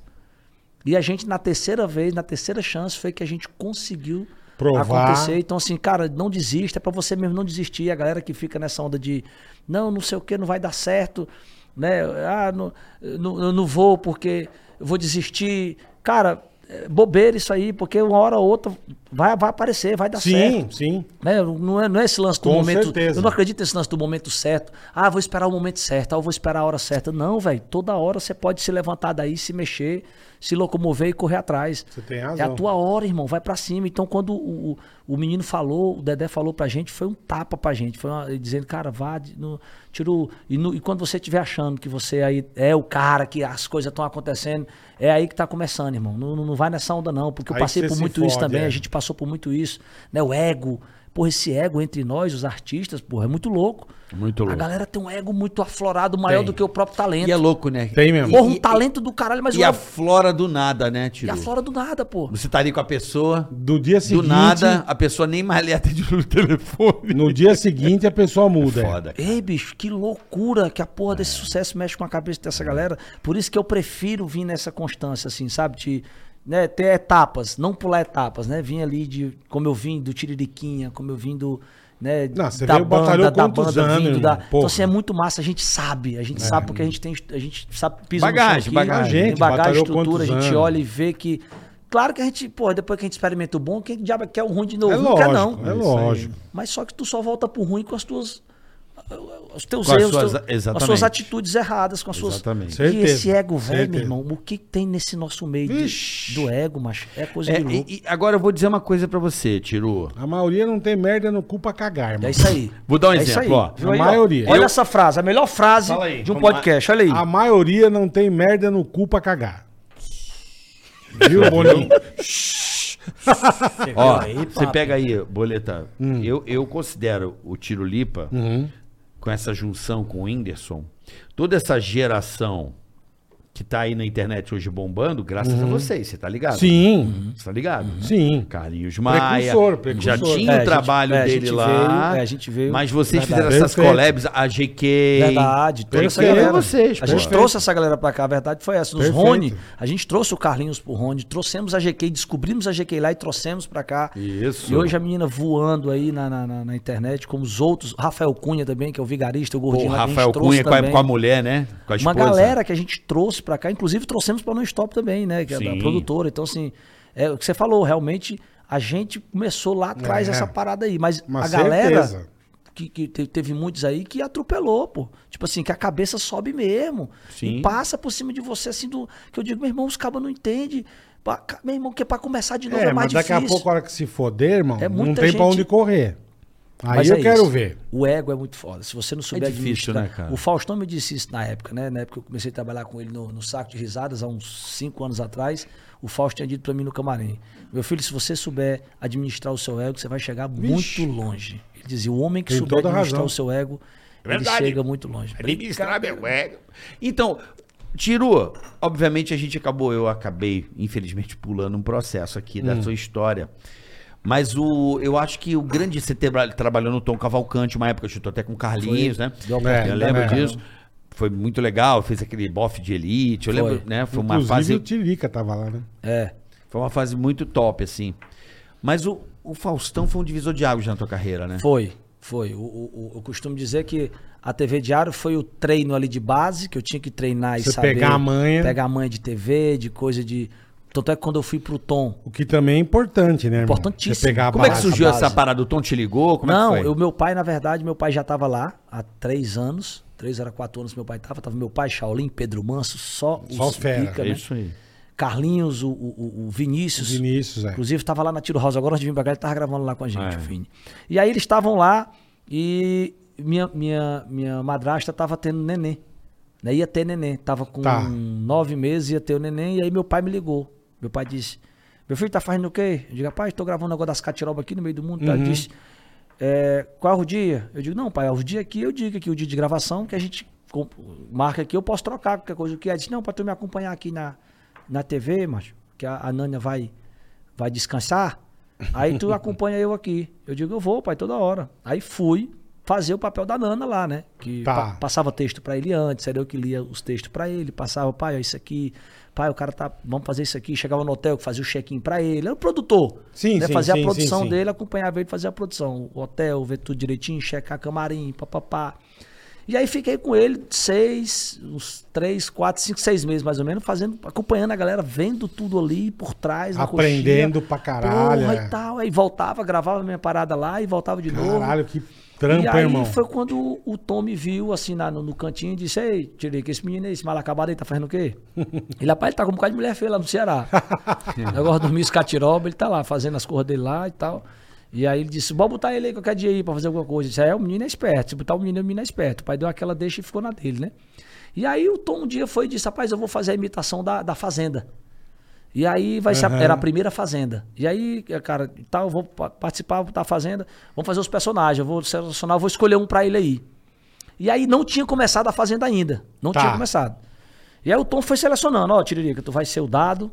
D: E a gente, na terceira vez, na terceira chance, foi que a gente conseguiu
B: Provar.
D: acontecer. Então, assim, cara, não desista, é pra você mesmo não desistir. A galera que fica nessa onda de não, não sei o que, não vai dar certo, né? Ah, não, não, eu não vou porque eu vou desistir. Cara, é bobeira isso aí, porque uma hora ou outra vai, vai aparecer, vai dar tá certo.
B: Sim, sim.
D: Né? Não, é, não é esse lance do
B: Com
D: momento.
B: certeza.
D: Eu não acredito nesse lance do momento certo. Ah, vou esperar o momento certo, ah, eu vou esperar a hora certa. Não, velho. Toda hora você pode se levantar daí, se mexer, se locomover e correr atrás.
B: Você tem
D: É a
B: razão.
D: tua hora, irmão. Vai pra cima. Então, quando o, o, o menino falou, o Dedé falou pra gente, foi um tapa pra gente. Foi uma- ele dizendo, cara, vá, de- no, tira o- E, no- e quando você estiver achando que você aí é o cara, que as coisas estão acontecendo, é aí que tá começando, irmão. Não, não não vai nessa onda, não. Porque eu
B: Aí
D: passei
B: você
D: por
B: se
D: muito isso
B: fode,
D: também.
B: é.
D: A gente gente passou por muito isso, né? O ego. Porra, esse ego entre nós, os artistas, porra, é muito louco.
C: Muito
D: A galera tem um ego muito aflorado, maior
C: Tem.
D: do que o próprio talento.
C: E é louco, né?
B: Tem mesmo.
D: Porra, um
C: E- e-
D: talento do caralho, mas
C: E é
D: o
C: a
D: ego-
C: flora do nada, né,
D: e
C: Tiro?
D: aflora do nada, pô.
C: Você tá ali com a pessoa,
B: Do dia
C: do
B: seguinte.
C: nada, a pessoa nem mais lhe atende no telefone.
B: No dia seguinte a pessoa muda. é.
C: Foda.
D: Ei, bicho, que loucura que a porra desse sucesso mexe com a cabeça dessa galera. Por isso que eu prefiro vir nessa constância, assim, sabe? De né, ter etapas, não pular etapas, né? Vim ali de. Como eu vim do Tiririquinha, como eu vim do. Né,
B: Não, você veio batalhou quantos anos, irmão?
D: da. Então,
B: Porra. É.
D: assim, é muito massa, a gente sabe, a gente sabe porque a gente tem. A gente sabe piso
C: Bagagem,
D: no chão aqui,
C: bagagem.
D: tem
B: Gente,
D: bagagem,
B: batalhou
D: estrutura, a
B: quantos
D: gente
B: anos?
D: olha e vê que. Claro que a gente, pô, depois que a gente experimenta o bom, quem diabo quer o ruim de novo?
B: É
D: não quer, não.
B: lógico, é lógico.
D: Mas só que tu só volta pro ruim com as tuas. Os teus
C: Com as
D: erros,
C: suas-
D: teus- com as
C: exatamente.
D: suas atitudes erradas, com as suas.
C: Exatamente.
D: E esse
B: Certeza,
D: ego velho, meu
B: certeza.
D: irmão, o que tem nesse nosso meio de-
B: Vixe.
D: do ego, macho? É coisa
C: É,
D: de louco.
C: e- e agora eu vou dizer uma coisa pra você, Tiro.
B: A maioria não tem merda no cu pra cagar, mano.
D: É isso aí.
C: Vou dar um
D: É isso
C: exemplo,
D: aí.
C: ó.
D: Viu aí,
B: A
D: ó?
B: maioria.
D: Olha
B: Eu-
D: essa frase, a melhor frase
C: Fala aí.
D: de um
C: Vamos lá.
D: podcast. Olha aí.
B: A maioria não tem merda no cu pra cagar. Viu, Boninho?
E: Você
C: Ó,
E: viu aí,
C: você
E: papo?
C: pega aí, Boleta.
D: Hum.
C: Eu, eu considero o Tiro Lipa,
D: Uhum.
C: com essa junção com o Whindersson, toda essa geração que tá aí na internet hoje bombando, graças
D: Uhum.
C: a vocês, você tá ligado?
B: Sim,
D: Hum?
C: Você tá ligado?
B: sim.
C: Carlinhos Maia.
B: Precursor, precursor.
C: Já tinha
D: É, a
C: o
D: gente-
C: trabalho
D: é, a
C: dele
D: gente
C: lá.
D: veio- é, a gente veio-
C: Mas vocês
D: Verdade.
C: fizeram essas
B: Perfeito.
C: collabs, a GK.
D: Verdade, toda
B: Tem
D: essa
B: que ver
D: galera.
C: vocês,
D: a
C: pô.
D: gente trouxe essa galera pra cá, a verdade foi essa. Nos
B: Perfeito.
D: Rony, a gente trouxe o Carlinhos pro Rony, trouxemos a GK, descobrimos a GK lá e trouxemos pra cá.
C: Isso.
D: E hoje a menina voando aí na, na, na- na internet, como os outros. Rafael Cunha também, que é o vigarista, o
C: Pô,
D: gordinho. lá que a gente
C: Rafael
D: trouxe
C: Cunha com a,
D: também.
C: com a mulher, né? Com a
D: Uma
C: esposa.
D: galera que a gente trouxe pra cá, inclusive trouxemos pra Non-Stop também, né? Que é da
C: Sim.
D: produtora. Então, assim, é o que você falou, realmente a gente começou lá atrás
B: É.
D: essa parada aí. Mas
B: Uma
D: a galera
B: certeza.
D: que, que te- teve muitos aí que atropelou, pô. Tipo assim, que a cabeça sobe mesmo.
C: Sim.
D: E passa por cima de você, assim, do. Que eu digo, meu irmão, os cabas não entendem. Pra- ca- Meu irmão, que pra começar de novo é,
B: É, mas
D: mais
B: daqui
D: difícil.
B: a pouco, a hora que se foder, irmão,
D: É
B: não
D: muita
B: tem pra
D: gente-
B: onde correr. Aí
D: Mas
B: eu
D: é
B: quero
D: isso.
B: ver.
D: O ego é muito foda. Se você não souber
C: É difícil,
D: administrar-
C: né, cara?
D: O Faustão me disse isso na época, né? Na época que eu comecei a trabalhar com ele no, no saco de risadas, há uns cinco anos atrás. O Fausto tinha dito pra mim no camarim: Meu filho, se você souber administrar o seu ego, você vai chegar
B: Vixe.
D: muito longe. Ele dizia: O homem que
B: Tem
D: souber
B: toda a
D: administrar
B: razão. É
D: o seu ego, ele
A: Verdade.
D: chega muito longe.
A: Administrar meu ego.
C: Então, Tiro, obviamente a gente acabou, eu acabei, infelizmente, pulando um processo aqui da
D: Hum.
C: sua história. Mas o, eu acho que o grande. Você tebra- trabalhou no Tom Cavalcante, uma época, chutou até com o Carlinhos, né?
D: deu uma
C: eu
B: oportunidade,
C: lembro
B: né?
C: disso. Foi muito legal, fez aquele bofe de elite. Eu
D: Foi.
C: lembro, né? Foi uma
B: Inclusive o
C: fase.
B: Tirica tava lá, né?
D: É.
C: Foi uma fase muito top, assim. Mas o, o Faustão foi um divisor de águas na tua carreira, né?
D: Foi, foi. O- o- o- eu costumo dizer que a TV Diário foi o treino ali de base, que eu tinha que treinar e
B: Você
D: saber.
B: pegar a manha.
D: Pegar a manha de TV, de coisa de. Tanto é que quando eu fui pro Tom.
B: O que também é importante, né, irmão?
D: Importantíssimo.
B: Você pegar a
C: Como é que
B: base.
D: surgiu?
C: surgiu
D: base.
C: essa parada? O Tom te ligou? Como
D: não,
C: é que foi?
D: o meu pai, na verdade, meu pai já estava lá há três anos. Três era quatro anos que meu pai tava. Tava meu pai, Shaolin, Pedro Manso, só,
B: Só
D: os
B: fera,
D: pica,
C: É
D: né?
C: isso aí.
D: Carlinhos, o, o- o Vinícius.
B: Vinícius, é.
D: Inclusive, estava lá na Tiro House agora, antes de vir pra cá, ele tava gravando lá com a gente,
C: Ah, é.
D: o Vini. E aí eles estavam lá e minha, minha, minha madrasta tava tendo neném. Né? Ia ter neném. Tava com
B: Tá.
D: nove meses, ia ter o neném, e aí meu pai me ligou. Meu pai disse, meu filho tá fazendo o quê? Eu digo, pai, tô gravando um negócio das catirobas aqui no meio do mundo. tá?" Ele disse, "É, qual é o dia? Eu digo, não, pai, é o dia aqui, eu digo aqui, o dia de gravação, que a gente com- marca aqui, eu posso trocar qualquer coisa. O que é? Ele disse, não, pra tu me acompanhar aqui na, na TV, macho, que a, a Nânia vai vai descansar? Aí tu acompanha eu aqui. Eu digo, eu vou, pai, toda hora. Aí fui fazer o papel da Nana lá, né? Que
B: Tá.
D: pa- passava texto pra ele antes, era eu que lia os textos pra ele, passava, pai, ó, isso aqui, pai, o cara tá, vamos fazer isso aqui. Chegava no hotel, fazia o check-in pra ele, era o produtor.
B: Sim,
D: né?
B: sim,
D: Fazia
B: sim,
D: a produção
B: sim, sim.
D: dele, acompanhava ele, fazia a produção. O hotel, ver tudo direitinho, checar camarim, papapá. E aí fiquei com ele seis, uns três, quatro, cinco, seis meses mais ou menos, fazendo, acompanhando a galera, vendo tudo ali por trás. na coxinha.
B: Aprendendo pra caralho,
D: Porra
B: é.
D: e tal. Aí voltava, gravava minha parada lá e voltava de novo.
B: Caralho, que trampa,
D: e aí
B: irmão.
D: foi quando o- o Tom me viu, assim, na- no, no cantinho e disse, ei, tirei que esse menino aí, esse mal acabado aí, tá fazendo o quê? ele, rapaz, ele tá com um bocado de mulher feia lá no Ceará. Agora dormiu escatiroba, ele tá lá, fazendo as coisas dele lá e tal. E aí ele disse, bora botar ele aí qualquer dia aí pra fazer alguma coisa. Isso aí é o menino é esperto, se botar o menino, o menino é esperto. O pai deu aquela deixa e ficou na dele, né? E aí o Tom um dia foi e disse, rapaz, eu vou fazer a imitação da, da Fazenda. E aí vai ser a-
B: Aham.
D: era a primeira fazenda. E aí, cara, e tal, eu vou pa- participar vou da fazenda, vamos fazer os personagens, eu vou selecionar, eu vou escolher um pra ele aí. E aí não tinha começado a fazenda ainda, não
B: Tá.
D: tinha começado. E aí o Tom foi selecionando, ó, Tiririca, tu vai ser o dado,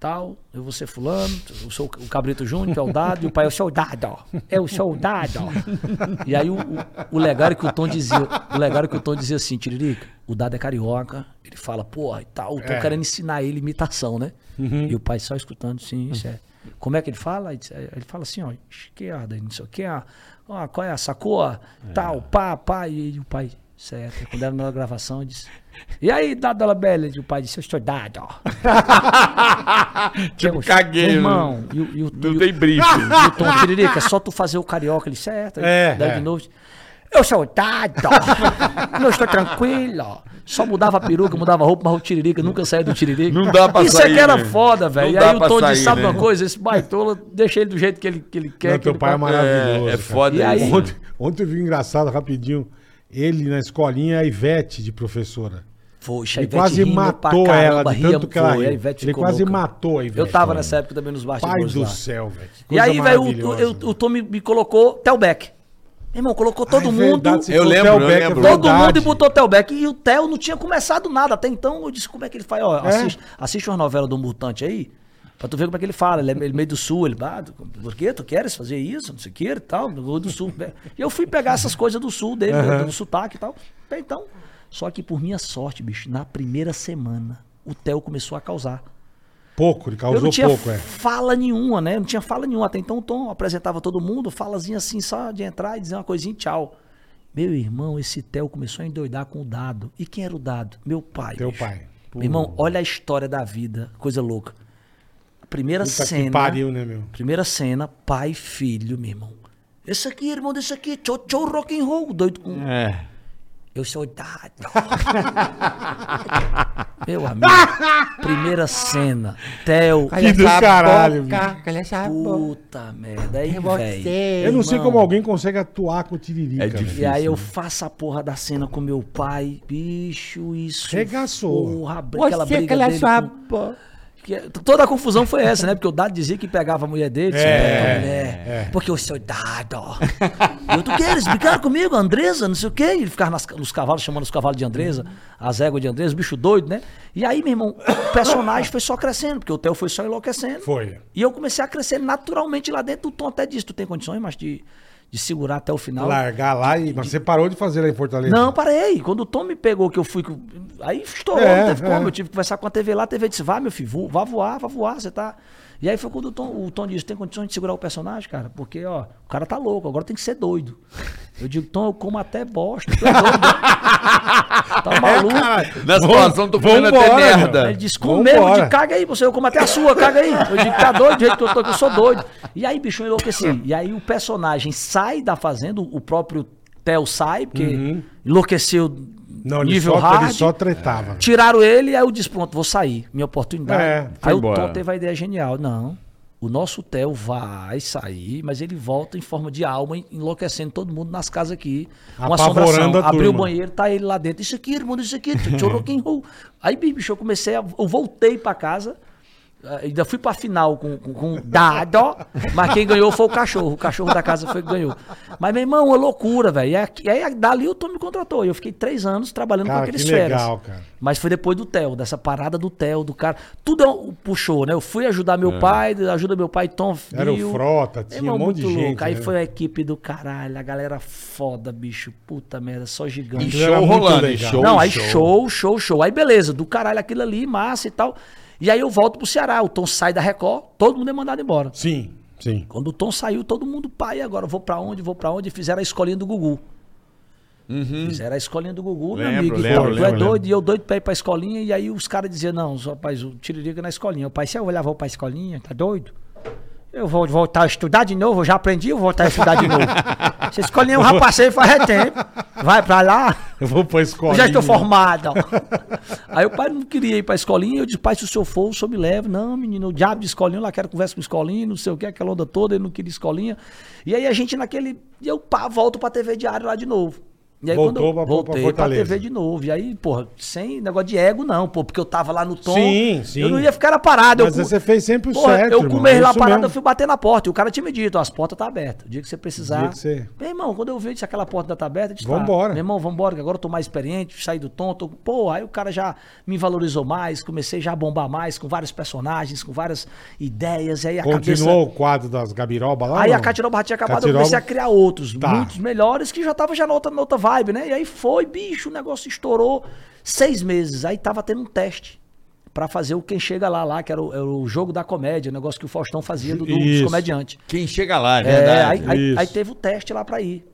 D: tal, eu vou ser fulano, eu sou o Cabrito Júnior, que é o dado, e o pai é o soldado, ó. Eu sou o dado, ó. E aí o, o, o legal era que o Tom dizia, o legal era que o Tom dizia assim, Tiririca, o dado é carioca, ele fala, porra, e tal, o Tom
B: É.
D: querendo ensinar ele imitação, né? E o pai só escutando, sim, isso é. Como é que ele fala? Ele diz- Ele fala assim, ó, esquerda, não sei o que, ó, ó, qual é a sacoa, tal, pá, pá, e, o pai, certo. Quando era na gravação, ele disse, e aí, dado ela bela, e o pai disse, eu estou dado, ó.
C: Tipo,
D: Eu,
C: caguei,
D: um Irmão, e, o- e o
C: Não
D: e o-
C: tem briefing.
D: e o Tom Tiririca, é só tu fazer o carioca, ele certo. aí
B: É,
D: daí
B: é.
D: de novo. Eu sou dado, eu estou tranquilo. Só mudava a peruca, mudava a roupa, mas o Tiririca nunca saía do Tiririca.
C: Não dá pra
D: Isso
C: sair,
D: aqui era
C: né?
D: foda, velho.
C: Não
D: E
C: dá
D: aí o
C: pra
D: Tom
C: sair,
D: disse, sabe
C: né?
D: uma coisa? Esse baitola, deixa ele do jeito que ele, que ele quer.
B: Não,
D: que
B: teu
D: ele
B: pai é
D: faz.
B: maravilhoso.
C: É, é
B: cara.
C: foda
D: E aí-
C: isso.
B: Ontem, ontem eu vi um engraçado rapidinho. Ele na escolinha, a Ivete de professora.
D: Foi,
B: Ele
D: Ivete
B: quase
D: rindo pra
B: matou
D: caramba,
B: ela de
D: ria-
B: tanto que ela
D: foi,
B: riu.
D: a Ivete
B: Ele
D: ficou
B: quase
D: louca.
B: matou a Ivete.
D: Eu tava
B: mano.
D: nessa época também nos
B: Pai
D: bastidores
B: do
D: lá.
B: céu, velho. que
D: E
B: coisa
D: aí, velho, o,
B: maravilhosa,
D: eu- o Tommy me colocou Telbeck. Meu irmão, colocou todo
B: Ai,
D: mundo.
B: Ah, é verdade, você
C: Eu
B: falou
C: lembro,
B: Theo
C: eu
B: Becker,
C: lembro.
B: é
D: Todo mundo
B: verdade.
D: e botou o Telbeck. E o Theo não tinha começado nada. Até então eu disse como é que ele faz. Ó, assiste, assiste uma novela do Mutante aí, pra tu ver como é que ele fala. Ele é ele meio do sul, ele bado. Por que tu queres fazer isso? Não sei o que e tal. do- Do sul. né?" E eu fui pegar essas coisas do sul dele, do sotaque e tal. Até então. Só que por minha sorte, bicho, na primeira semana, o Theo começou a causar.
B: Pouco, ele
D: Eu não
B: causou
D: tinha
B: pouco, é.
D: fala nenhuma, né? Eu não tinha fala nenhuma. Até então o Tom apresentava todo mundo, falazinha assim, só de entrar e dizer uma coisinha e tchau. Meu irmão, esse Theo começou a endoidar com o dado. E quem era o dado? Meu pai.
B: Teu
D: bicho.
B: pai.
D: Meu irmão, olha a história da vida, coisa louca. A primeira
B: Puta
D: cena.
B: que pariu, né, meu?
D: Primeira cena, pai e filho, meu irmão. Esse aqui, irmão, desse aqui, tchau, tchau, rock and roll, doido com.
C: É.
D: Eu sou dado. meu amigo, primeira cena, Theo.
B: Que do caralho, bicho.
E: Tá
D: Puta merda, aí, velho.
B: Eu não sei como alguém consegue atuar com o Tiririca.
C: É
B: velho.
C: difícil.
D: E aí eu faço a porra da cena com meu pai, bicho, isso.
B: Regaçou.
D: Porra, br- aquela briga dele com- que- é, Toda a confusão foi essa, né? Porque o Dado dizia que pegava a mulher dele,
B: É,
D: pegava a mulher, porque eu sou Dado. e eu, tu queres brigar comigo, Andresa, não sei o quê. Ele ficava nas- nos cavalos, chamando os cavalos de Andresa, as éguas de Andresa, bicho doido, né? E aí, meu irmão, o personagem foi só crescendo, porque o Theo foi só enlouquecendo.
B: Foi.
D: E eu comecei a crescer naturalmente lá dentro. O Tom até disse: Tu tem condições, mas de, de segurar até o final.
B: Largar lá e. Mas você parou de fazer lá em Fortaleza?
D: Não, parei. Quando o Tom me pegou, que eu fui. com- Aí estourou,
B: É,
D: não teve
B: é.
D: como. Eu tive que conversar com a TV lá. A TV disse: Vá, meu filho, vo- vá voar, vá voar, você tá. E aí foi quando o Tom, o Tom disse: Tem condições de segurar o personagem, cara? Porque, ó, o cara tá louco, agora tem que ser doido. Eu digo: Tom, eu como até bosta. Tu é doido. né?
B: É,
D: tá maluco.
B: Ah,
C: Na situação, tô comendo até
B: vambora, meu.
C: merda.
D: Aí Ele disse, com mesmo,
B: Vambora.
D: de caga aí, você, eu como até a sua, caga aí. Eu digo, tá doido, do jeito que eu tô, que eu sou doido. E aí, bicho, eu enlouqueci. E aí o personagem sai da fazenda, o próprio Theo sai, porque enlouqueceu
B: Uhum. Não, ele,
D: nível
B: só,
D: hard. É.
B: ele só tretava.
D: Tiraram ele, aí eu disse, pronto, vou sair, minha oportunidade.
B: É,
C: foi
D: aí o
C: embora.
D: Tom teve a ideia genial. Não, o nosso Theo vai sair, mas ele volta em forma de alma, enlouquecendo todo mundo nas casas aqui. Uma
B: Apavorando
D: assombração.
B: a
D: Abriu o
B: turma.
D: banheiro, tá ele lá dentro. Isso aqui, irmão, isso aqui. tchau, rock and roll. Aí, bicho, eu comecei, a, eu voltei pra casa. ah, Ainda fui pra final com, com, com dado, mas quem ganhou foi o cachorro. O cachorro da casa foi que ganhou. Mas, meu irmão, é loucura, velho. E aqui- aí, dali o Tom me contratou. E eu fiquei três anos trabalhando
B: Cara,
D: com aqueles
B: que
D: feras.
B: legal, cara.
D: Mas foi depois do Theo, dessa parada do Theo, do cara. Tudo eu- puxou, né? Eu fui ajudar meu pai, ajuda meu pai, Tom Fio.
B: É. Era o Frota, tinha um monte de gente,
D: Aí
B: né?
D: foi a equipe do caralho, a galera foda, bicho. Puta merda, só
C: E
D: gigante.
B: Aquilo era
C: show
B: muito
C: rolando, e
B: legal.
C: show.
D: Não,
C: e
D: aí show, show, show. Aí beleza, do caralho aquilo ali, massa e tal. E aí eu volto pro Ceará, o Tom sai da Record, todo mundo é mandado embora.
B: Sim, sim.
D: Quando o Tom saiu, todo mundo, pai, agora vou pra onde, vou pra onde? Fizeram a escolinha do Gugu. Fizeram a escolinha do
C: Uhum.
D: Gugu, meu
C: Lembro, lembro,
D: amigo. Pô, tu
C: lembro,
D: é
C: lembro.
D: doido, e eu doido pra ir pra escolinha. E aí os caras diziam, não, os rapaz, o Tiririca na escolinha. O pai, se eu olhar, vou pra escolinha, tá doido? Eu vou voltar a estudar de novo, eu já aprendi, eu vou voltar a estudar de novo. Essa escolinha eu já passei faz tempo. Vai pra lá,
B: Eu vou pra
D: eu
B: escola.
D: já estou formado. Aí o pai não queria ir pra escolinha. Eu disse, pai, se o senhor for, o senhor me leva. Não, menino, o diabo de escolinha, eu lá quero conversa com escolinha, não sei o que, aquela onda toda, ele não queria escolinha. E aí a gente naquele. E eu pá, volto pra TV Diário lá de novo. E aí
B: Voltou
D: quando
B: pra-
D: eu
B: pra
D: voltei pra,
B: Fortaleza.
D: TV de novo. E aí, porra, sem negócio de ego, não, pô, porque eu tava lá no tom.
B: Sim, sim.
D: Eu não ia ficar na parada.
B: Mas
D: eu, cu-
B: você fez sempre o
D: Porra,
B: certo,
D: Eu
B: irmão,
D: comei
B: é
D: lá a
B: isso
D: parada,
B: mesmo.
D: eu fui bater na porta. E o cara tinha me dito, ó, as portas tá abertas. O dia que você precisar.
B: dia que você-
D: Meu irmão, quando eu vi, eu disse, aquela porta ainda tá aberta, eu disse, tá.
B: Vambora.
D: Meu irmão, vambora, que agora eu tô mais experiente, saí do tom, tô... Pô, aí o cara já me valorizou mais, comecei já a bombar mais, com vários personagens, com várias ideias, e aí a
B: Continuou
D: cabeça...
B: o quadro das Gabiroba lá?
D: Aí
B: não?
D: a Catiroba já tinha acabado,
B: Catiroba-
D: eu comecei a criar outros,
B: Tá.
D: muitos melhores, que já tava já na outra, na outra vibe, né? E aí foi, bicho, o negócio estourou seis meses, aí tava tendo um teste. Pra fazer o Quem Chega Lá, lá que era o, era o jogo da comédia, o negócio que o Faustão fazia do, do- dos
B: Isso.
D: comediantes.
C: Quem chega lá, é
D: É,
C: verdade.
D: aí- aí,
B: Isso.
D: aí teve o teste lá pra ir.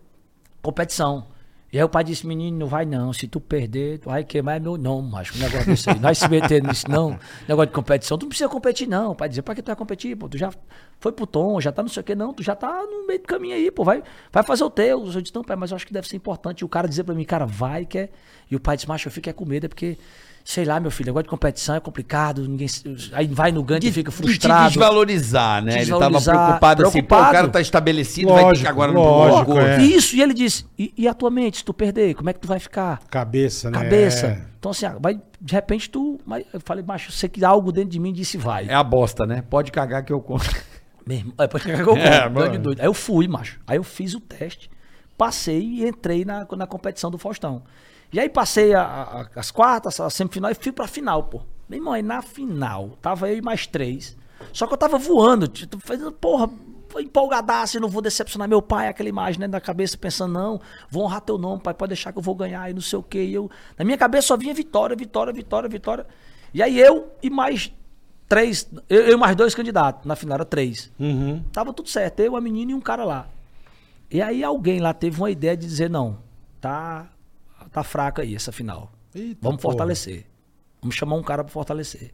D: Competição. E aí o pai disse, menino, não vai não. Se tu perder, tu vai queimar meu nome, macho. Um negócio desse aí. Nós se metendo nisso, não. Negócio de competição. Tu não precisa competir, não. O pai dizia, pra que tu vai competir, pô? Tu já foi pro tom, já tá não sei o quê, não. Tu já tá no meio do caminho aí, pô. Vai, vai fazer o teu. Eu disse, não, pai, mas eu acho que deve ser importante. E o cara dizia pra mim, cara, vai que é... E o pai disse, macho, eu fico é com medo, é porque... Sei lá, meu filho, negócio de competição é complicado, ninguém. se- Aí vai no gancho e fica
C: De-
D: frustrado.
C: De desvalorizar, né? Ele
D: Desvalorizar,
C: tava preocupado, assim, pô, o
D: preocupado.
C: cara tá estabelecido, vai ter que
B: Lógico,
C: agora
B: lógico,
C: no
B: é.
D: Isso, e ele disse, e, e a tua mente, se tu perder, como é que tu vai ficar?
B: Cabeça, né?
D: Cabeça.
B: É.
D: Então assim, ah, vai, de repente tu. mas eu falei, macho, eu sei que algo dentro de mim disse vai.
C: É a bosta, né? Pode cagar que eu conto.
D: Meu irmão, é, porque eu,
C: É,
D: doido de
C: mano.
D: doido. Aí eu fui, macho. Aí eu fiz o teste, passei e entrei na, na competição do Faustão. E aí passei a- a- a- as quartas, a semifinal e fui pra final, pô. Meu irmão, aí na final, tava eu e mais três. Só que eu tava voando, tipo, fazendo, porra, empolgadaço, eu não vou decepcionar meu pai, aquela imagem né, na cabeça, pensando, não, vou honrar teu nome, pai, pode deixar que eu vou ganhar e não sei o quê. E eu, na minha cabeça só vinha vitória, vitória, vitória, vitória. E aí eu e mais três, eu, eu e mais dois candidatos, na final era três.
B: Uhum.
D: Tava tudo certo, eu, a menina e um cara lá. E aí alguém lá teve uma ideia de dizer, não, tá, tá fraca aí essa final.
B: Eita,
D: Vamos
B: porra.
D: fortalecer. Vamos chamar um cara pra fortalecer.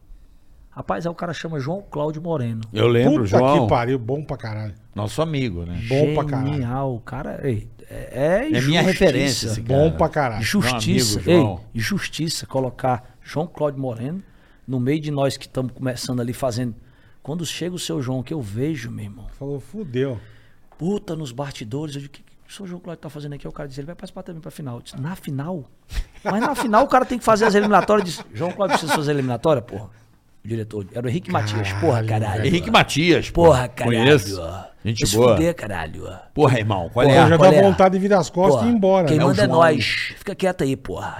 D: Rapaz, aí o cara chama João Cláudio Moreno.
C: Eu lembro,
B: Puta
C: João.
B: que pariu, bom pra caralho.
C: Nosso amigo, né?
B: Bom pra caralho.
D: Genial, cara. ei, é, é
C: É minha
D: injustiça.
C: referência, esse
B: Bom
C: Cara,
B: pra caralho.
D: Justiça,
C: Meu amigo, João.
D: ei, justiça colocar João Cláudio Moreno no meio de nós que estamos começando ali fazendo. Quando chega o seu João, que eu vejo, meu irmão,
B: Falou, fudeu.
D: puta nos bastidores. Eu digo, o que, que o seu João Cláudio tá fazendo aqui? O cara disse, ele vai participar também pra final. Eu disse, na final? Mas na final o cara tem que fazer as eliminatórias. Eu Disse, João Cláudio precisa fazer eliminatória, porra. O diretor, era o Henrique Matias, porra, caralho.
C: Henrique Matias. pô.
D: Porra, caralho.
C: Conheço. Gente
D: Vai se
C: boa.
D: fuder, caralho.
C: Porra, irmão, qual
D: Porra,
B: Eu
C: é?
B: já
C: a-
D: qual
B: dá
D: é?
B: vontade de virar as costas
D: Porra,
B: e ir embora.
D: Quem
B: né?
D: manda é
C: João.
D: nós. Fica quieto aí, porra.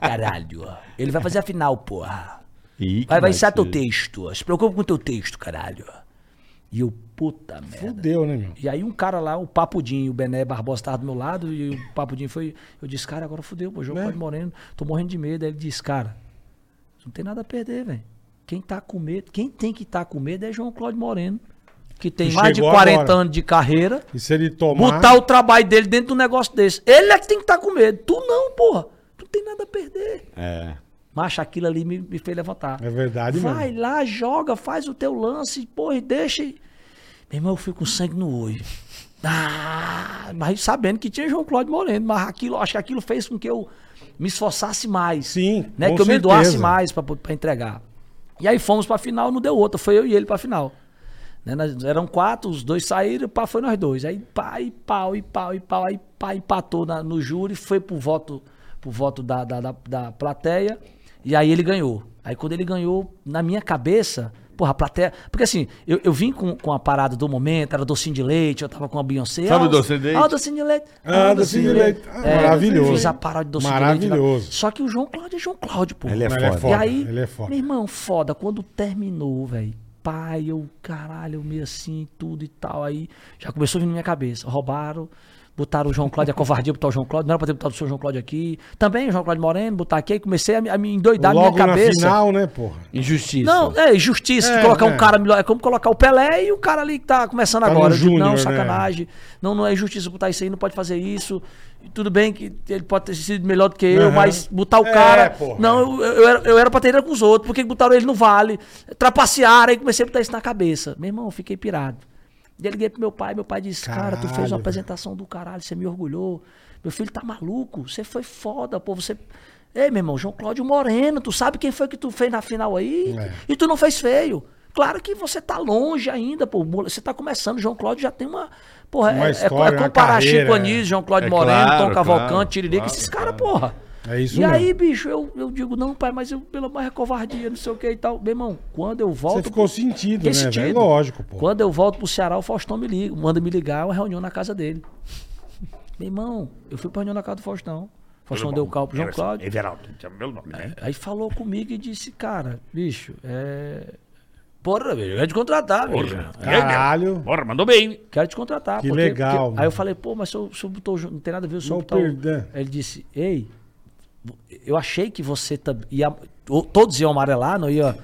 D: Caralho. Ele vai fazer a final, porra.
C: Henrique
D: Vai, vai ensaiar teu
C: Matias.
D: texto. Se preocupa com teu texto, caralho. E eu, puta merda.
B: Fudeu, né, meu?
D: E aí um cara lá, o Papudinho, o Bené Barbosa tava do meu lado, e o Papudinho foi. Eu disse, cara, agora fudeu, pô, João
B: Né?
D: Cláudio Moreno, tô morrendo de medo. Aí ele disse, cara, não tem nada a perder, velho. Quem tá com medo, quem tem que estar com medo é João Cláudio Moreno, que tem
B: Que
D: mais de
B: chegou
D: 40
B: agora.
D: anos de carreira,
B: E se ele tomar.
D: botar o trabalho dele dentro de um negócio desse. Ele é que tem que estar com medo, tu não, porra. Tu não tem nada a perder.
C: É.
D: Macho, aquilo ali me, me fez levantar.
B: É verdade
D: Vai
B: mesmo.
D: lá, joga, faz o teu lance, porra, e deixa. e- Meu irmão, eu fui com sangue no olho. Ah, mas sabendo que tinha João Cláudio Moreno, mas aquilo, acho que aquilo fez com que eu me esforçasse mais.
B: Sim,
D: né?
B: com
D: Que eu me doasse
B: certeza.
D: mais pra pra entregar. E aí fomos pra final, não deu outra, foi eu e ele pra final. Né, nós- eram quatro, os dois saíram, pá, foi nós dois. Aí pá, e pau, e pau, e pau, aí pá, empatou na- no júri, foi pro voto, pro voto da, da, da, da plateia, e aí ele ganhou. Aí quando ele ganhou, na minha cabeça, porra, a plateia. Porque assim, eu, eu vim com, com a parada do momento, era docinho de leite, eu tava com a Beyoncé.
C: Sabe
D: ah,
C: o docinho de leite?
D: Ah, o docinho de leite. É,
B: Ah, docinho de leite. Ah, maravilhoso.
D: Fiz a parada de docinho de leite.
B: Maravilhoso.
D: Só que o João Cláudio é João Cláudio, porra.
C: Ele é
B: Mas
C: foda.
D: E aí,
B: Ele é foda.
D: meu irmão, foda, quando terminou, velho, pai, eu, caralho, eu meio assim, tudo e tal, aí já começou a vir na minha cabeça, roubaram, botaram o João Cláudio, a covardia, botar o João Cláudio, não era pra ter botado o seu João Cláudio aqui, também o João Cláudio Moreno, botar aqui, aí comecei a me, a me endoidar na
B: Logo
D: minha
B: na
D: cabeça.
B: final, né, porra?
C: Injustiça.
D: Não, é injustiça
B: É,
D: de colocar
B: é.
D: um cara melhor. É como colocar o Pelé e o cara ali que tá começando
B: Tá no
D: agora. Eu digo,
B: júnior,
D: não,
B: né?
D: sacanagem. Não, não é injustiça botar isso aí, não pode fazer isso. E Tudo bem que ele pode ter sido melhor do que eu,
B: Aham.
D: mas botar o
B: É,
D: cara.
B: porra.
D: não, eu, eu, era, eu era pra ter ido com os outros, porque botaram ele no vale. Trapacearam, aí comecei a botar isso na cabeça. Meu irmão, eu fiquei pirado. E eu liguei pro meu pai, meu pai disse, cara, tu fez
B: Caralho,
D: uma
B: velho.
D: apresentação do caralho, você me orgulhou. Meu filho tá maluco, você foi foda, pô, você... Ei, meu irmão, João Cláudio Moreno, tu sabe quem foi que tu fez na final aí?
B: É.
D: E tu não fez feio. Claro que você tá longe ainda, pô, você tá começando, João Cláudio já tem uma... Porra,
B: Uma
D: é,
B: história,
D: é,
B: uma
D: é comparar
B: carreira,
D: Chico
B: é.
D: Anísio, João Cláudio
C: É
D: Moreno,
C: claro,
D: Tom
C: claro,
D: Cavalcante, Tiririca,
C: claro,
D: esses caras, porra.
B: É isso
D: e
B: mesmo.
D: aí, bicho, eu, eu digo, não, pai, mas eu, pelo mais é covardia, não sei o que e tal. Meu irmão, quando eu volto...
B: Você ficou sentido, né,
D: Fiquei um sentido.
B: velho? Lógico, pô.
D: Quando eu volto pro Ceará, o Faustão me liga, manda me ligar, uma reunião na casa dele. Meu irmão, eu fui pra reunião na casa do Faustão. O Faustão deu o carro pro João Cláudio.
A: Everaldo, esse é o meu nome, né?
D: Aí falou comigo e disse, cara, bicho, é. Porra, velho, eu quero te contratar, velho.
B: Caralho.
A: Bora, mandou bem.
D: Quero te contratar.
B: Que legal, mano.
D: Aí eu falei, pô, mas se eu, se eu botou, não tem nada a ver, se eu
B: Não
D: botar o-
B: perdão.
D: Aí Ele disse, ei, eu achei que você tam- ia. ou Todos iam amarelar, não ia.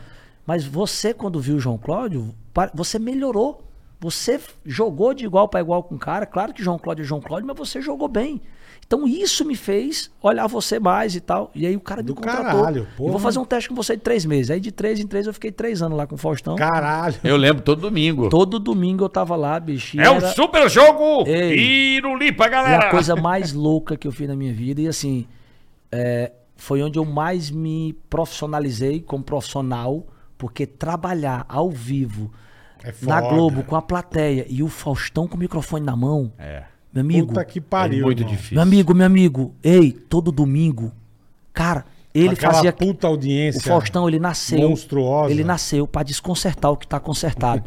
D: Mas você, quando viu o João Cláudio, pa- você melhorou. Você f- jogou de igual para igual com o cara. Claro que João Cláudio é João Cláudio, mas você jogou bem. Então isso me fez olhar você mais e tal. E aí o cara me
B: Do
D: contratou.
B: caralho,
D: Eu
B: porra.
D: vou fazer um teste com você de três meses. Aí de três em três eu fiquei três anos lá com o Faustão.
C: Então,
B: Caralho.
C: Eu lembro todo domingo.
D: Todo domingo eu tava lá, bicho. e
A: É um
D: era-
A: super jogo.
D: Ei.
A: Pirulipa,
D: é
A: galera.
D: a coisa mais louca que eu fiz na minha vida. E assim, é, foi onde eu mais me profissionalizei como profissional, porque trabalhar ao vivo
B: É
D: na
B: foda.
D: Globo com a plateia e o Faustão com o microfone na mão,
C: É.
D: meu amigo,
B: Puta que
C: É
B: pariu.
C: muito
B: irmão.
C: difícil.
D: meu amigo, meu amigo, ei, todo domingo, cara, ele
B: Aquela
D: fazia
B: puta audiência.
D: o Faustão, ele nasceu.
B: monstruosa.
D: Ele nasceu pra desconcertar o que tá consertado.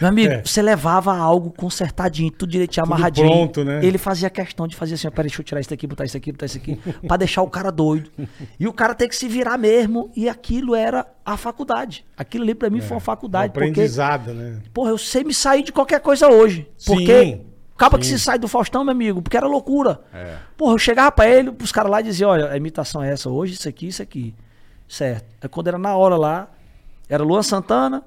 D: Meu amigo,
B: É.
D: você levava algo consertadinho, tudo direitinho, amarradinho.
B: pronto, né?
D: Ele fazia questão de fazer assim, ó, peraí, deixa eu tirar isso daqui, botar isso aqui, botar isso aqui, pra deixar o cara doido. E o cara tem que se virar mesmo, e aquilo era a faculdade. Aquilo ali pra mim foi uma
B: Um
D: faculdade, porque
B: Aprendizado, né?
D: Porra, eu sei me sair de qualquer coisa hoje.
B: Sim, É.
D: Porque acaba que se sai do Faustão, meu amigo, porque era loucura. Porra, eu chegava pra ele, pros caras lá e dizia, olha, a imitação é essa hoje, isso aqui, isso aqui. Certo. Aí quando era na hora lá, era Luan Santana,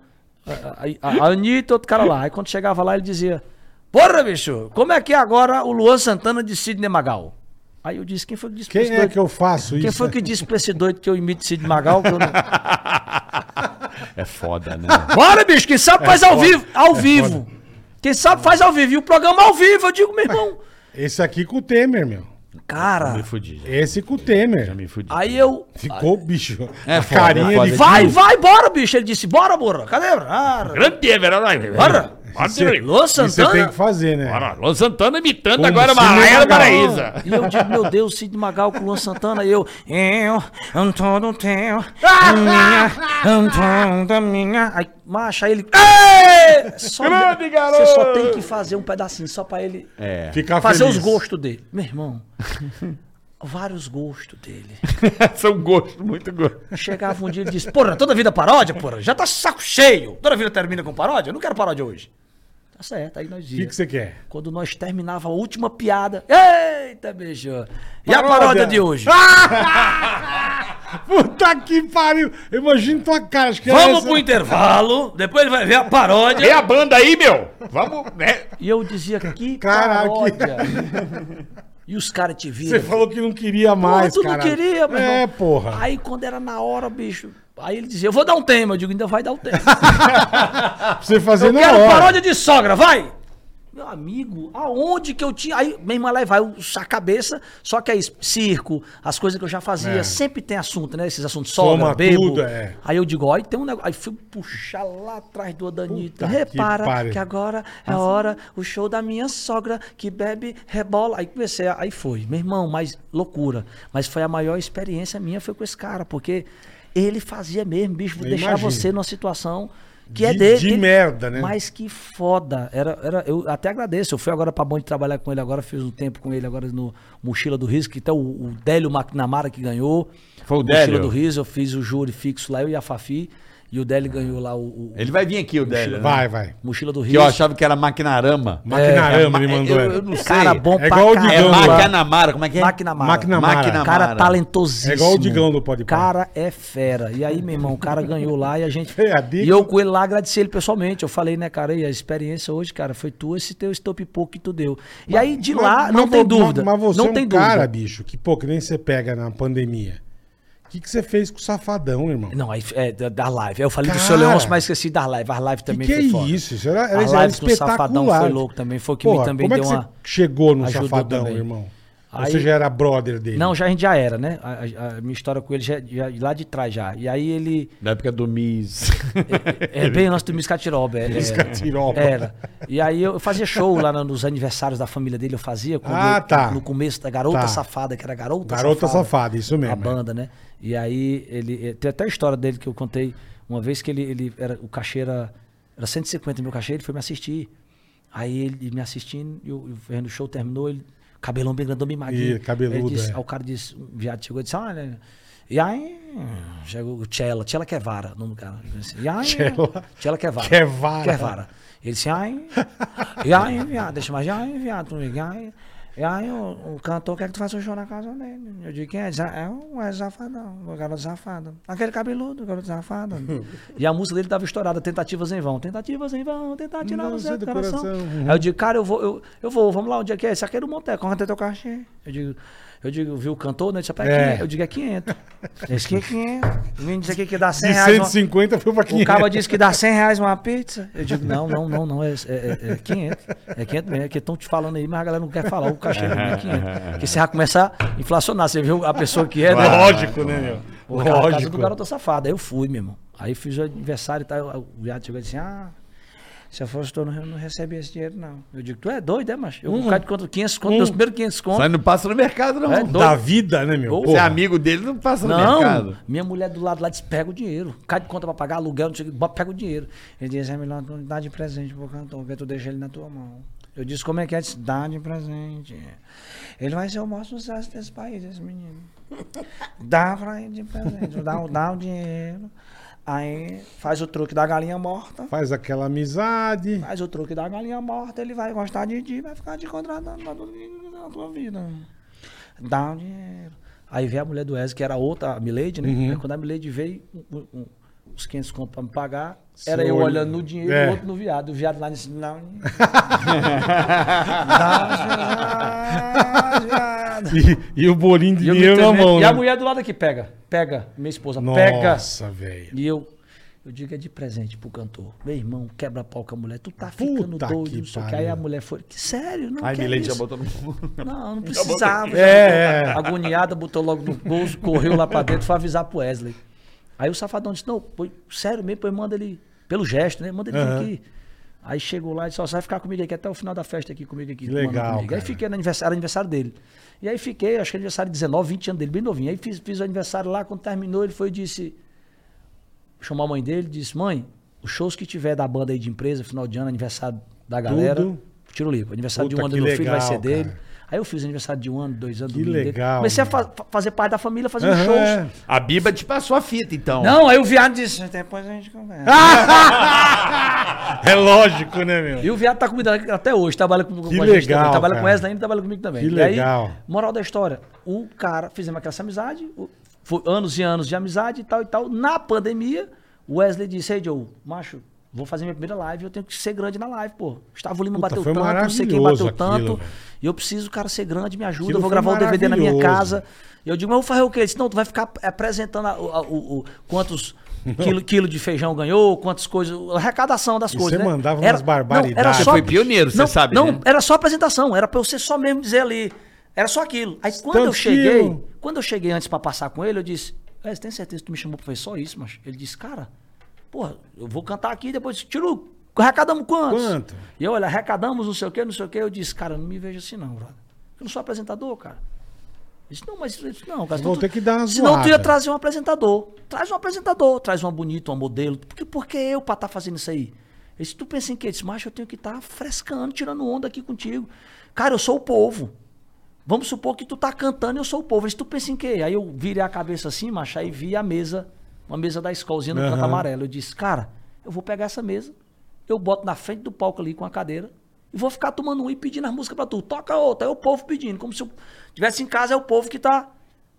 D: a, a, a Anitta e outro cara lá. Aí quando chegava lá, ele dizia, porra, bicho, como é que é agora o Luan Santana de Sidney Magal? Aí eu disse, quem foi que disse pra
B: Quem
D: esse
B: é
D: doido-
B: que eu faço isso?
D: Quem foi que disse pra esse doido que eu imito Sidney Magal? Que eu não-
C: É foda, né?
D: Bora, bicho, quem sabe faz ao vivo. Ao vivo. Quem sabe faz ao vivo. E o programa ao vivo, eu digo, meu irmão.
B: Esse aqui com o Temer, meu.
D: Cara,
C: me fudi, já,
B: Esse com o Temer.
C: já me fudi.
D: aí eu.
B: Ficou, bicho.
C: É
B: a
C: foda, é
B: carinha
C: foda.
B: de...
D: Vai, vai, bora, bicho. Ele disse, bora, bora. Cadê? Ah,
A: Grande
B: É.
A: Everaldo.
D: Bora.
A: Ah, Bora.
D: Lô
B: E Você tem
D: Santana.
B: que fazer, né?
A: Bora. Lô Santana imitando
B: Como
A: agora
B: se
A: Maraia
B: não-
A: Paraíza.
D: E eu digo, meu Deus, Cid Magal com Luan Santana. E eu, eu, Antônio Teu, minha, Antônio da minha. Aí, macho, aí ele. "Ê!" Só, você só tem que fazer um pedacinho só pra ele.
C: É.
B: Ficar
D: fazer
B: feliz.
D: os gostos dele. Meu irmão, vários gostos dele.
C: São gostos, muito gosto.
D: Chegava um dia e ele disse, porra, toda vida paródia, porra, já tá saco cheio. Toda vida termina com paródia, eu não quero paródia hoje. Tá certo, aí nós
B: O que, que
D: íamos.
B: você quer?
D: Quando nós terminava a última piada, eita, beijo. E a
B: Paródia.
D: paródia de hoje?
B: Puta que pariu. Imagina tua cara. Acho que era
D: Vamos
B: essa.
D: pro intervalo, depois ele vai ver a paródia.
A: Vem a banda aí, meu. Vamos, né?
D: E eu dizia, que
B: Caraca.
D: paródia. E os caras te viram.
B: Você falou que não queria mais,
D: Porra, tu
B: caralho.
D: não queria, meu
B: É,
D: irmão.
B: porra.
D: Aí quando era na hora, bicho. Aí ele dizia, eu vou dar um tema. Eu digo, ainda vai dar um tema.
B: Pra você fazer
D: eu
B: na
D: quero
B: hora.
D: paródia de sogra, vai! Meu amigo, aonde que eu tinha. Aí, meu irmão, lá vai o- a cabeça, só que é isso, circo, as coisas que eu já fazia,
B: É.
D: sempre tem assunto, né? Esses assuntos sogra,
B: Soma
D: bebo.
B: tudo, é.
D: Aí eu digo, olha, tem um negócio. Aí fui puxar lá atrás do
B: Puta
D: Danita.
B: que
D: Repara
B: pariu.
D: que, agora é a hora, o show da minha sogra que bebe rebola. Aí comecei, a- aí foi. Meu irmão, mas loucura. Mas foi a maior experiência minha, foi com esse cara, porque ele fazia mesmo, bicho, vou
B: Eu
D: deixar
B: imagino.
D: você numa situação que
B: De-
D: é dele.
B: de
D: que ele-
B: merda, né?
D: Mas que foda. Era, era, eu até agradeço. Eu fui agora pra Band trabalhar com ele agora, fiz um tempo com ele agora no Mochila do Riso, que até o, o Délio McNamara que ganhou.
C: Foi o
D: Mochila
C: Délio?
D: do Riso, eu fiz o júri fixo lá, eu e a Fafi. E o Délio ganhou lá o, o-
C: Ele vai vir aqui, o Délio. né?
B: Vai, vai.
D: Mochila do
C: Que
D: Riso.
C: eu achava que era Maquinarama.
B: Maquinarama
C: É,
B: ele
C: ma-
B: mandou
C: eu-
B: ela.
C: eu não sei.
D: Cara bom
B: É
D: pra
B: igual o
D: caralho.
C: É
B: Digão lá.
C: Macanamara, como é que é?
D: McNamara.
B: Maquinamara.
C: Maquinamara.
D: Cara talentosíssimo.
B: É igual o Digão do Pode Pá.
D: Cara é fera. E aí, meu irmão, o cara ganhou lá e a gente.
B: É, a dica-
D: e eu com ele lá agradeci ele pessoalmente. Eu falei, né, cara, e a experiência hoje, cara, foi tua esse teu estopipoco que tu deu. E aí de
B: Mas-
D: lá,
B: mas
D: não
B: vo-
D: tem
B: mas-
D: dúvida.
B: Mas você
D: não
B: é um
D: tem
B: cara,
D: dúvida.
B: bicho, que pô, que nem você pega na pandemia. O que, que você fez com o safadão, irmão?
D: Não, aí é da- da live. Eu falei do
B: Cara!
D: seu Leôncio, mas esqueci da live. A live
B: que,
D: também
B: que é
D: foi foda.
B: isso? Isso era, era,
D: A
B: era
D: live com o
B: espetacular.
D: Safadão foi louco também, foi o que me também
B: como é que
D: deu
B: você
D: uma-
B: chegou no
D: ajudou
B: Safadão,
D: também.
B: irmão? Ou
D: Aí-
B: você já era brother dele?
D: Não, já a gente já era, né? A, a- a minha história com ele já, já- lá de trás já. E aí ele.
C: Da época do Miss.
D: É bem antes do Miss Catiroba. É,
B: Catiroba.
D: Era. E aí eu eu fazia show lá no- nos aniversários da família dele, eu fazia. quando
B: Ah,
D: eu-
B: tá.
D: No começo da Garota
B: Tá.
D: Safada, que era Garota
B: Garota
D: Safada.
B: Safada, isso mesmo,
D: A
B: é.
D: banda, né? E aí ele... eh, Tem até a história dele que eu contei uma vez que ele... ele era, o cachê era... Era 150 mil cachê, ele foi me assistir. Aí ele me assistindo, e o, e o Fernando show terminou, ele... Cabelão bem grandão, bem magrinho.
B: Ih, cabeludo,
D: Ele disse-
B: é.
D: Aí o cara disse... Um viado chegou e disse... Olha... E aí... Chegou o Tchela. Tchela Quevara, o nome do cara. Ele disse, E aí...
B: Tchela-
D: Tchela Quevara.
B: Quevara.
D: Quevara. Ele disse, ai, e aí, viado, deixa mais, e aí, viado, tu liga, e aí, e aí o, o cantor quer que tu faça um show na casa dele. Eu digo, quem é? Diz, "Ah, É um é safadão, o garoto safado. Aquele cabeludo, o garoto safado. e a música dele tava estourada, tentativas em vão, tentativas em vão, tentar tirar
B: Não
D: você
B: sei
D: do
B: do
D: coração.
B: coração.
D: Aí eu digo, cara, eu vou, eu, eu vou, vamos lá, onde é que é? Esse aqui é do Monteco, quanto é teu cachê? Eu digo, Eu digo, viu o cantor? Né? Eu, disse, "Rapaz,
B: É.
D: 500." eu digo, é 500. Esse aqui é 500. O menino disse aqui que dá 100
B: De
D: reais. uma-
B: 150 foi pra
D: O
B: 500.
D: cara disse que dá 100 reais uma pizza. Eu digo, não, não, não, não, é, é, é 500. É 500 mesmo, é que estão te falando aí, mas a galera não quer falar o cachê não é 500. Porque você vai começar a inflacionar, você viu a pessoa que é, né?
B: Lógico, né, meu?
D: Pô, cara, a casa
B: Lógico.
D: do garoto safado. Aí eu fui, meu irmão. Aí fiz o aniversário e tal. O viado chegou e disse: Ah, se eu fosse tu, eu não, não recebia esse dinheiro, não. Eu digo: Tu é doido, é, macho? Eu com cara de conto 500 conto, meus primeiros 500 conto.
C: Mas não passa no mercado, não.
D: É,
B: Da vida, né, meu?
D: Ou
C: Você é
B: Porra.
C: amigo dele, não passa no
D: Não,
C: mercado.
D: minha mulher do lado lá disse: Pega o dinheiro. Cai de conta pra pagar aluguel, não sei o que, bota- pega o dinheiro. Ele disse: É melhor tu dar de presente pro cantor, que tu deixa ele na tua mão. Eu disse: Como é que é? Ele Disse, Dá de presente. Ele vai ser o maior sucesso desse país, esse menino. Dá pra ele de presente, dá, o- dá o dinheiro. Aí faz o truque da galinha morta.
B: Faz aquela amizade.
D: Faz o truque da galinha morta, ele vai gostar de ti, vai ficar te contratando pra tudo que- na tua vida. Dá o dinheiro. Aí veio a mulher do Wesley, que era outra, a Milady, né? Aí quando a Milady veio, um- um- uns 500 conto pra me pagar, era
B: Seu
D: eu
B: olho.
D: olhando no dinheiro
B: É.
D: o outro no viado. O viado lá disse, não. Dá o viado.
B: E, e o bolinho de
D: E eu me
B: dinheiro na
D: tremendo.
B: mão.
D: E a
B: né?
D: mulher do lado aqui pega, pega, minha esposa, pega.
B: Nossa, velho.
D: E eu, eu digo, é de presente pro cantor. Meu irmão, quebra pau com a mulher. Tu tá ficando
B: Puta
D: doido,
B: que
D: não sei o que.
B: pariu.
D: Aí a mulher foi, que sério, não
C: Aí
D: quer
C: Milene
D: isso.
C: já botou no.
D: Não, não precisava. já
B: É,
D: botou.
B: é.
D: Agoniada, botou logo no bolso, correu lá pra dentro, foi avisar pro Wesley. Aí o safadão disse, não, pô, sério mesmo, pô, manda ele, pelo gesto, né? Manda ele vir
B: Aham.
D: aqui. Aí chegou lá e disse, ó, você vai ficar comigo aqui até o final da festa aqui comigo aqui.
B: Que
D: tu manda
B: legal,
D: comigo. Aí
B: cara.
D: fiquei no aniversário, era aniversário dele. E aí fiquei, acho que era aniversário de 19, 20 anos dele, bem novinho. Aí fiz, fiz o aniversário lá, quando terminou, ele foi e disse, chamou a mãe dele, disse: Mãe, os shows que tiver da banda aí de empresa, final de ano, aniversário da galera,
B: Tudo.
D: tiro livre. Aniversário
B: Puta,
D: de um ano
B: que
D: do meu filho vai
B: legal,
D: ser dele.
B: cara.
D: Aí eu fiz aniversário de um ano, dois anos
B: Que
D: do menino
B: legal,
D: Comecei a
B: mano.
D: fa- fa- fazer parte da família, fazendo
B: Aham,
D: shows.
B: é.
C: A Biba te passou a fita, então.
D: Não, aí o viado disse: Depois a gente conversa.
B: É lógico, né, meu?
D: E o viado tá comigo até hoje, trabalha com, com
B: Que
D: também.
B: legal,
D: Trabalha com
B: cara.
D: Wesley ainda, trabalha comigo também.
B: Que
D: E aí,
B: legal.
D: moral da história, o cara, fizemos aquela essa amizade, o- foi anos e anos de amizade e tal e tal. Na pandemia, o Wesley disse, ei, Joe, macho, vou fazer minha primeira live, eu tenho que ser grande na live, pô. Gustavo Lima
B: Puta,
D: bateu
B: foi
D: tanto, não sei quem
B: maravilhoso
D: bateu
B: aquilo,
D: tanto.
B: velho.
D: E eu preciso, cara, ser grande, me ajuda,
B: Aquilo
D: eu vou
B: foi
D: gravar um DVD na minha
B: maravilhoso.
D: casa. E eu digo, mas eu vou fazer o quê? Ele disse, não, tu vai ficar apresentando a- o- a- o, o- quantos quilo, quilo de feijão ganhou, quantas coisas, a arrecadação das
B: E
D: coisas,
B: você
D: né?
B: mandava umas
D: não,
B: barbaridades.
D: era
B: Você
D: só-
C: foi pioneiro, você
D: não,
C: sabe,
D: Não,
C: né?
D: era só apresentação, era pra eu ser só mesmo dizer ali, era só aquilo. Aí quando eu
B: Tanto
D: cheguei,
B: quilo.
D: quando eu cheguei antes pra passar com ele, eu disse, "É, você tem certeza que tu me chamou pra fazer só isso, mas Ele disse, cara, porra, eu vou cantar aqui e depois, tiro, arrecadamos quantos?
B: Quanto?
D: E eu, olha, arrecadamos não sei o quê, não sei o quê. Eu disse, cara, não me vejo assim não, brother. Eu não sou apresentador, cara. Ele disse, não, mas ele disse, não, cara,
B: Vou
D: tu-
B: ter que dar uma
D: Senão tu ia
B: zoada.
D: trazer um apresentador. Traz um apresentador, traz uma bonita, uma modelo. Porque por que eu pra estar fazendo isso aí? Ele disse, tu pensa em quê? Eu disse, macho, eu tenho que estar frescando, tirando onda aqui contigo. Cara, eu sou o povo. Vamos supor que tu tá cantando e eu sou o povo. Ele disse, tu pensa em quê? Aí eu virei a cabeça assim, macho, aí vi a mesa, uma mesa da escolzinha no canto
B: Aham.
D: amarelo. Eu disse, cara, eu vou pegar essa mesa, eu boto na frente do palco ali com a cadeira e vou ficar tomando um e pedindo as músicas pra tu. Toca outra, é o povo pedindo. Como se eu tivesse em casa, é o povo que tá.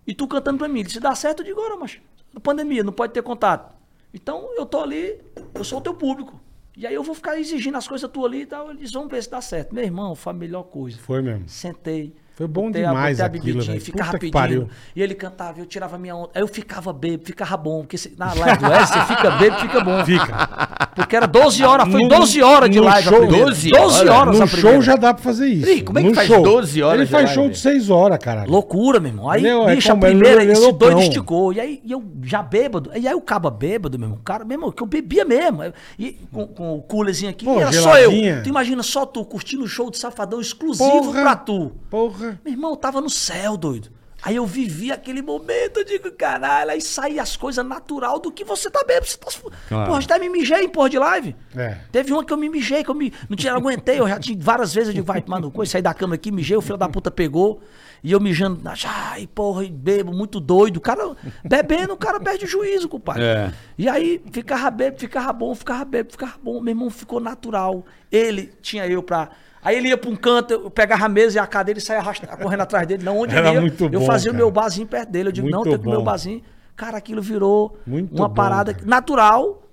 D: E tu cantando pra mim. Ele disse, dá certo, eu digo, ora, macho, pandemia, não pode ter contato. Então eu tô ali, eu sou o teu público. E aí eu vou ficar exigindo as coisas tuas ali e tal. Eles vão ver se dá certo. Meu irmão, foi a melhor coisa.
B: Foi mesmo.
D: Sentei.
B: Foi bom
D: botei a-
B: demais
D: botei a
B: aquilo,
D: bebidinha,
B: velho.
D: Ficava
B: Puta que
D: pedindo.
B: pariu.
D: E ele cantava, eu tirava minha onda. Aí eu ficava bêbado, ficava bom. Porque se- na live do S, você fica bêbado, fica bom.
B: Fica.
D: Porque era 12 horas, foi
B: No-
D: 12 horas de
B: no
D: live.
B: show-
D: a primeira.
C: 12
D: 12 horas
B: no
D: a
B: show
D: primeira.
B: já dá pra fazer isso.
C: Ih, como é que
B: No
C: faz
B: show.
C: 12 horas
B: Ele
C: de
B: faz
C: live?
B: show de 6 horas, caralho.
D: Loucura, meu irmão. Aí,
B: Não, é
D: bicho, a
B: como- ele
D: primeira,
B: é
D: esse
B: loucão.
D: doido esticou. E aí, e eu já bêbado. E aí, o caba bêbado, meu irmão. Cara, meu irmão, que eu bebia mesmo. E com, com o coolerzinho aqui,
B: Pô,
D: e era só
B: geladinha.
D: eu. Tu imagina só tu curtindo o show de Safadão exclusivo
B: Porra.
D: pra tu.
B: Porra.
D: Meu irmão, eu tava no céu, doido. Aí eu vivi aquele momento, eu digo, caralho, aí saí as coisas natural do que você tá bêbado. Você tá... Porra, até me mijei em porra de live.
B: É.
D: Teve uma que eu me mijei, que eu me, não tinha, aguentei, eu já tinha várias vezes, eu digo, vai tomar no cu, eu saí da cama aqui, mijei, o filho da puta pegou, e eu mijando, ai, porra, e bebo, muito doido. O cara, bebendo, o cara perde o juízo, compadre.
C: É.
D: E aí ficava bebo, ficava bom, ficava bebo, ficava bom. Meu irmão ficou natural. Ele tinha eu pra. Aí ele ia pra um canto, eu pegava a mesa e a cadeira e saia arrastando, correndo atrás dele. Não, onde
B: Era
D: ele ia,
B: muito
D: eu
B: bom,
D: fazia
B: cara.
D: o meu barzinho perto dele. Eu digo,
B: Muito
D: não, tem que comer o
B: bom.
D: barzinho. Cara, aquilo virou
B: Muito
D: uma
B: bom,
D: parada
B: cara.
D: natural. E-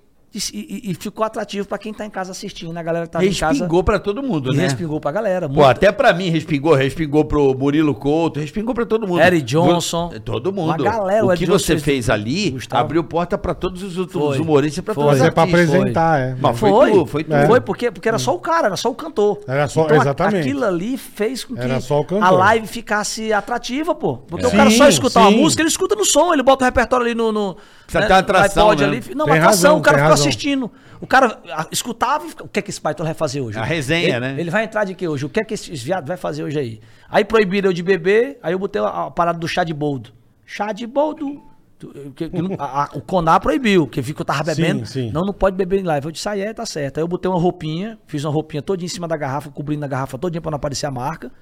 D: E, e ficou atrativo pra quem tá em casa assistindo, a galera que tá em casa.
C: Respingou pra todo mundo,
D: E
C: né?
D: respingou pra galera.
C: Pô,
D: muito.
C: até pra mim respingou, respingou pro Murilo Couto, respingou pra todo mundo.
D: Eric Johnson.
C: Vo- Todo
D: Uma
C: mundo.
D: galera,
C: o
D: o
C: que
D: Eric Johnson
C: você
D: fez-
C: fez ali
D: Gustavo.
C: abriu porta pra todos os outros
D: Foi.
C: humoristas, pra
D: Foi.
C: todos
B: Mas
C: os
B: é pra
C: artistas.
B: apresentar, é.
C: Mas foi,
D: Foi,
C: tu,
D: foi,
C: foi tu.
B: É.
D: foi porque, porque era só o cara, era só o cantor. Então,
B: Era só-
D: a-
B: exatamente.
D: Aquilo ali fez com que
B: Era só o cantor.
D: a live ficasse atrativa, pô. Porque o
B: Sim,
D: cara só escutar uma
B: sim.
D: música, ele escuta no som, ele bota o repertório ali no. no
C: Precisa ter uma
D: no
C: atração, né?
D: ali. Não,
B: Tem
D: uma atração,
B: razão,
D: o cara
B: tem
D: ficou
B: razão.
D: assistindo. O cara ah, escutava e fica- o que é que esse Python vai fazer hoje?
C: A resenha,
D: Ele-
C: né?
D: Ele vai entrar de que hoje? O que é que esses viados vai fazer hoje aí? Aí proibiram eu de beber, aí eu botei a, a parada do chá de boldo. Chá de boldo. Tu- eh, que- que não- a- a- o Conar proibiu, que viu que eu tava bebendo.
B: Sim, sim.
D: Não, não pode beber em live. Eu disse, aí é, tá certo. Aí eu botei uma roupinha, fiz uma roupinha todinha em cima da garrafa, cobrindo a garrafa todinha pra não aparecer a marca.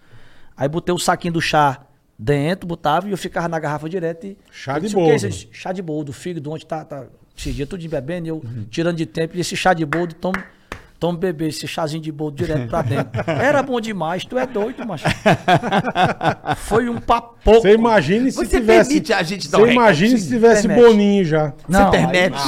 D: Aí botei o saquinho do chá dentro, botava e eu ficava na garrafa direto e.
B: Chá
D: Eu
B: de
D: disse, "O que é isso?"
B: boldo.
D: Eu disse, Chá de boldo, fígado, onde tá. tá esse dia tudo de bebendo, e eu tirando de tempo, e esse chá de boldo, tomo, tomo beber esse chazinho de boldo direto pra dentro. Era bom demais, tu é doido, macho. Foi um papo.
B: Você imagina se
C: Você
B: tivesse.
C: permite a gente dar um
B: Você imagina se
D: Sim,
B: tivesse
D: permite.
B: Boninho já.
D: Não,
C: você permite.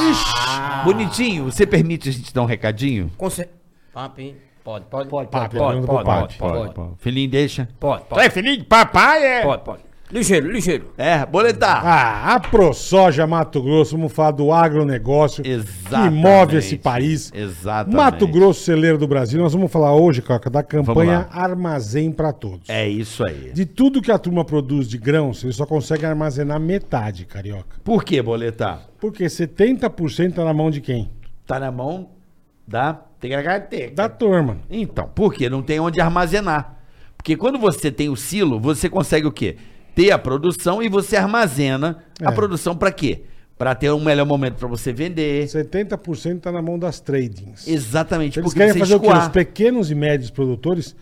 C: Bonitinho, você permite a gente dar um recadinho?
E: Conce... Papo, hein? Pode, pode. Pode,
B: Papi, é pergunta pro Papi.
C: Pode, pode. Filhinho, deixa.
E: Pode,
A: Tu é
E: pode.
A: filhinho de papai, é?
E: Pode, pode. Ligeiro, ligeiro.
C: É, boletar.
B: Ah, a ProSoja Mato Grosso, vamos falar do agronegócio
C: Exatamente.
B: que move esse país.
C: Exatamente.
B: Mato Grosso, celeiro do Brasil. Nós vamos falar hoje, Coca, da campanha
C: Vamos
B: Armazém para Todos.
C: É isso aí.
B: De tudo que a turma produz de grãos, ele só consegue armazenar metade, carioca.
C: Por que, boletar?
B: Porque 70% tá na mão de quem?
C: Tá na mão da TKHT.
B: Da turma.
C: Então, por quê? Não tem onde armazenar. Porque quando você tem o silo, você consegue o quê? Ter a produção e você armazena a
B: É.
C: produção pra quê? Pra ter um melhor momento pra você vender.
B: 70% tá na mão das tradings.
C: Exatamente,
B: Eles querem
C: você
B: fazer o quê?
C: escoar.
B: Os pequenos e médios produtores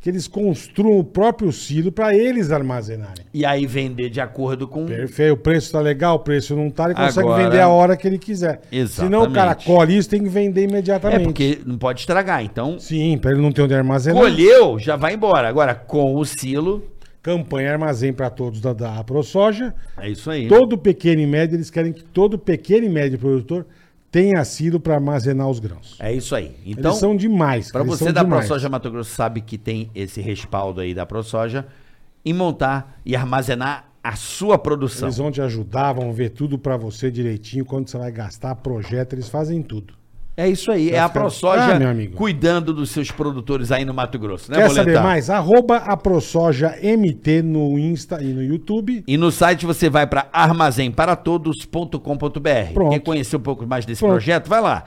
B: que eles construam o próprio silo para eles armazenarem.
C: E aí vender de acordo com... É,
B: Perfeito, o preço tá legal, o preço não tá, ele consegue
C: Hum. Agora-
B: vender a hora que ele quiser.
C: Exatamente.
B: Senão o cara colhe isso, tem que vender
C: É
B: imediatamente.
C: porque não pode estragar, então...
B: Sim, para ele não ter onde armazenar.
C: Colheu, já vai embora. Agora, com o silo,
B: Campanha Armazém para Todos da, da ProSoja.
C: é isso aí.
B: Todo pequeno e médio, eles querem que todo pequeno e médio produtor tenha silo para armazenar os grãos.
C: É isso aí.
B: eles são
C: Então,
B: demais.
C: para
B: eles
C: você
B: são
C: da
B: demais.
C: ProSoja Mato Grosso, sabe que tem esse respaldo aí da ProSoja em montar e armazenar a sua produção.
B: Eles vão te ajudar, vão ver tudo para você direitinho, quando você vai gastar, projeto, eles fazem tudo.
C: É isso aí,
B: Vai
C: é a
B: ficar-
C: ProSoja
B: Ah, meu amigo.
C: cuidando dos seus produtores aí no Mato Grosso, né,
B: Quer
C: Boletar?
B: saber mais? Arroba a ProSoja MT no Insta e no YouTube.
C: E no site você vai para armazenparatodos.com.br.
B: Pronto.
C: Quer conhecer um pouco mais desse
B: Pronto.
C: projeto? Vai lá,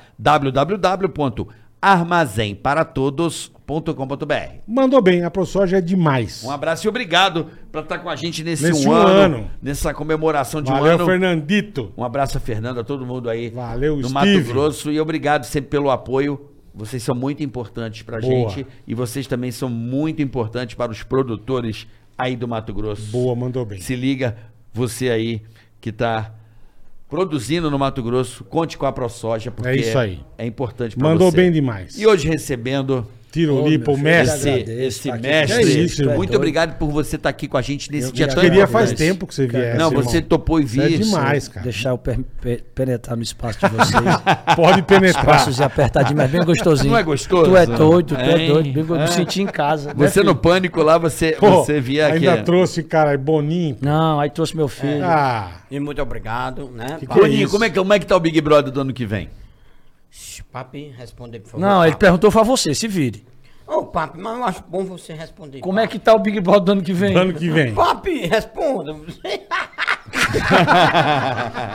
C: www.armazenparatodos.com.br.
B: Mandou bem, a ProSoja é demais.
C: Um abraço e obrigado por estar com a gente nesse,
B: Nesse
C: um,
B: um
C: ano,
B: ano.
C: nessa comemoração de
B: Valeu,
C: um ano.
B: Fernandito.
C: Um abraço a Fernanda, a todo mundo aí
B: Valeu,
C: do Mato
B: Steve.
C: Grosso e obrigado sempre pelo apoio. Vocês são muito importantes pra
B: Boa.
C: gente e vocês também são muito importantes para os produtores aí do Mato Grosso.
B: Boa, mandou bem.
C: Se liga, você aí que tá produzindo no Mato Grosso, conte com a ProSoja porque
B: É isso aí.
C: é importante pra
B: Mandou
C: você.
B: bem demais.
C: E hoje recebendo
B: Tiro lipo,
D: meu filho,
B: mestre.
C: esse, esse
D: agradeço, tá aqui.
C: mestre.
B: Que é isso, irmão.
C: Muito obrigado por você estar aqui com a gente nesse dia
B: Eu
C: tão
B: queria
C: importante.
B: faz tempo que você viesse.
C: Não, você
B: irmão.
C: topou e
B: Você é
C: vir.
B: demais, cara.
D: Deixar eu per- pe- penetrar no espaço de vocês.
B: Pode penetrar.
D: Espaços apertadinho, mas bem gostosinho.
C: Não é gostoso?
D: Tu é doido, tu é
C: Hein?
D: doido. Bem, go- Me senti em casa. né,
C: Você no
D: filho?
C: pânico lá, você,
B: Pô,
C: você é. via que.
B: Ainda trouxe, cara, Boninho.
D: Não, aí trouxe meu filho.
B: Ah,
E: E muito obrigado, né? Papi,
B: Que que
C: Boninho,
B: isso.
C: como é, que, como é que tá o Big Brother do ano que vem?
E: papi, responde por favor.
D: Não, ele
E: papi.
D: perguntou pra você, se vire.
E: Ô, papi, mas eu acho bom você responder.
D: Como é que tá o Big Brother do ano que vem?
B: ano que vem.
E: Papi, responda.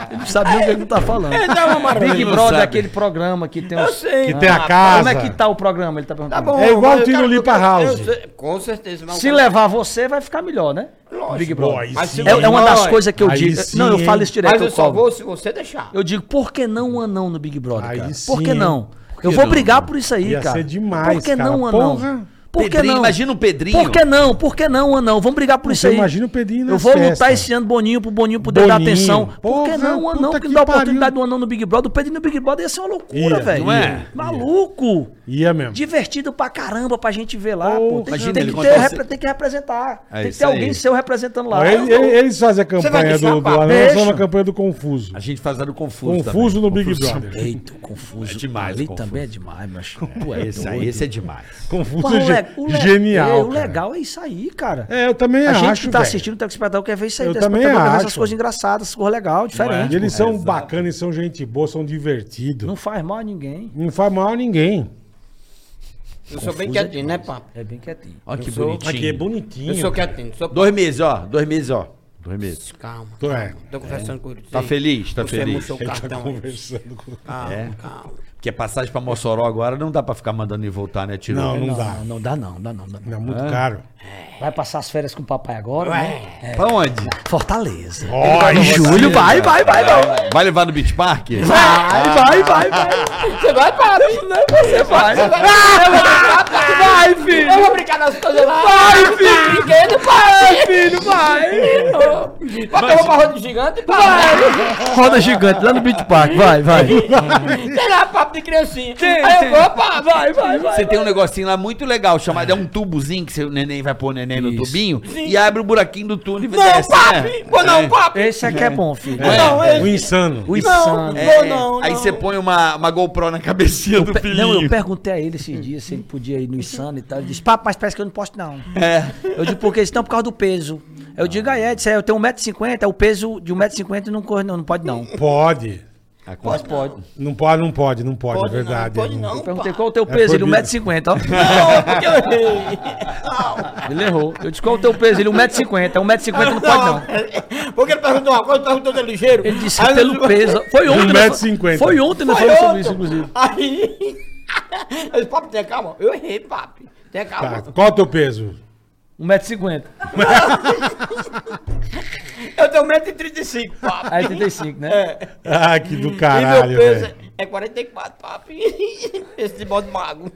D: Ele não sabe nem o que ele tá falando.
E: Dá uma maravilha.
D: Big
C: não
D: Brother é
C: sabe.
D: aquele programa que tem
E: Eu
D: os...
E: sei.
B: Que tem a
C: Ah,
E: papi.
B: casa.
D: Como é que tá o programa? Ele tá perguntando.
E: Tá bom.
B: É igual
E: mas eu
B: tiro
E: quero-
B: Lipa House.
E: eu sei- Com certeza. mas
D: Se
E: eu-
D: levar você, vai ficar melhor, né?
E: Lógico.
D: Big Brother.
B: Boy,
E: Mas se
B: sim.
D: É, é uma das
E: Aí
D: coisas que eu
B: sim,
D: digo.
B: hein?
D: Não, eu falo isso direto.
E: Mas eu
D: eu,
E: só
D: cobro.
E: vou se você deixar.
D: eu digo, por que não um anão no Big Brother,
B: Aí
D: cara?
B: sim,
D: por que
B: hein?
D: não? eu
C: que
D: vou
C: não?
D: brigar por isso aí,
B: Ia
D: cara.
B: ser demais,
D: Por que
B: cara.
D: não um anão?
B: Porra.
D: Por que
C: Pedrinho,
D: não?
C: imagina o Pedrinho.
D: Por que não? Por que não, Anão? Vamos brigar por isso
B: Você
D: aí.
B: imagina o Pedrinho
D: Eu
B: nas
D: vou lutar
B: festas.
D: esse ano Boninho pro Boninho poder dar
B: Boninho.
D: atenção. Por que
B: Porra,
D: não, Anão?
B: puta
D: Porque
B: que
D: dá a
B: pariu.
D: oportunidade do Anão no Big Brother. O Pedrinho no Big Brother ia ser uma loucura,
B: Ia,
D: velho.
B: não é?
D: Maluco.
B: Ia mesmo.
D: Divertido pra caramba pra gente ver lá,
B: Porra.
D: pô. Tem,
C: Imagina,
D: tem
C: ele
D: que
C: contou
D: ter,
C: você-
D: repre- tem que representar.
C: É
D: tem que
C: isso
D: ter alguém
C: aí.
D: seu representando lá.
B: Ele- ele- eles fazem a campanha
E: deixar
B: do, do
E: pra
B: Anão,
D: peixe?
B: eles fazem a campanha do Confuso.
C: A gente faz a do Confuso
B: Confuso no
C: também.
B: Big Brother.
D: Eita, confuso.
C: É demais,
D: Ali
C: confuso.
D: também é demais, mas. Pô, é
C: Esse, aí,
D: doido.
C: esse é demais.
B: Confuso
D: Porra,
B: é
D: o
B: ge-
D: le- o le-
B: genial.
D: é, O
B: cara.
D: legal é isso aí, cara.
B: É, eu também
D: A
B: acho.
D: gente que tá
B: velho.
D: assistindo o telespectador quer ver isso aí.
B: Eu
D: o telespectador
B: também
D: quer ver essas
B: acho.
D: coisas engraçadas, essas coisas legais,
B: E
D: diferentes.
B: eles são bacanas, são gente boa, são divertidos.
D: Não
B: Não,
D: faz mal a ninguém.
B: faz mal a ninguém.
E: Eu sou bem quietinho, né, papo?
D: É bem quietinho.
C: Olha que
E: sou-
C: bonitinho.
B: Aqui é bonitinho.
E: Eu sou quietinho, sou
C: Dois meses, ó. Dois meses, ó. Dois meses.
E: Calma.
B: Tô- é.
E: Tô conversando com ele.
C: Tá feliz? Tá
E: Você
C: feliz?
E: murchou o
B: Ele tá
E: cartão.
B: conversando com...
E: Calma,
C: É.
E: calma.
C: Porque passagem pra Mossoró agora não dá pra ficar mandando ele voltar, né, Tiro?
B: Não, não dá.
D: Não, não dá não, dá não, dá não.
B: É muito caro.
D: Vai passar as férias com o papai agora, né?
C: Pra onde?
D: Fortaleza.
B: Ó,
D: em julho vai, vai, vai, não.
C: Vai levar no Beach Park?
D: Vai, vai, vai, vai. Você vai para, né? Você vai. Vai, filho.
E: Eu vou brincar nas coisas lá.
D: Vai, filho.
E: Brinquedo, pai!
D: Filho, vai.
E: Bota a roupa roda gigante, pai!
D: Roda gigante lá no Beach Park. Vai, vai.
E: Tem lá papo de criancinha.
D: Tem,
E: Aí
D: tem.
E: eu vou, pá, vai, vai, vai.
C: Você tem um negocinho lá muito legal chamado. É um tubozinho que o neném vai pôr o neném no
D: Isso.
C: tubinho e abre o buraquinho do túnel e
E: Não,
C: desce, né?
E: papi! Vou um não, papi!
D: Esse aqui é bom, filho.
E: Vou não,
B: O
E: esse.
B: insano.
D: O
E: Não,
D: insano.
E: vou não,
C: É, Aí
E: não.
C: você põe uma, uma GoPro na cabecinha do
D: Pe-
C: filhinho.
D: Não, eu perguntei a ele esses dias se ele podia ir no Insano e tal. Ele disse, papo, mas parece que eu não posso, não. Eu digo, por quê? Ele disse, não, por causa do peso. Eu digo, ah, é, disse, é, eu tenho 1,50m, o peso de 1,50m não corre, não, não pode, não.
B: Pode.
C: Pode, pode.
B: Não pode, não pode, não pode,
E: Pode
B: é verdade.
E: não, pode não,
D: Eu perguntei,
E: pá.
D: qual é o teu peso? ele,
B: proibido.
D: 1,50m, ó.
E: Não, é porque eu errei.
D: Ele errou. Eu disse, qual é o teu peso? Ele, 1,50m, 1,50m não pode, não.
E: Porque ele perguntou uma coisa, perguntou de ligeiro.
D: Ele disse,
E: Aí eu-
D: pelo peso. Foi ontem. nós fa-
B: 1,50.
D: Foi ontem, nós
E: Foi outro.
D: falamos sobre isso, inclusive.
E: Aí. Eu disse, papi, tenha calma. Eu errei, papi. Tenha
B: Tá,
E: calma.
B: Qual é o teu peso?
D: 1,50m.
E: Eu tenho 1,35m, papi.
D: Aí 35, né?
E: É.
B: Ah, que do
E: e
B: caralho,
E: meu peso
B: velho.
E: é 44, papi. Esse de modo mago.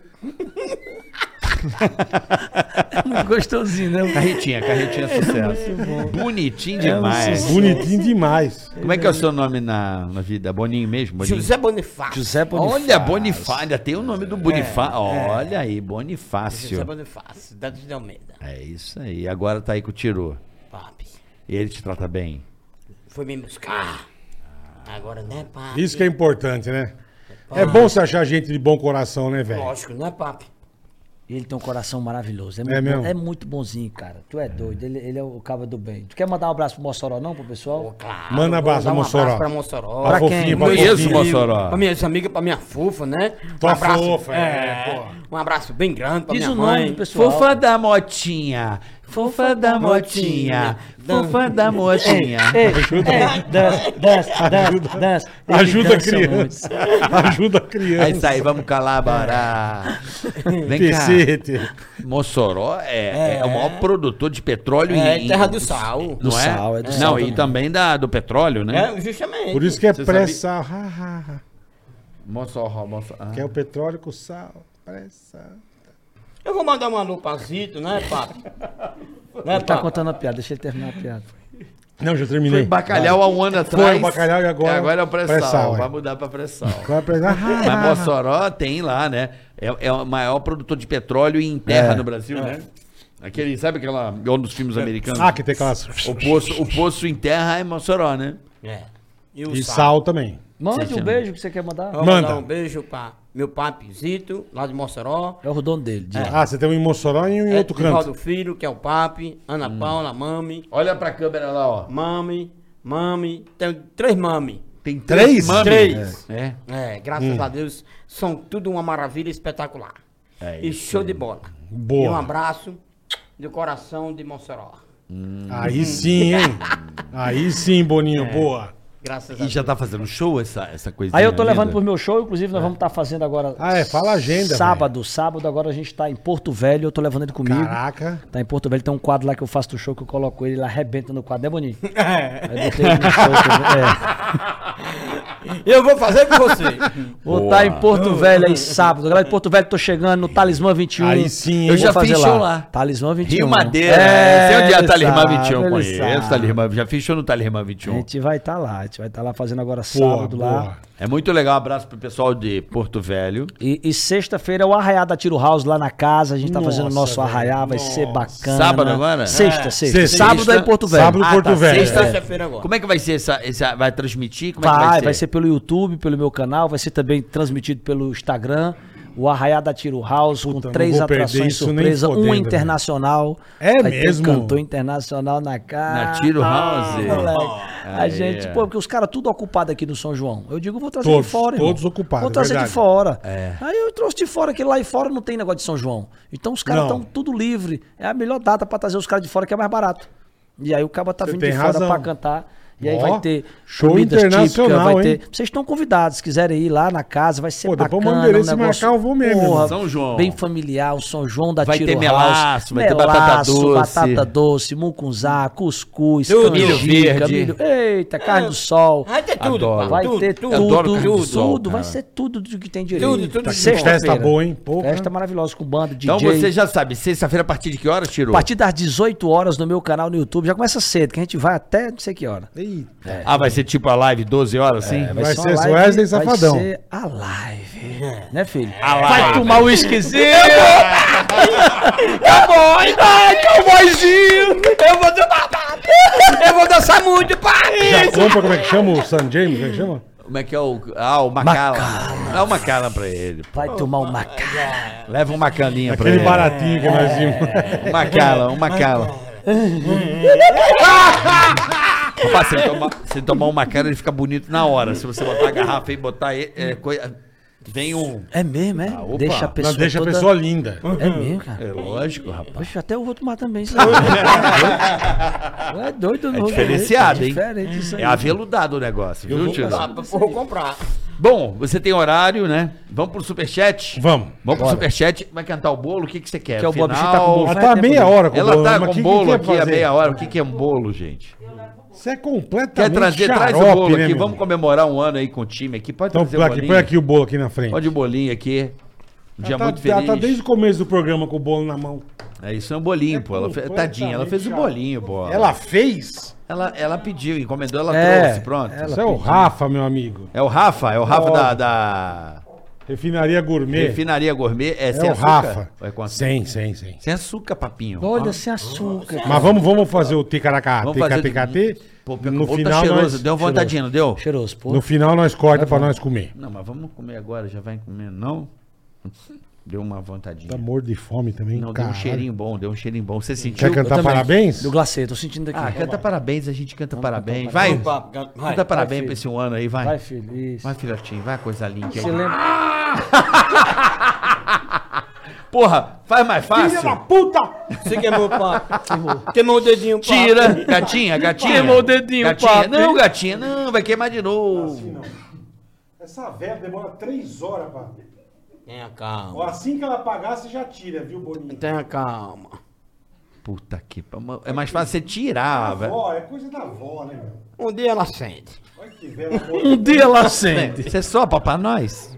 D: Muito gostosinho, né?
C: Carretinha, carretinha é um sucesso. Bonitinho demais.
B: Bonitinho demais.
C: Como é que é o seu nome na, na vida? Boninho mesmo? Boninho?
E: José Bonifácio. É,
D: José Bonifácio.
C: Olha, Bonifácio, tem o nome do Bonifácio. Olha aí,
E: José
C: Bonifácio.
E: Bonifácio, da de Almeida,
C: É isso aí. Agora tá aí com o Tiro.
E: papi.
C: Ele te trata bem.
E: Foi me buscar.
D: Ah.
E: Agora, né, papi?
B: Isso que é importante, né? É bom você achar gente de bom coração, né, velho?
E: Lógico, né, papi?
D: Ele tem um coração maravilhoso. É,
B: É
D: muito,
B: mesmo?
D: bom- é muito bonzinho, cara. Tu é doido. Ele, ele é o cabo do bem. Tu quer mandar um abraço pro Mossoró, não, pro pessoal?
E: Claro.
B: Manda
E: vou
B: abraço,
E: dar um
B: Mossoró.
E: abraço pra Mossoró.
B: Pra
D: Pra
B: fofinha,
D: quem?
B: pra
C: Conheço,
B: fofinha.
C: moço. Mossoró.
E: Pra minhas amigas, pra minha fofa, né?
B: Tua
E: abraço-
B: fofa, é,
E: Um abraço bem grande pra
D: Diz
E: minha
D: o nome
E: mãe.
D: do pessoal.
C: Fofa da motinha. Fofa da motinha. Fofa da motinha.
D: Ei, ei, dança, dança, dança, dança. Ele
B: Ajuda a
D: dança
B: criança. Ajuda a
C: É isso
B: criança.
C: aí, vamos calabarar. Vem cá.
B: Tecete.
C: Mossoró é, é, o maior produtor de petróleo
E: É,
C: em-
E: terra do sal.
C: Não
D: Do
C: é?
D: sal, é do
C: Não,
D: sal
C: e
D: também.
C: também da, do petróleo, né?
E: É, justamente.
B: Por isso que é
C: Você
B: pressa. Ha, ha, ha.
C: Mossoró, Mossoró. Ah.
B: Que é o petróleo com sal. Pressa.
E: Eu vou mandar um alô pra Zito, né, papi? né,
D: Ele tá
E: papi?
D: contando a piada, deixa ele terminar a piada.
B: Não, já terminei.
C: Bacalhau há um ano atrás.
B: o bacalhau e agora
C: É, agora é o pré-sal.
B: pré-sal, é.
C: vai mudar pra pré-sal.
B: Agora pressa. Ha,
C: Mas
B: ha, ha.
C: Mossoró tem lá, né? É, é o maior produtor de petróleo em terra
B: É.
C: no Brasil, né? Aquele, sabe aquela. Um dos filmes americanos?
B: Ah, que tem aquelas.
C: O poço, o poço em terra é Mossoró, né?
E: É. E o
B: E
E: sal.
B: sal também.
D: Mande um
C: chama.
D: beijo que você quer mandar.
E: Vou
B: Manda.
E: mandar um beijo pra meu papi Zito, lá de Mossoró.
D: É o dono dele. diz lá.
B: Ah, você tem um em Mossoró e um
E: É,
B: em outro canto.
E: Edvaldo Filho, que é o papi. Ana
D: Hum.
E: Paula, mami.
C: Olha pra câmera lá, ó.
E: Mami, mami. Tem três mami.
C: Tem
B: Três?
C: mami.
E: Três.
C: É.
E: É, graças a Deus, são tudo uma maravilha espetacular.
C: É
E: e
C: isso
E: show de bola.
B: Boa.
E: E um abraço do coração de Mossoró.
B: Aí sim, hein? Aí sim, Boninho, boa.
E: Graças a
C: E
E: Deus.
C: já tá fazendo show essa, essa coisinha?
D: Aí eu tô levando
C: linda?
D: pro meu show, inclusive nós vamos estar fazendo agora.
B: Ah, é, fala a agenda,
D: Sábado, sábado agora a gente tá em Porto Velho, eu tô levando ele comigo.
B: Caraca.
D: Tá em Porto Velho, tem um quadro lá que eu faço do show que
B: É.
D: eu é. coloco ele, ele arrebenta no quadro, né, Boninho? É. Aí botei ele no show. também,
E: Eu vou fazer com você.
D: Vou
C: Boa.
D: estar em Porto Velho aí sábado. Galera de Porto Velho, tô chegando no Talismã 21.
B: Aí sim, hein?
D: eu
C: Eu
D: já
C: já
D: fazer
C: fiz
D: lá.
C: show lá.
D: Talismã 21.
C: Rio Madeira.
D: É,
C: É, sei onde é
D: ele
C: a Talismã
D: sabe,
C: 21,
D: ele
C: conheço.
D: sabe.
C: Talismã, um. já fiz show no Talismã 21.
D: A gente vai estar lá. A gente vai estar lá fazendo agora
B: Boa,
D: sábado lá.
B: boa.
C: É muito legal. Um abraço pro pessoal de Porto Velho.
D: E, e sexta-feira é o Arraiá da Tiro House lá na casa. A gente tá fazendo o
B: Nossa,
D: nosso
B: velho.
D: Arraiá, vai ser bacana.
C: Sábado agora?
D: Sexta,
E: É.
D: sexta.
B: Sexta.
D: Sábado é em Porto
C: Ah,
D: Velho.
B: Sábado, Porto Velho.
C: Sexta,
E: Sexta-feira agora.
C: tá. Como é que vai ser essa, essa- Vai transmitir? Como é que
D: Vai, vai ser pelo YouTube, pelo meu canal, vai ser também transmitido pelo Instagram. O Arraiá da Tiro House,
B: Puta,
D: com
B: não
D: três
B: vou perder
D: atrações
B: isso nem
D: surpresa,
B: fodendo,
D: uma internacional.
B: velho. É
D: vai ter
B: mesmo?
D: cantor internacional na casa.
C: Na Tiro
D: Ah,
C: House?
D: a
C: Aí,
D: gente,
C: é.
D: pô, porque os caras tudo ocupado aqui no São João. Eu digo, vou trazer
B: Todos,
D: de fora,
B: todos ocupados,
D: Vou
B: é
D: trazer de
B: verdade.
D: fora.
C: É.
D: Aí eu trouxe de fora, que lá e fora não tem negócio de São João. Então os caras
B: Não.
D: estão tudo livre. É a melhor data pra trazer os caras de fora, que é mais barato. E aí o cara tá
B: Você
D: vindo
B: tem
D: de fora
B: razão.
D: pra cantar. E aí
B: Ó,
D: vai ter
B: show internacional,
D: vai
B: hein?
D: ter. Vocês estão convidados, se quiserem ir lá na casa, vai ser
B: Pô,
D: bacana. um
B: depois manda o endereço e marcar, eu vou mesmo, irmão.
C: São João.
D: Bem familiar, o São João da
C: Vai
D: Tiro
C: ter melaço, vai ter batata doce.
D: batata doce, mucunzá, cuscuz,
E: Tudo.
D: canjica,
C: Milho verde.
D: milho- eita, carne do sol.
E: Ah, Vai ter tudo,
C: Adoro.
E: pai.
D: Vai
E: tudo,
D: ter
E: tudo,
D: tudo,
C: Eu adoro
D: tudo,
C: carne do sol,
D: vai
C: cara.
D: ser tudo do que tem direito.
E: Tudo, tudo de
B: bom.
D: Sexta-feira.
B: Festa boa, hein? Porra.
D: Festa maravilhosa com banda, DJ.
C: Então você já sabe, sexta-feira a partir de que horas, Tiro?
D: A partir das 18 horas no meu canal no YouTube, já começa cedo, que a gente vai até não sei que hora.
B: Eita.
C: Ah, vai ser tipo a live 12 horas,
D: É,
C: assim?
B: É, vai
D: uma
B: ser Wesley
D: vai
B: Safadão.
D: ser a live. Né, filho?
C: A
D: Vai
C: live.
D: tomar o esquisito!
E: Cowboy! Ai, cowboyzinho! Eu vou dançar, eu vou dançar muito,
B: Já
E: pai!
B: compra como é que chama o San James? Como é que chama?
C: Como é que é o. Ah, o Macala. Dá uma cala pra ele.
D: Vai tomar o macaco.
C: Leva uma
D: É.
C: calinha pra
B: Aquele
C: ele. Um
B: baratinho que nós vimos.
C: Uma cala, uma cala. Rapaz, se ele tomar, se ele tomar uma cala, ele fica bonito na hora. Se você botar a garrafa e botar. e- É, coisa, vem um.
D: É mesmo, é?
C: opa.
D: deixa a pessoa.
B: Ah, Não, deixa
D: toda...
B: a pessoa linda.
D: É mesmo, cara.
C: É lógico, rapaz.
D: Poxa, até eu vou tomar também. Isso aí. é doido, não.
C: É diferenciado,
D: é
C: hein?
D: diferente isso aí.
C: É aveludado o negócio, viu, Tiro?
E: Vou comprar.
C: Bom, você tem horário, né? Vamos pro superchat?
B: Vamos.
C: Vamos pro
D: Bora.
C: superchat. Vai cantar o bolo? O que, que você quer?
D: Que é o Bob,
C: Final?
D: você tá com o
B: Ela
D: bolo.
B: tá a
D: Vai,
B: meia
D: tempo.
B: hora com né?
C: Ela tá
B: mas
C: com
B: que- que
C: bolo
B: quer
C: aqui a
B: fazer?
C: meia hora. O que, que é um bolo, gente?
B: Você é
C: Quer
B: completamente
C: trazer? traz o
B: xarope,
C: bolo
B: né,
C: aqui.
B: meu?
C: Vamos comemorar um ano aí com o time aqui. Pode
B: Então,
C: trazer o
B: põe aqui,
C: bolinho.
B: põe aqui o bolo aqui na frente.
C: Pode o bolinho aqui. Um dia
B: Ela tá-
C: muito feliz.
B: Ela tá desde o começo do programa com o bolo na mão.
C: É isso, é um bolinho, pô. Ela fe- Tadinha, ela fez o bolinho, pô.
B: Ela fez?
C: ela, ela pediu, encomendou, ela
D: É,
C: trouxe, pronto.
D: ela-
B: Isso é o Rafa, meu amigo.
C: É o Rafa, é o Rafa
B: Ó.
C: da, da
B: Refinaria Gourmet.
C: Refinaria Gourmet. É,
B: É
C: sem
B: o
C: açúcar?
B: Rafa.
C: Ou É com açúcar?
B: Sem, sem, sem.
C: Sem açúcar, papinho.
D: Olha, sem açúcar.
B: Mas vamos, vamos fazer o ticaracá,
C: Vamos fazer...
B: TKTKT.
C: Pô, pior que
B: No
C: o bolo
B: final,
C: tá cheiroso.
B: nós,
C: Deu vontadinha, não deu?
D: Cheiroso, pô.
B: no final nós corta pra nós comer.
C: Não, mas vamos comer agora. Já vai comer, não? Deu uma vontadinha.
B: Tá morto de fome também,
C: não, deu um
B: caralho.
C: cheirinho bom, deu um cheirinho bom. Você sentiu?
B: Quer cantar
D: também.
B: parabéns?
D: Do glacê, tô sentindo daqui.
C: Ah, canta parabéns, a gente canta parabéns.
D: cantar
C: Vai,
E: parabéns. Vai, vai,
C: canta
E: vai,
C: parabéns
D: filho.
C: pra esse um ano aí, vai.
D: Vai, filho. Isso.
C: Vai, filhotinho, vai, coisa linda.
D: Você lembra?
C: Porra, faz mais fácil.
B: puta!
E: Você queimou, pai. Queimou o dedinho, pai.
C: Tira, gatinha, gatinha.
D: Queimou o dedinho,
C: gatinha.
D: papi.
C: Não, gatinha, não, vai queimar de novo.
B: Essa velha demora três horas pra...
E: Tenha calma.
B: Assim que ela apagar, você já tira, viu, Boninho?
E: Tenha calma.
C: Puta que pariu. É mais fácil você tirar, velho.
B: é coisa da avó, né, meu?
E: Um dia ela sente.
B: Olha que velha
D: Um dia ela sente.
C: Você sopra pra nós?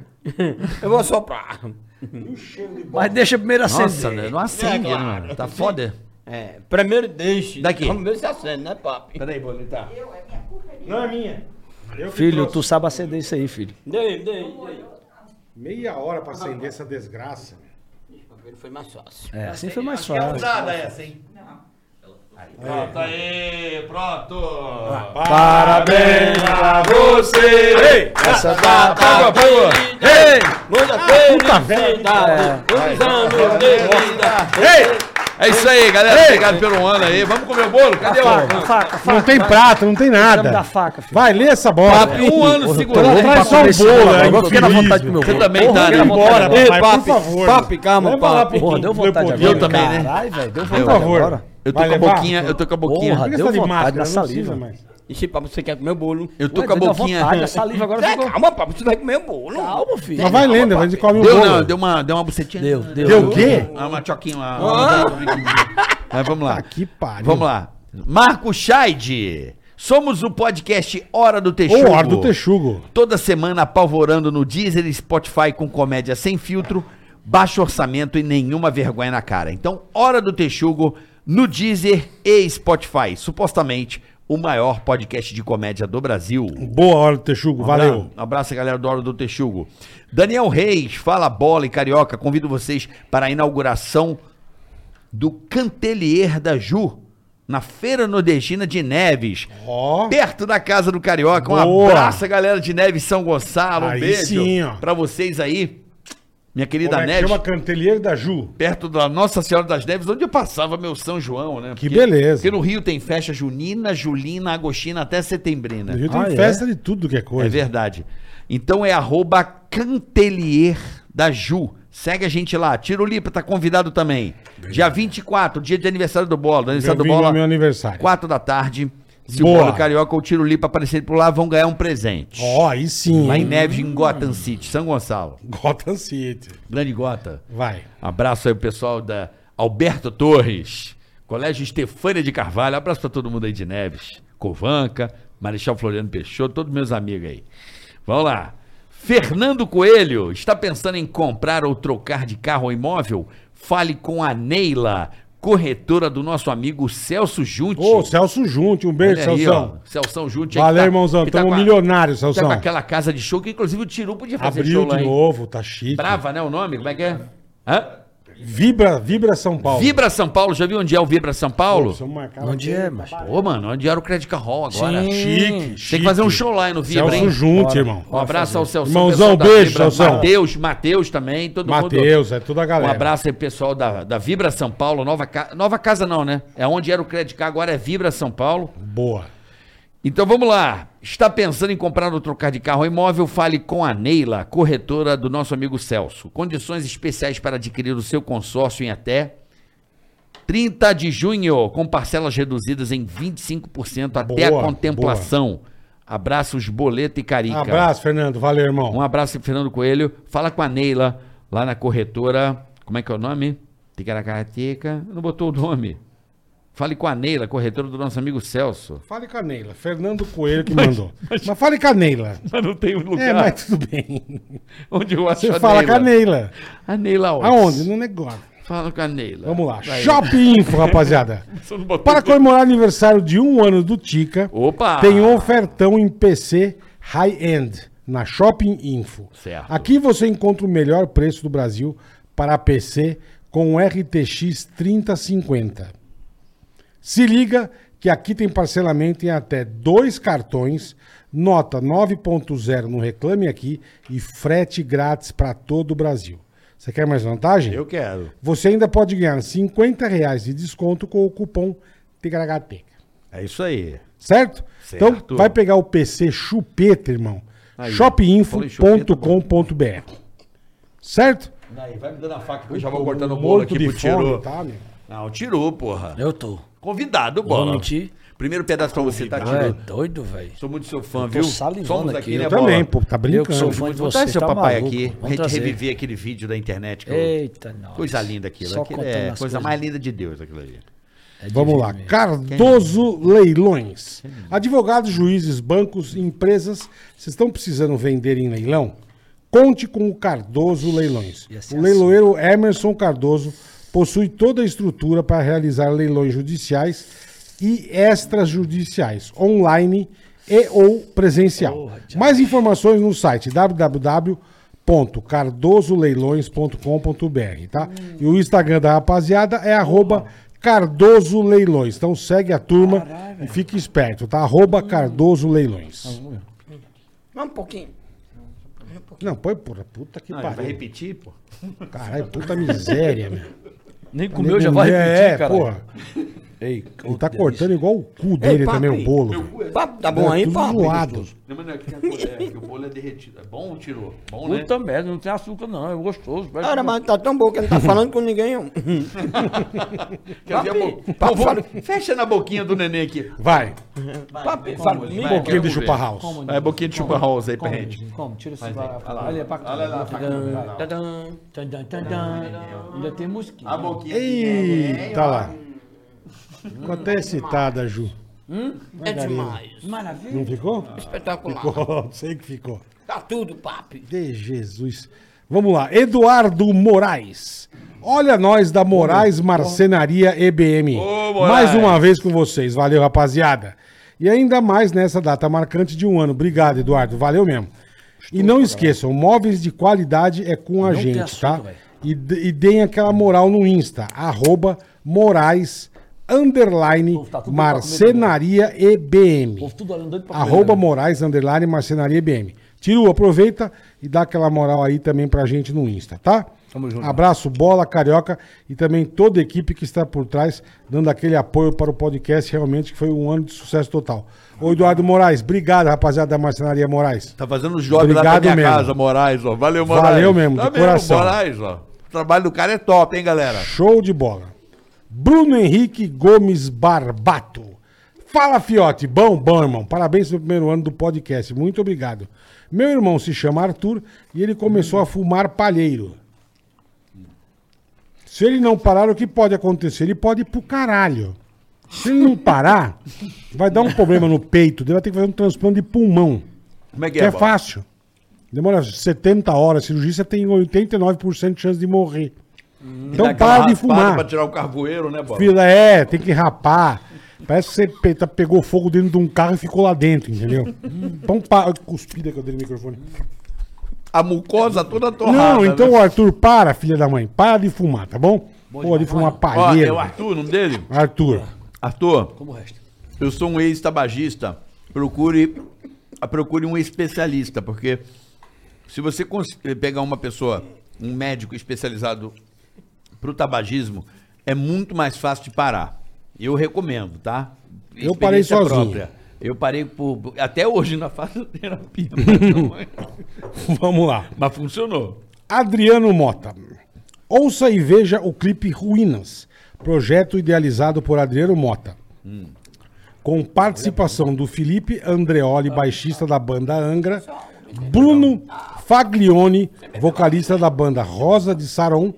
E: Eu vou soprar.
B: o cheiro de
D: Mas deixa primeiro
C: Nossa,
D: acender.
C: né? não acende,
E: É, claro.
C: mano. Tá foda.
E: É, primeiro deixe.
C: Daqui.
E: Vamos ver se acende, né, papi?
C: Peraí, Bolita.
B: Não é minha. Eu que
D: Filho, tu
B: trouxe
D: sabe acender isso aí, filho.
E: Dei, dei, dei.
B: Meia hora pra acender essa desgraça. meu.
E: Ele foi mais fácil.
D: É, assim foi mais fácil.
C: essa, hein? Pronto aí, pronto!
B: Parabéns pra você!
D: Essa
C: Pagou, pagou!
D: Ei!
E: Muita
B: puta
E: Tá,
B: velha,
E: felicidade, muitos anos de vida.
C: É isso aí, galera. Obrigado pelo ano aí. Vamos comer o bolo? Cadê o
D: Faca, faca, faca.
B: Não tem prato, não tem nada.
D: Chama da faca, filho.
B: Vai, lê essa bola.
C: Papi, um ano segurando.
B: louco pra
C: Papi,
B: só um
D: Esse
B: bolo,
D: cara,
B: é
D: agora eu fiquei na
B: infeliz,
D: vontade de comer o
B: Você
D: né? bolo.
C: também
D: Porra,
C: tá, né?
D: fiquei na vontade
B: Bora,
D: agora.
E: Ei,
B: papai,
E: papi,
B: por favor.
E: papi, calma,
B: Leva lá
E: papi.
B: pro
D: Porra, deu vontade agora.
B: Eu
D: cara.
C: também, né?
D: Caralho, velho, deu
B: Por
D: vontade
B: favor.
D: agora.
C: Eu tô
B: Vai
C: com a
B: levar? Ah,
C: boquinha, eu tô com a boquinha.
B: Por
D: Porra.
B: que
D: Deu
B: você tá de
D: vontade
B: máscara?
D: na
B: Não
D: saliva.
B: precisa mais.
E: Ixi, papo, você quer comer o bolo?
C: Eu tô
D: Ué,
C: com a
D: deu
C: boquinha.
D: vontade, a saliva agora
E: Zé,
D: ficou...
E: calma, papo, você vai comer o bolo.
D: Calma, filho.
B: Mas vai lendo, a gente come o
C: Deu,
B: bolo.
C: não, deu uma, deu uma bucetinha.
D: Deu, deu.
B: assim. Deu o quê?
C: Ah, uma choquinha lá.
E: Ah.
C: Mas vamos lá.
B: Tá que pariu.
C: Vamos lá. Marco Scheide. Somos o podcast Hora do Texugo.
B: Ou Hora do um Texugo.
C: Toda semana apavorando no Deezer e Spotify com comédia sem filtro, baixo orçamento e nenhuma vergonha na cara. Então, Hora do Texugo no Deezer e Spotify. Supostamente o maior podcast de comédia do Brasil.
B: Boa hora do Texugo, valeu.
C: Um abraço, galera do Hora do Texugo. Daniel Reis, Fala Bola e Carioca, convido vocês para a inauguração do Cantelier da Ju, na Feira Nordestina de Neves,
B: Ó.
C: perto da Casa do Carioca. Um
B: Boa.
C: abraço, galera de Neves São Gonçalo. Um
B: Aí
C: beijo
B: sim, ó.
C: pra vocês aí, minha
B: Como
C: querida
B: é que
C: Neves.
B: chama Cantelheiro da Ju.
C: Perto da Nossa Senhora das Neves, onde eu passava meu São João, né?
B: Que beleza.
C: Porque no Rio tem festa junina, julina, agostina, até setembrina.
B: No Rio tem
D: Ah, é?
B: festa de tudo que é coisa.
C: É verdade. Então é arroba Cantelier da Ju. Segue a gente lá. Tirolipa tá convidado também. Dia 24, dia de aniversário do Bola. Do aniversário do
B: vim no
C: Bola.
B: meu aniversário.
C: 4 da tarde. Se
B: Boa.
C: o Bola Carioca ou o Tirolipa aparecerem por lá, vão ganhar um presente.
B: Ó, aí sim.
C: Lá em
B: hein?
C: Neves, em Gotham City, São Gonçalo.
B: Gotham City.
C: Grande Gota.
B: Vai.
C: Abraço aí o pessoal da Alberto Torres, Colégio Estefânia de Carvalho. Abraço pra todo mundo aí de Neves, Covanca, Marechal Floriano Peixoto, todos meus amigos aí. Vamos lá. Fernando Coelho, está pensando em comprar ou trocar de carro ou imóvel? Fale com a Neila, corretora do nosso amigo Celso Junte.
B: Ô, Celso Junte, um beijo,
C: Olha aí, ó,
B: Celso.
C: Celso Junte. aí que tá-
B: Valeu, irmãozão.
C: que
B: Tamo
C: com a-
B: milionário,
C: Tá
B: Celso.
C: com aquela casa de show que inclusive o Tiru podia fazer
B: Abriu
C: show lá,
B: de
C: hein?
B: novo, tá chique.
C: Brava, né, o nome? Como é que é? Hã?
B: Vibra, vibra São Paulo.
C: Vibra São Paulo, já viu onde é o Vibra São Paulo?
B: Vamos marcar lá.
D: Onde é, mas?
C: Ô, mano, onde era o Credit Card Hall agora?
D: Sim.
B: Chique,
C: Tem
B: chique.
C: que fazer um show lá no Vibra,
B: Celso
C: hein?
B: Junte,
D: Bora.
B: irmão.
C: Um abraço ao Celso. pessoal
B: Irmãozão,
C: da
B: beijo,
C: Vibra.
B: Celson.
C: Matheus, Matheus também, todo mundo.
B: Matheus, é toda a
C: Um
B: galera.
C: abraço aí, pessoal da, da Vibra São Paulo, nova, ca- nova casa não, né? É onde era o Credit Card, agora é Vibra São Paulo.
B: Boa.
C: Então vamos lá. Está pensando em comprar ou trocar de carro ou imóvel? Fale com a Neila, corretora do nosso amigo Celso. Condições especiais para adquirir o seu consórcio em até 30 de junho, com parcelas reduzidas em 25% até
B: Boa,
C: a contemplação. Abraços, boleto e carica.
B: Abraço, Fernando. Valeu, irmão.
C: Um abraço, Fernando Coelho. Fala com a Neila, lá na corretora. Como é que é o nome? Ticaracateca. Não botou o nome. Fale com a Neila, corretora do nosso amigo Celso.
B: Fale com a Neila. Fernando Coelho que mandou. Mas, fale com a Neila.
C: Mas não
A: um
C: tem
B: É, mas tudo bem.
C: Onde eu acho
B: Você fala com a Neila.
C: A Neila Oz.
B: Aonde? No negócio.
C: Fala com a Neila.
B: Vamos lá.
C: Vai.
B: Shopping Info, rapaziada. Para comemorar o aniversário de um ano do Tica,
C: Opa!
B: tem um ofertão em PC high-end na Shopping Info.
C: Certo.
B: Aqui você encontra o melhor preço do Brasil para PC com RTX 3050. Se liga que aqui tem parcelamento em até dois cartões, nota 9.0 no Reclame Aqui e frete grátis para todo o Brasil. Você quer mais vantagem?
C: Eu quero.
B: Você ainda pode ganhar R$ 50 reais de desconto com o cupom TIGRHT.
C: É isso aí.
B: Certo?
C: Certo.
B: Então vai pegar o PC chupeta, irmão.
C: Aí,
B: shopinfo.com.br. Certo?
C: Aí, vai me dando a faca que eu já vou cortando o
B: Morto
C: bolo aqui
B: de
C: pro Tirô.
B: fome, tá, meu?
C: Não, Tirô, porra.
D: Eu tô.
C: Convidado,
D: Vou
C: bola.
D: mentir.
C: Primeiro pedaço pra você, tá,
D: É
C: Tirô?
D: doido, velho.
C: Sou muito seu fã,
D: tô
C: viu? né,
D: salivando aqui.
B: Eu
D: É
B: também, pô, tá
D: Eu que sou
B: brincando.
D: fã de
C: Botar
D: vocês,
C: seu
D: tá
C: papai
D: maluco.
C: aqui,
D: Vamos
C: a gente
D: trazer.
C: reviver aquele vídeo da internet. Que eu-
D: Eita, nossa.
C: Coisa linda aquilo.
D: Só
C: aquilo
D: contando
C: é
D: as
C: coisa
D: coisas.
C: mais linda de Deus aquilo ali.
D: É
B: Vamos lá. Cardoso Leilões. Advogados, juízes, bancos, empresas, vocês estão precisando vender em leilão? Conte com o Cardoso Leilões.
D: Ia ser
B: O leiloeiro Emerson Cardoso possui toda a estrutura para realizar leilões judiciais e extrajudiciais, online e ou presencial. Mais informações no site www.cardosoleilões.com.br, tá? E o Instagram da rapaziada é arroba Cardoso Leilões. Então segue a turma e fique esperto, tá? Arroba
D: Hum.
B: Cardoso
D: Tá
B: Leilões.
E: Vamos um pouquinho.
B: Não, põe porra, puta que
C: Não, ele
D: é.
C: vai
B: pariu.
C: repetir, pô.
B: Caralho, puta miséria, meu.
D: Nem comeu, já vai
B: É,
D: repetir, cara.
B: porra.
D: Ei,
B: Ele tá cortando igual o cu dele
E: papi,
B: também, o bolo. velho. É
E: Papo, tá bom aí,
B: tudo
E: papo?
B: zoado.
C: Não, mas não é que, tem a colher, é que o bolo é derretido. É bom, Tirô? Bom, né?
D: Puta merda, não tem açúcar não, é gostoso. vai
E: Cara, mas tá tão bom que não tá falando com ninguém. ó.
C: Quer ver a bo- Pô, vou- Fecha na boquinha do neném aqui.
B: Vai,
E: Papo,
B: um
E: família.
B: pouquinho de
C: chupar
B: chupa house.
C: É boquinha de chupa house aí pra gente.
D: Como? Tira esse barato.
C: lá.
D: Olha pra cá.
C: Olha lá, pra cá. Ah,
D: Tadã, tadã, tadã. Ainda tem mosquinha. assim?
B: tá
C: boquinha.
B: Eita lá. Ficou até excitada, Ju.
E: É demais.
D: Maravilha.
B: Não ficou?
E: Espetacular.
B: Ficou, sei que ficou.
E: Tá tudo, papi.
B: De Jesus. Vamos lá, Eduardo Moraes. Olha nós da Moraes
D: Hum,
B: Marcenaria EBM.
A: Ô, Moraes.
B: mais uma vez com vocês. Valeu, rapaziada. E ainda mais nessa data marcante de um ano. Obrigado, Eduardo. Valeu mesmo. E não esqueçam, móveis de qualidade é com a
D: né? tem
B: gente,
D: assunto,
B: tá?
D: velho.
B: E, d- e deem aquela moral no Insta, arroba Moraes, underline,
D: Povo, tá tudo pra comer
B: Marcenaria EBM.
D: Povo, tá tudo olhando doido pra comer,
B: Arroba Moraes, underline, marcenaria BM. Tiro, aproveita e dá aquela moral aí também pra gente no Insta, tá?
C: Tamo junto.
B: Abraço, bola, carioca e também toda a equipe que está por trás, dando aquele apoio para o podcast, realmente, que foi um ano de sucesso total. Ô, Eduardo Moraes, obrigado, rapaziada da Marcenaria Moraes.
C: Tá fazendo os jobs lá
B: Obrigado
C: pra minha
B: mesmo.
C: casa, Moraes, ó. Valeu, Moraes.
B: Valeu mesmo,
C: tá
B: de coração.
C: Moraes, ó. O trabalho do cara é top, hein, galera?
B: Show de bola. Bruno Henrique Gomes Barbato. Fala, Fiote. Bom, bom, irmão. Parabéns pelo primeiro ano do podcast. Muito obrigado. Meu irmão se chama Arthur e ele começou a fumar palheiro. Se ele não parar, o que pode acontecer? Ele pode ir pro caralho. Se ele não parar, vai dar um problema no peito. Ele vai ter que fazer um transplante de pulmão.
C: Como é que
B: Que
C: é,
B: é
C: Bola?
B: fácil. Demora 70 horas. Cirurgia, você tem 89% de chance de morrer.
C: Hum. Dá
B: Então
C: aquela
B: para de
C: raspada
B: fumar.
C: Pra tirar o carvoeiro, né, Bola?
B: Fila, é, tem que rapar. Parece que você pe- tá- pegou fogo dentro de um carro e ficou lá dentro, entendeu?
C: Hum.
B: Então, pa... cuspida que eu dei no microfone.
C: A mucosa toda torrada.
B: Não, então,
C: né?
B: Arthur, para, filha da mãe. Para de fumar, tá bom? Pô, de fumar
C: ó, é o
B: palheiro.
C: Arthur, o nome dele?
B: Arthur,
C: Ah. Arthur,
D: Como o resto.
C: eu sou um ex-tabagista. Procure, a- procure um especialista, porque se você cons- eh, pegar uma pessoa, um médico especializado pro tabagismo, é muito mais fácil de parar. Eu recomendo, tá?
B: Eu parei
C: Experiência
B: sozinho.
C: Eu parei por, por- até hoje na fase de terapia. mas não-
B: vamos lá.
A: Mas funcionou.
B: Adriano Mota. Ouça e veja o clipe Ruínas, projeto idealizado por Adriano Mota. Com participação do Felipe Andreoli, baixista da banda Angra, Bruno Faglione, vocalista da banda Rosa de Saron,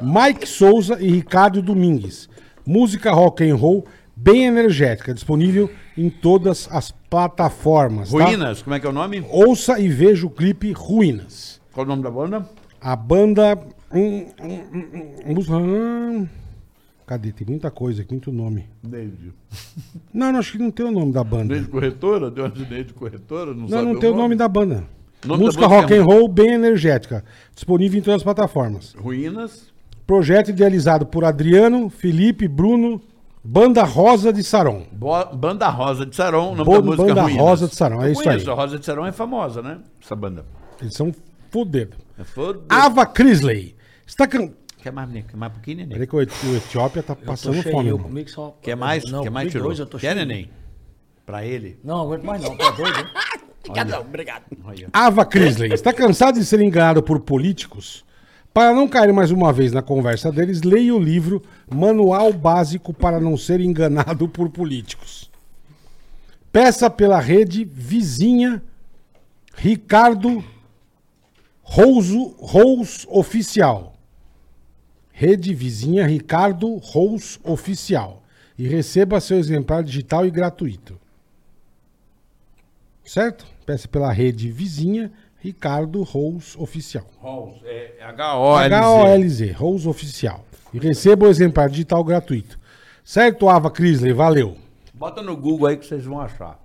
B: Mike Souza e Ricardo Domingues. Música rock and roll bem energética, disponível em todas as plataformas. tá?
C: Ruínas, como é que é o nome?
B: Ouça e veja o clipe Ruínas.
C: Qual o nome da banda?
B: A banda. hum, hum, hum, hum, música- hum. Cadê? Tem muita coisa aqui, muito nome.
C: Neide.
B: Não, não, acho que não tem o nome da banda.
C: Neide Corretora? Deu uma de Neide Corretora? Não,
B: Não,
C: sabe
B: não tem o nome da banda.
C: Nome da
B: música
C: música
B: rock
C: é-
B: and roll bem energética. Disponível em todas as plataformas.
C: Ruínas.
B: Projeto idealizado por Adriano, Felipe, Bruno, Banda Rosa de Saron.
C: Bo- Banda Rosa de Sarão, o nome
B: Bo-
C: da música
B: Banda
C: é Ruínas.
B: Rosa de Sarão, é
C: Eu
B: isso aí.
C: conheço, A Rosa de Sarão é famosa, né? Essa banda.
B: Eles são fodidos.
C: É foda.
B: Ava Crisley. Está can...
C: Quer mais, né? Quer mais um pouquinho, neném?
B: Peraí que o Eti- o Etiópia tá
D: Tô
B: passando
D: cheio,
B: fome.
D: eu
B: irmão.
D: comigo só...
C: Quer mais?
D: Não,
C: Quer mais,
D: comi
C: tirou?
D: dois, eu tô
C: Quer,
D: cheio.
C: neném? Pra ele?
D: Não, aguento mais não, tá doido, hein?
E: Obrigado, não, obrigado.
B: Ava Crisley está cansado de ser enganado por políticos? Para não cair mais uma vez na conversa deles, leia o livro Manual Básico para não ser enganado por políticos. Peça pela rede vizinha Ricardo Rouso Rous Oficial. Rede vizinha Ricardo Rous Oficial. E receba seu exemplar digital e gratuito. Certo? Peça pela rede vizinha Ricardo Rous Oficial.
C: Rolls, é H-O-L-Z.
B: H-O-L-Z, Rous Oficial. E receba o exemplar digital gratuito. Certo, Ava Crisley? Valeu.
C: Bota no Google aí que vocês vão achar.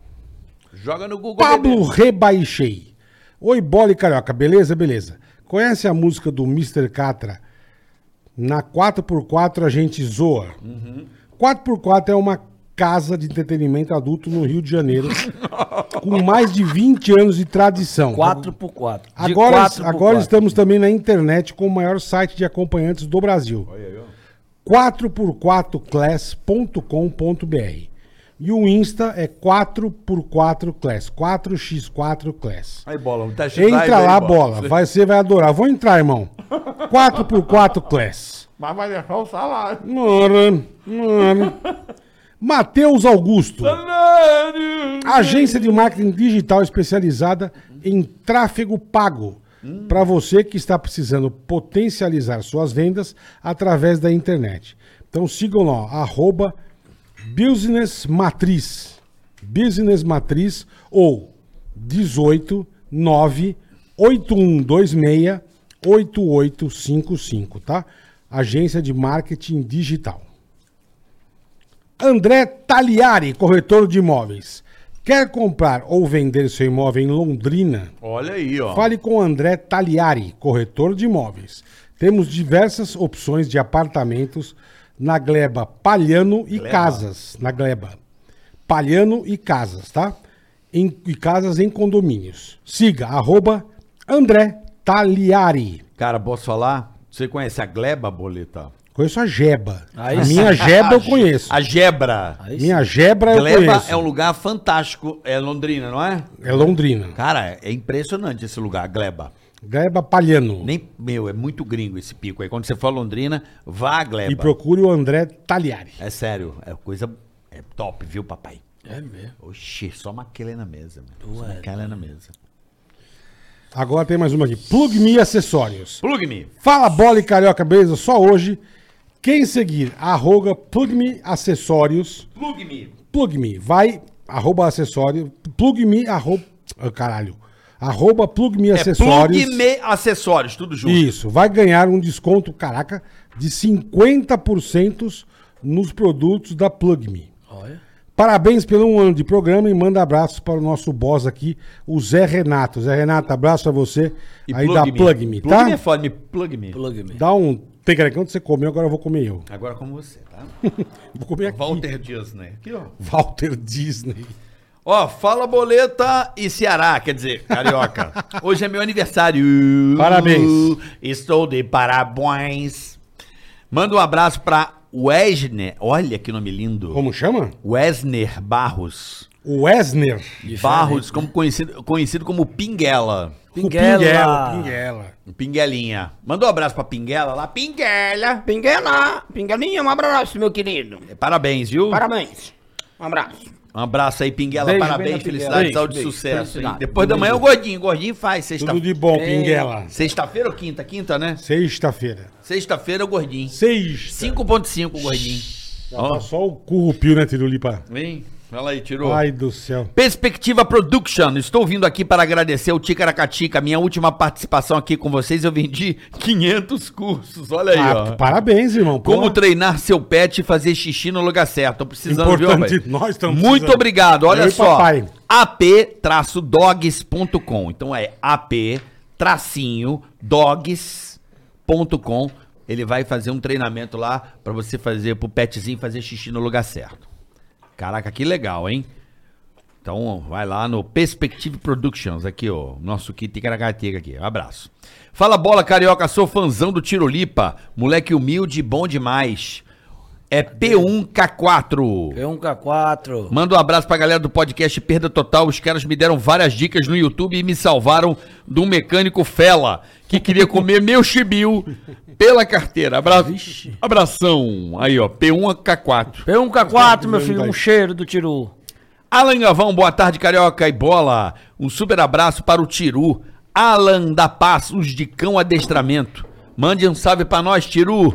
C: Joga no Google.
B: Pablo
C: bebê.
B: Rebaixei. Oi, bola e carioca, beleza? Beleza. Conhece a música do Mr. Catra? Na 4x4 a gente zoa. 4x4 é uma casa de entretenimento adulto no Rio de Janeiro com mais de 20 anos de tradição.
D: 4x4.
B: Agora, agora estamos também na internet com o maior site de acompanhantes do Brasil. 4x4class.com.br E o Insta é 4x4class, 4x4class.
C: Aí, bola. Tá
B: Entra lá, bola. Vai, você vai adorar. Vou entrar, irmão. 4x4class.
A: Mas vai deixar o salário.
B: Mano, mano. Matheus Augusto. Agência de marketing digital especializada em tráfego pago. Para você que está precisando potencializar suas vendas através da internet. Então sigam lá, ó, arroba Business Matriz. Business Matriz ou 18 9 8126 8855, tá? Agência de Marketing Digital. André Taliari, corretor de imóveis. Quer comprar ou vender seu imóvel em Londrina?
C: Olha aí, ó.
B: Fale com André Taliari, corretor de imóveis. Temos diversas opções de apartamentos na Gleba Palhano e Casas. Na Gleba. Palhano e Casas, tá? Em- e Casas em condomínios. Siga, arroba André Taliari.
C: Cara, posso falar? Você conhece a Gleba, Boleta?
B: Conheço a Jeba.
D: Aí
B: a
D: sim.
B: minha Jeba eu
C: Ge-
B: conheço.
C: A Gebra.
D: Aí sim.
B: Minha Jebra eu
C: Gleba
B: conheço.
C: é um lugar fantástico. É Londrina, não é?
B: É Londrina.
C: Cara, é impressionante esse lugar, Gleba.
B: Gleba Palhano.
C: Nem, meu, é muito gringo esse pico aí. Quando você for a Londrina, vá a Gleba.
B: E procure o André Taliari.
C: É sério, é coisa é top, viu, papai?
D: É mesmo. é
C: Oxi, só maquele na mesa, mano. Só
D: Ué.
C: maquele na mesa.
B: Agora tem mais uma aqui. Plug Me Acessórios.
C: Plug-me.
B: Fala bola e carioca, beleza? Só hoje. Quem seguir, arroga plugme acessórios,
C: Plug-me.
B: plugme, vai, arroba acessório, plugme, arroba, ah, caralho, arroba plugme
C: É
B: acessórios.
C: plug-me acessórios, tudo junto.
B: Isso, vai ganhar um desconto, caraca, de 50% nos produtos da plugme.
D: Olha.
B: Parabéns pelo um ano de programa e manda abraços para o nosso boss aqui, o Zé Renato. Zé Renato, abraço a você
C: E
B: aí
C: plug-me.
B: da Plugme, tá?
C: Plug-me é foda, me plug-me.
D: Plug me.
B: Dá um tecarecão que você comeu, agora eu vou comer eu.
C: Agora como você, tá?
B: Vou comer aqui.
C: Walter Dias, né? Aqui, ó.
B: Walter Disney.
C: Ó, fala boleta e Ceará, quer dizer, carioca. Hoje é meu aniversário.
B: Parabéns.
C: Estou de parabéns. Manda um abraço pra Wesner. Olha que nome lindo.
B: Como chama?
C: Wesner Barros.
B: O Wesner.
C: Barros,
D: né?
C: como conhecido, conhecido como Pinguela.
B: O Pinguela.
D: Pinguela.
B: Pinguela.
C: Pinguelinha. Mandou um abraço pra Pinguela lá. Pinguela.
E: Pinguela, Pinguelinha, um abraço, meu querido.
C: Parabéns, viu?
E: Parabéns. Um abraço.
C: Um abraço aí, Pinguela.
D: Beijo, bem
C: Parabéns,
D: na
C: felicidade,
D: Pinguela.
C: saúde e
D: Beijo,
C: sucesso. hein?
D: felicidade.
C: Depois da manhã o gordinho. O gordinho faz sexta...
B: Tudo de bom, Pinguela.
C: Sexta-feira ou quinta? Quinta, né?
B: Sexta-feira.
C: Sexta-feira o gordinho.
B: Sexta.
C: 5.5 o gordinho. Ó,
B: Tá só o currupio, né, Tirulipa?
C: vem. Fala aí, tirou.
B: Ai do céu.
C: Perspectiva Production, estou vindo aqui para agradecer o Ticaracatica, minha última participação aqui com vocês, eu vendi 500 cursos, olha aí,
B: Ah,
C: ó.
B: parabéns, irmão. Pô,
C: Como treinar seu pet e fazer xixi no lugar certo. Tô precisando,
B: Importante,
C: viu, rapaz?
B: nós estamos
C: Muito
B: precisando.
C: obrigado. Olha
B: Eu e
C: só.
B: papai.
C: ap-dogs.com. Então é ap-dogs.com. Ele vai fazer um treinamento lá pra você fazer pro petzinho fazer xixi no lugar certo. Caraca, que legal, hein? Então, vai lá no Perspective Productions, aqui, ó. Nosso kit caracatega aqui. Abraço. Fala bola, carioca. Sou fãzão do Tirolipa. Moleque humilde e bom demais. É P1K4.
D: P1K4.
C: Manda um abraço pra galera do podcast Perda Total. Os caras me deram várias dicas no YouTube e me salvaram de um mecânico fela que queria comer meu chibiu pela carteira. Abra... Abração. Aí, ó. P1K4.
D: P1K4, meu filho, um cheiro do Tiru.
C: Alan Gavão, boa tarde, Carioca e Bola. Um super abraço para o Tiru. Alan da Paz, os de cão adestramento. Mande um salve para nós, Tiru.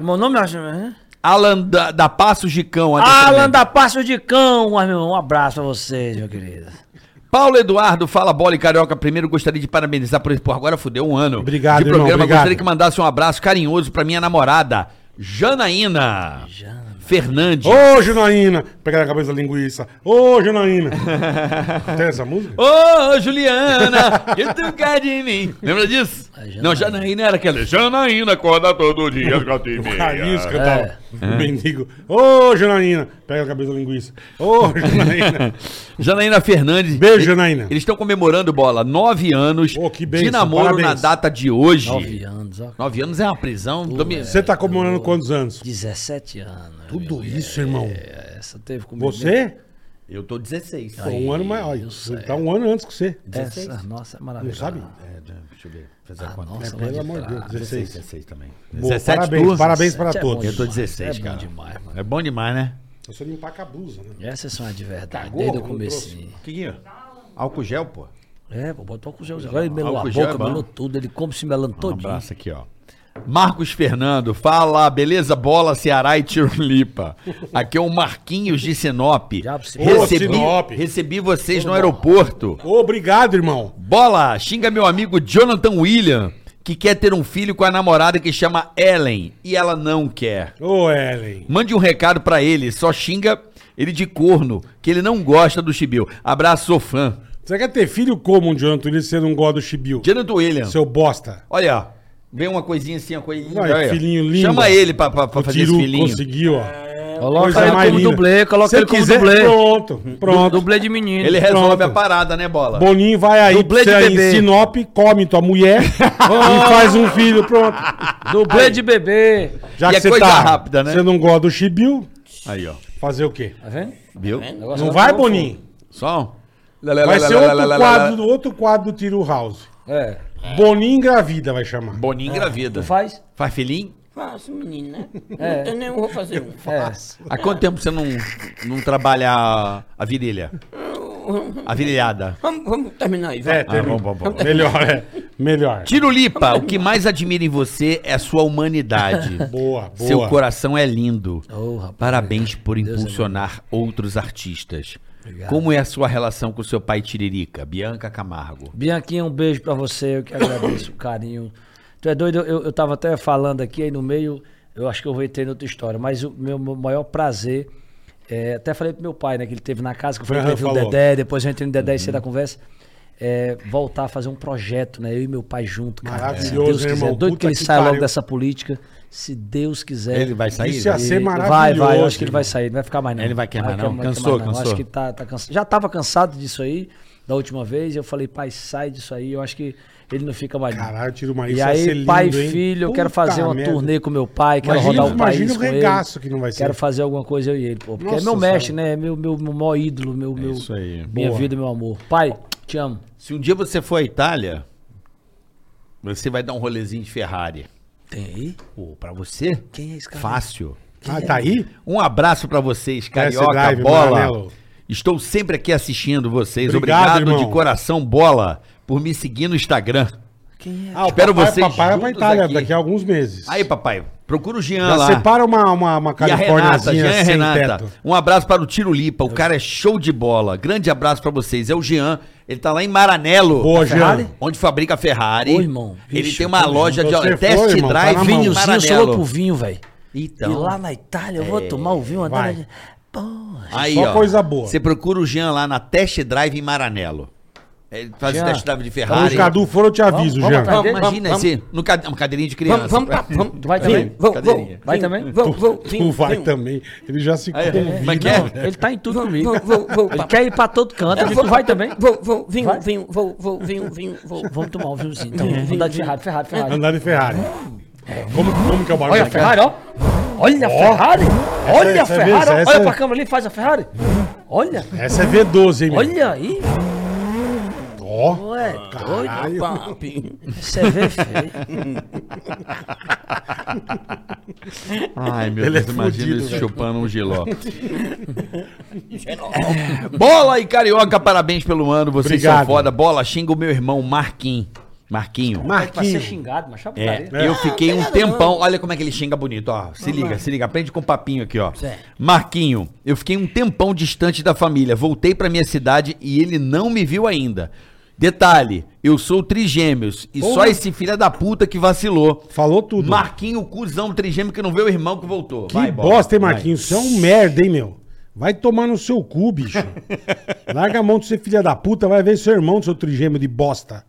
D: O meu nome é.
C: Alan da, da Paz, os de cão
D: Alan da Passo de Cão, mas, meu irmão, um abraço pra vocês, meu querido.
C: Paulo Eduardo, fala bola e carioca. Primeiro gostaria de parabenizar por Pô, agora fudeu um ano. de
B: Obrigado, irmão,
C: programa.
B: obrigado.
C: Gostaria que mandasse um abraço carinhoso para minha namorada, Janaína, Fernandes.
B: Ô, Janaína. Pegar a cabeça da linguiça. Ô, Janaína. Tem essa música?
C: Ô, Juliana, que tu quer de mim? Lembra disso?
D: Janaína.
C: Não, Janaína era aquela. Janaína acorda todo dia, quatro e meia.
B: Carinhos que eu
C: É.
B: tava. O Bendigo. Ô, Janaína. Pega a cabeça da linguiça. Ô, Janaína.
C: Janaína Fernandes.
B: Beijo, Janaína.
C: Eles estão comemorando, bola, nove anos
B: Ô, que
C: de
B: bênção,
C: namoro
B: parabéns.
C: na data de hoje.
D: Nove
C: Nove,
D: anos, ó.
C: anos é uma prisão. domi-
B: Você tá comemorando quantos anos?
D: 17 anos.
B: Tudo isso, irmão.
D: É, Essa teve comigo.
B: Você?
C: Eu tô 16.
B: Pô, um ano mais. olha, Tá um ano antes que você.
D: Essa, nossa, é maravilhosa.
B: Sabe?
C: É, deixa eu ver. Fazer a
D: Ah,
C: conta.
D: nossa,
B: Pelo
D: lá
B: amor de Deus,
D: trás.
B: 16.
C: 16 também.
B: Boa,
C: 17
B: parabéns,
C: tu?
B: parabéns para
D: 17 é
B: todos.
D: bom
C: Eu tô
D: demais.
C: 16,
D: É
C: cara.
D: bom demais, mano.
C: É bom demais, né?
B: Eu só limpar com a blusa, né?
D: Essas são as de verdade,
B: Cagou,
D: desde o
B: não
D: comecinho.
C: Que que é? Álcool gel, pô.
D: É, pô, botou com o gelzinho. Agora ele melou a
C: Álcool gel é
D: boca,
C: bom.
D: melou tudo, ele come se melando
C: Um
D: todinho.
C: abraço aqui, ó. Marcos Fernando, fala, beleza? Bola, Ceará e Tirolipa. Aqui é o Marquinhos de Sinop.
D: Diabo, Sinop.
C: Recebi,
B: Ô, Sinop.
C: recebi vocês no aeroporto.
B: Obrigado, irmão.
C: Bola, xinga meu amigo Jonathan William, que quer ter um filho com a namorada que chama Ellen e ela não quer.
B: Ô, Ellen.
C: Mande um recado pra ele, só xinga ele de corno, que ele não gosta do Chibiu. Abraço, sou fã.
B: Você quer ter filho como um Jonathan Willis se você não gosta do Chibiu?
C: Jonathan William.
B: Seu bosta.
C: Olha, ó. Vem uma coisinha assim, uma coisinha.
B: Vai,
C: olha.
B: filhinho lindo.
C: Chama ele pra, pra- pra
B: O
C: fazer esse
B: Tiru
C: filhinho.
B: conseguiu, ó.
D: É, Coloca ele como dublê, coloca
B: Se
D: ele como
B: quiser,
D: dublê.
B: Pronto, pronto.
D: Dublê de menino.
C: Ele é resolve a
B: Pronto.
C: parada, né, bola?
B: Boninho vai aí
D: Dublê
B: pra
D: de
B: você aí
D: bebê.
B: em Sinop, come tua mulher e faz um filho, pronto.
D: Dublê de bebê.
B: Já
C: E é
B: que você
C: coisa
B: tá,
C: rápida, né?
B: você não gosta do Chibiu,
C: Aí, ó.
B: fazer o quê?
D: Tá vendo?
C: Viu?
D: Negócio
B: Não
D: lá
B: vai,
D: pegou
B: Boninho?
C: Só um.
B: Vai ser outro quadro, outro quadro do Tiro House.
D: fogo. É.
B: Boninho engravida vai chamar.
C: Boninho engravida.
D: Faz?
C: Faz filhinho?
E: Faço, menino, né?
D: É.
E: Não tem nem, eu vou fazer um.
D: É.
C: Há quanto tempo você não, não trabalha a, a virilha? A virilhada.
E: Vamos, vamos terminar aí, vai.
C: Ah,
B: É, tem...
C: vamos, vamos, vamos.
B: Melhor, é. Melhor.
C: Tirolipa, o que mais admiro em você é sua humanidade.
B: Boa, boa.
C: Seu coração é lindo.
D: Ô, rapaz, é
C: Parabéns por impulsionar outros artistas. Como é a sua relação com seu pai Tiririca, Bianca Camargo?
D: Bianquinha, um beijo pra você. Eu que agradeço o carinho. Tu é doido? Eu, eu tava até falando aqui, aí no meio, eu acho que eu vou entrar em outra história. Mas o meu, meu maior prazer. é, até falei pro meu pai, né? Que ele teve na casa, que eu falei que
B: Aham,
D: teve o
B: falou.
D: Dedé, depois eu entrei no Dedé e saí da conversa. é, voltar a fazer um projeto, né? Eu e meu pai junto, cara.
B: Maravilhoso,
D: Se Deus quiser.
B: irmão.
D: Doido
B: Puta
D: que ele
B: que
D: saia logo
B: pariu.
D: dessa política. Se Deus quiser.
C: Ele vai sair?
B: Isso ia
C: né?
B: ser
D: E-
B: maravilhoso.
D: Vai, vai, eu acho que ele vai sair, não vai ficar mais não.
C: Ele vai queimar,
D: queimar,
C: não?
D: vai
C: Cansou,
D: queimar,
C: cansou.
D: Acho que tá, tá cansado. Já tava cansado disso aí, da última vez, eu falei, pai, sai disso aí, eu acho que ele não fica mais não.
B: Caralho, tipo, tira uma
D: E aí, pai e filho, eu quero fazer uma turnê com meu pai, quero
B: Imagina-
D: rodar o país
B: imagina o
D: com ele.
B: regaço que não vai ser.
D: Quero fazer alguma coisa eu e ele, pô. Porque é
B: Nossa
D: meu mestre,
B: Senhora.
D: né? É meu, meu, meu maior ídolo, meu, meu,
C: isso aí.
D: minha
B: Boa.
D: vida, meu amor. Pai, te amo.
C: Se um dia você for à Itália, você vai dar um rolezinho de Ferrari.
D: Tem aí?
C: Pô, pra você?
D: Quem é esse cara?
C: Fácil.
B: Ah, tá aí?
C: Um abraço pra vocês, Carioca,
B: drive,
C: Bola.
B: Maranello.
C: Estou sempre aqui assistindo vocês.
B: Obrigado,
C: Obrigado,
B: irmão.
C: de coração, Bola, por me seguir no Instagram.
D: Quem é?
B: Ah, o
C: Espero
B: papai,
C: vocês
B: papai vai pra
C: juntos
B: Itália
C: aqui.
B: daqui a alguns meses.
C: Aí, papai, procura o Jean
B: Já
C: lá.
B: separa uma, uma, uma
C: E a Renata,
B: californiazinha
C: Jean e
B: sem
C: Renata.
B: teto.
C: Um abraço para o Tiro Lipa. O cara é show de bola. Grande abraço pra vocês. É o Jean. Ele tá lá em Maranello.
B: Boa,
D: Ferrari?
B: Jean.
C: Onde fabrica a Ferrari.
D: Ô, irmão,
C: Ele
D: bicho,
C: tem uma
D: tamo
C: loja de
B: junto. Você
C: test
B: foi, irmão? Tá
C: drive
B: na mão.
C: em
D: Vinhozinho, eu sou louco pro
C: Maranello.
D: vinho, velho.
C: Então.
D: E lá na Itália, eu vou tomar o vinho, andar
B: vai.
D: na- Porra.
C: Aí,
B: Só
C: ó,
B: coisa boa.
C: Você procura o Jean lá na Test Drive em Maranello. Ele faz
D: Jean,
C: o test drive de
B: Quando
C: Ferrari.
B: o Cadu for, eu te aviso,
D: vamos
B: Jean.
D: atrás.
E: Vamos,
C: Imagina
E: vamos,
C: esse. No cade... Uma cadeirinha de criança.
E: Vamos, vamos, pra- vamos.
D: Tu vai
E: Vem,
D: também?
E: Vou,
C: Cadeirinha.
E: vou,
D: Vai
E: vem,
D: também?
E: Vou, vou,
B: Tu vai
E: vem.
B: também. Ele já se
C: Aí,
B: convida.
C: Mas que é?
D: Ele tá em tudo
E: Vou,
D: comigo.
E: vou, vou, vou,
D: Ele
E: papai.
D: quer ir pra todo canto, ele
E: vou,
D: É, vai também.
E: Vou, vou, vinho,
D: Vai?
E: vinho, vou, vou, vinho, vinho, vou.
D: Vamos tomar um vinhozinho, então. Vamos andar de Ferrari, Ferrari, Ferrari.
B: Andar de Ferrari. Como, como que é o barulho?
D: Olha a
B: da
D: Ferrari, ó. Olha a Ferrari.
B: é-
D: Olha a
B: essa é
D: Ferrari.
B: mesmo,
D: ó.
B: essa
D: Olha
B: é-
D: pra câmera ali, faz a Ferrari. Olha,
B: cara? Essa é V12, hein, meu?
D: olha aí.
B: Ó,
D: Ué, doido.
B: caralho.
E: Papi.
D: Você vê feio.
C: Ai, meu
B: Ele é
C: Deus, imagina
B: fudido,
C: esse
B: velho.
C: chupando um giló. É, Bola e Carioca, parabéns pelo ano. Vocês
B: Obrigado.
C: são foda. Bola, xinga o meu irmão Marquinho. Marquinho.
D: Pra ser
B: Marquinhos.
D: xingado, mas chapa
C: É,
D: é.
C: eu fiquei um tempão. Olha como é que ele xinga bonito, ó. Se liga, se liga. Aprende com o papinho aqui, ó. Marquinho, eu fiquei um tempão distante da família. Voltei pra minha cidade e ele não me viu ainda. Detalhe, eu sou trigêmeos e só
B: Porra.
C: esse filho da puta que vacilou.
B: Falou tudo.
C: Marquinho, cuzão trigêmeo que não vê o irmão que voltou.
B: Que bosta, hein, Marquinhos? Você é um merda, hein, meu? Vai tomar no seu cu, bicho. Larga a mão de ser filha da puta, vai ver seu irmão, seu trigêmeo de bosta.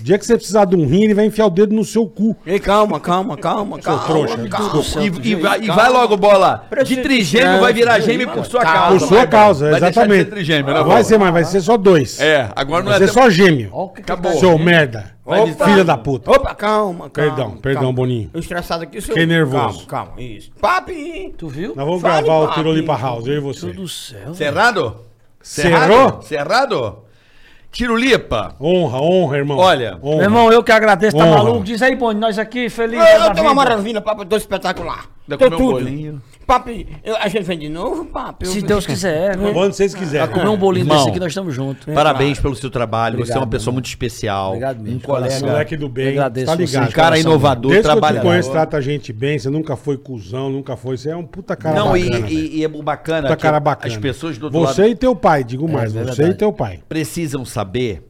B: O dia que você precisar de um rim, ele vai enfiar o dedo no seu cu.
E: Ei, calma, calma, calma, calma.
B: trouxa,
E: calma.
D: desculpa.
C: E, e vai, e vai logo, bola. De trigêmeo vai virar gêmeo por sua causa.
B: Por sua
C: vai,
B: causa,
C: vai deixar de
B: exatamente.
C: ser trigêmeo, né,
B: vai
C: Bola?
B: ser, mas vai ser só dois.
C: É, agora não
B: Vai
C: é
B: ser
C: tempo-
B: só gêmeo.
D: Ó, o que que
C: Acabou.
B: Seu merda.
C: Vai
B: Ô,
C: dizer-
B: filha da puta.
E: Opa, calma, calma.
B: Perdão, perdão,
E: calma.
B: Boninho.
E: Eu estressado aqui, seu.
B: Fiquei nervoso.
E: Calma, calma, isso. Papi.
D: Tu viu?
B: Nós vamos
E: Fale,
B: gravar o
E: papi.
B: Tirolipa House, eu e você.
D: Meu Deus do céu.
C: é
D: velho.
C: Cerrado? é
B: Cerrou?
C: Cerrado? Tirulipa.
B: Honra, honra, irmão.
C: Olha,
B: honra.
D: Meu irmão, eu que agradeço, tá
B: Honra.
D: maluco? Diz aí, Boni, nós aqui, felizes.
E: Eu
D: da
E: tenho uma
D: vida.
E: maravilha, papo, tô espetacular.
C: Ainda
E: Tô
C: comeu um
E: tudo.
C: bolinho.
E: Papi, eu- a gente vem de novo, papi?
D: Se
E: Eu-
D: Deus quiser, né?
B: Quando vocês quiserem.
D: Comer um bolinho desse
C: Irmão.
D: aqui, nós estamos juntos.
C: Parabéns pelo seu trabalho. você é uma
D: Obrigado,
C: pessoa
D: irmão.
C: muito especial.
D: Obrigado mesmo.
C: Um colega.
B: Moleque do bem.
D: Agradeço
B: tá
D: você.
B: ligado.
C: Um cara inovador,
B: Desde que eu te
C: trabalhador.
B: conheço, trata a gente bem. Você nunca foi cuzão, nunca foi. Você é um puta cara
C: Não, e-
B: bacana. velho.
C: e, e é bacana.
B: Puta
C: que
B: cara bacana.
C: As pessoas do outro
B: Você
C: lado É,
B: e teu pai, digo mais.
D: verdade.
B: você e teu pai.
C: precisam saber.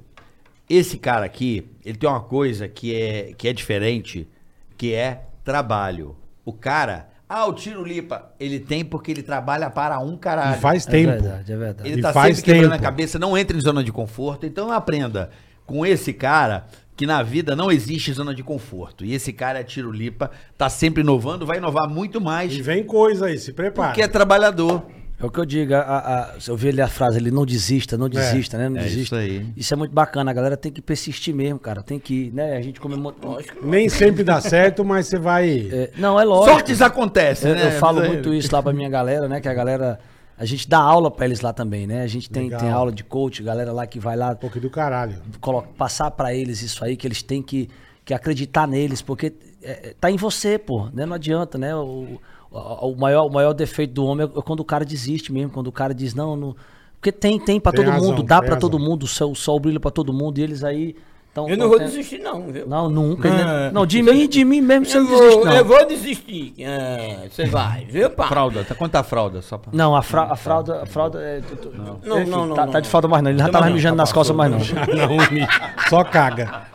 C: Esse cara aqui, ele tem uma coisa que é, que é diferente, que é trabalho. O cara, ah, o tiro lipa, ele tem porque ele trabalha para um
B: E
C: caralho.
B: faz
D: É
B: tempo.
D: verdade, é verdade.
C: Ele
B: E
C: tá
B: faz
C: sempre quebrando a
B: tempo.
C: cabeça, não entra em zona de conforto. Então aprenda com esse cara que na vida não existe zona de conforto. E esse cara é tiro-lipa, tá sempre inovando, vai inovar muito mais
B: E vem coisa aí, se prepara.
C: porque é trabalhador.
D: É o que eu digo, a, a- a- eu vi ali a frase ali, não desista, não desista, né? Não
C: é
D: desista.
C: isso aí.
D: é muito bacana, a galera tem que persistir mesmo, cara. Tem que, né? A gente comemora.
B: Nem sempre dá certo, mas você vai. Um
D: É, não, é lógico.
C: Sortes acontecem,
D: Eu,
C: né?
D: eu falo muito isso lá pra minha galera, né? Que a galera. A gente dá aula pra eles lá também, né? A gente tem,
B: Legal.
D: tem aula de coach, galera lá que vai lá
B: Pô, que do caralho.
D: colo- passar pra eles isso aí, que eles têm que, que acreditar neles, porque é, é, tá em você, pô. Né? Não adianta, né? O, o, o maior, o maior defeito do homem é quando o cara desiste mesmo, quando o cara diz, não, não. Porque tem, tem pra
B: Tem
D: todo
B: razão,
D: mundo, dá
B: tem
D: pra todo
B: razão.
D: mundo, o sol, o sol brilha pra todo mundo, e eles aí. Tão,
E: Eu não vou
D: tão-
E: desistir, não, viu?
D: Não, nunca. né?
E: É.
D: Não, de mim, de mim mesmo você
E: eu,
D: não
E: vou,
D: desiste, não.
E: eu vou desistir. É, Você vai, viu, papi?
C: Fralda, tá quanto a fralda só pra...
D: Não, a, fra- a fralda. A fralda é- tu- tu-
E: Não,
D: Enfim,
E: não, não,
D: tá,
E: não,
D: tá de
E: não.
D: fralda mais não. Ele já tá mais mijando nas costas mais não.
B: Não,
C: um
B: me- só caga.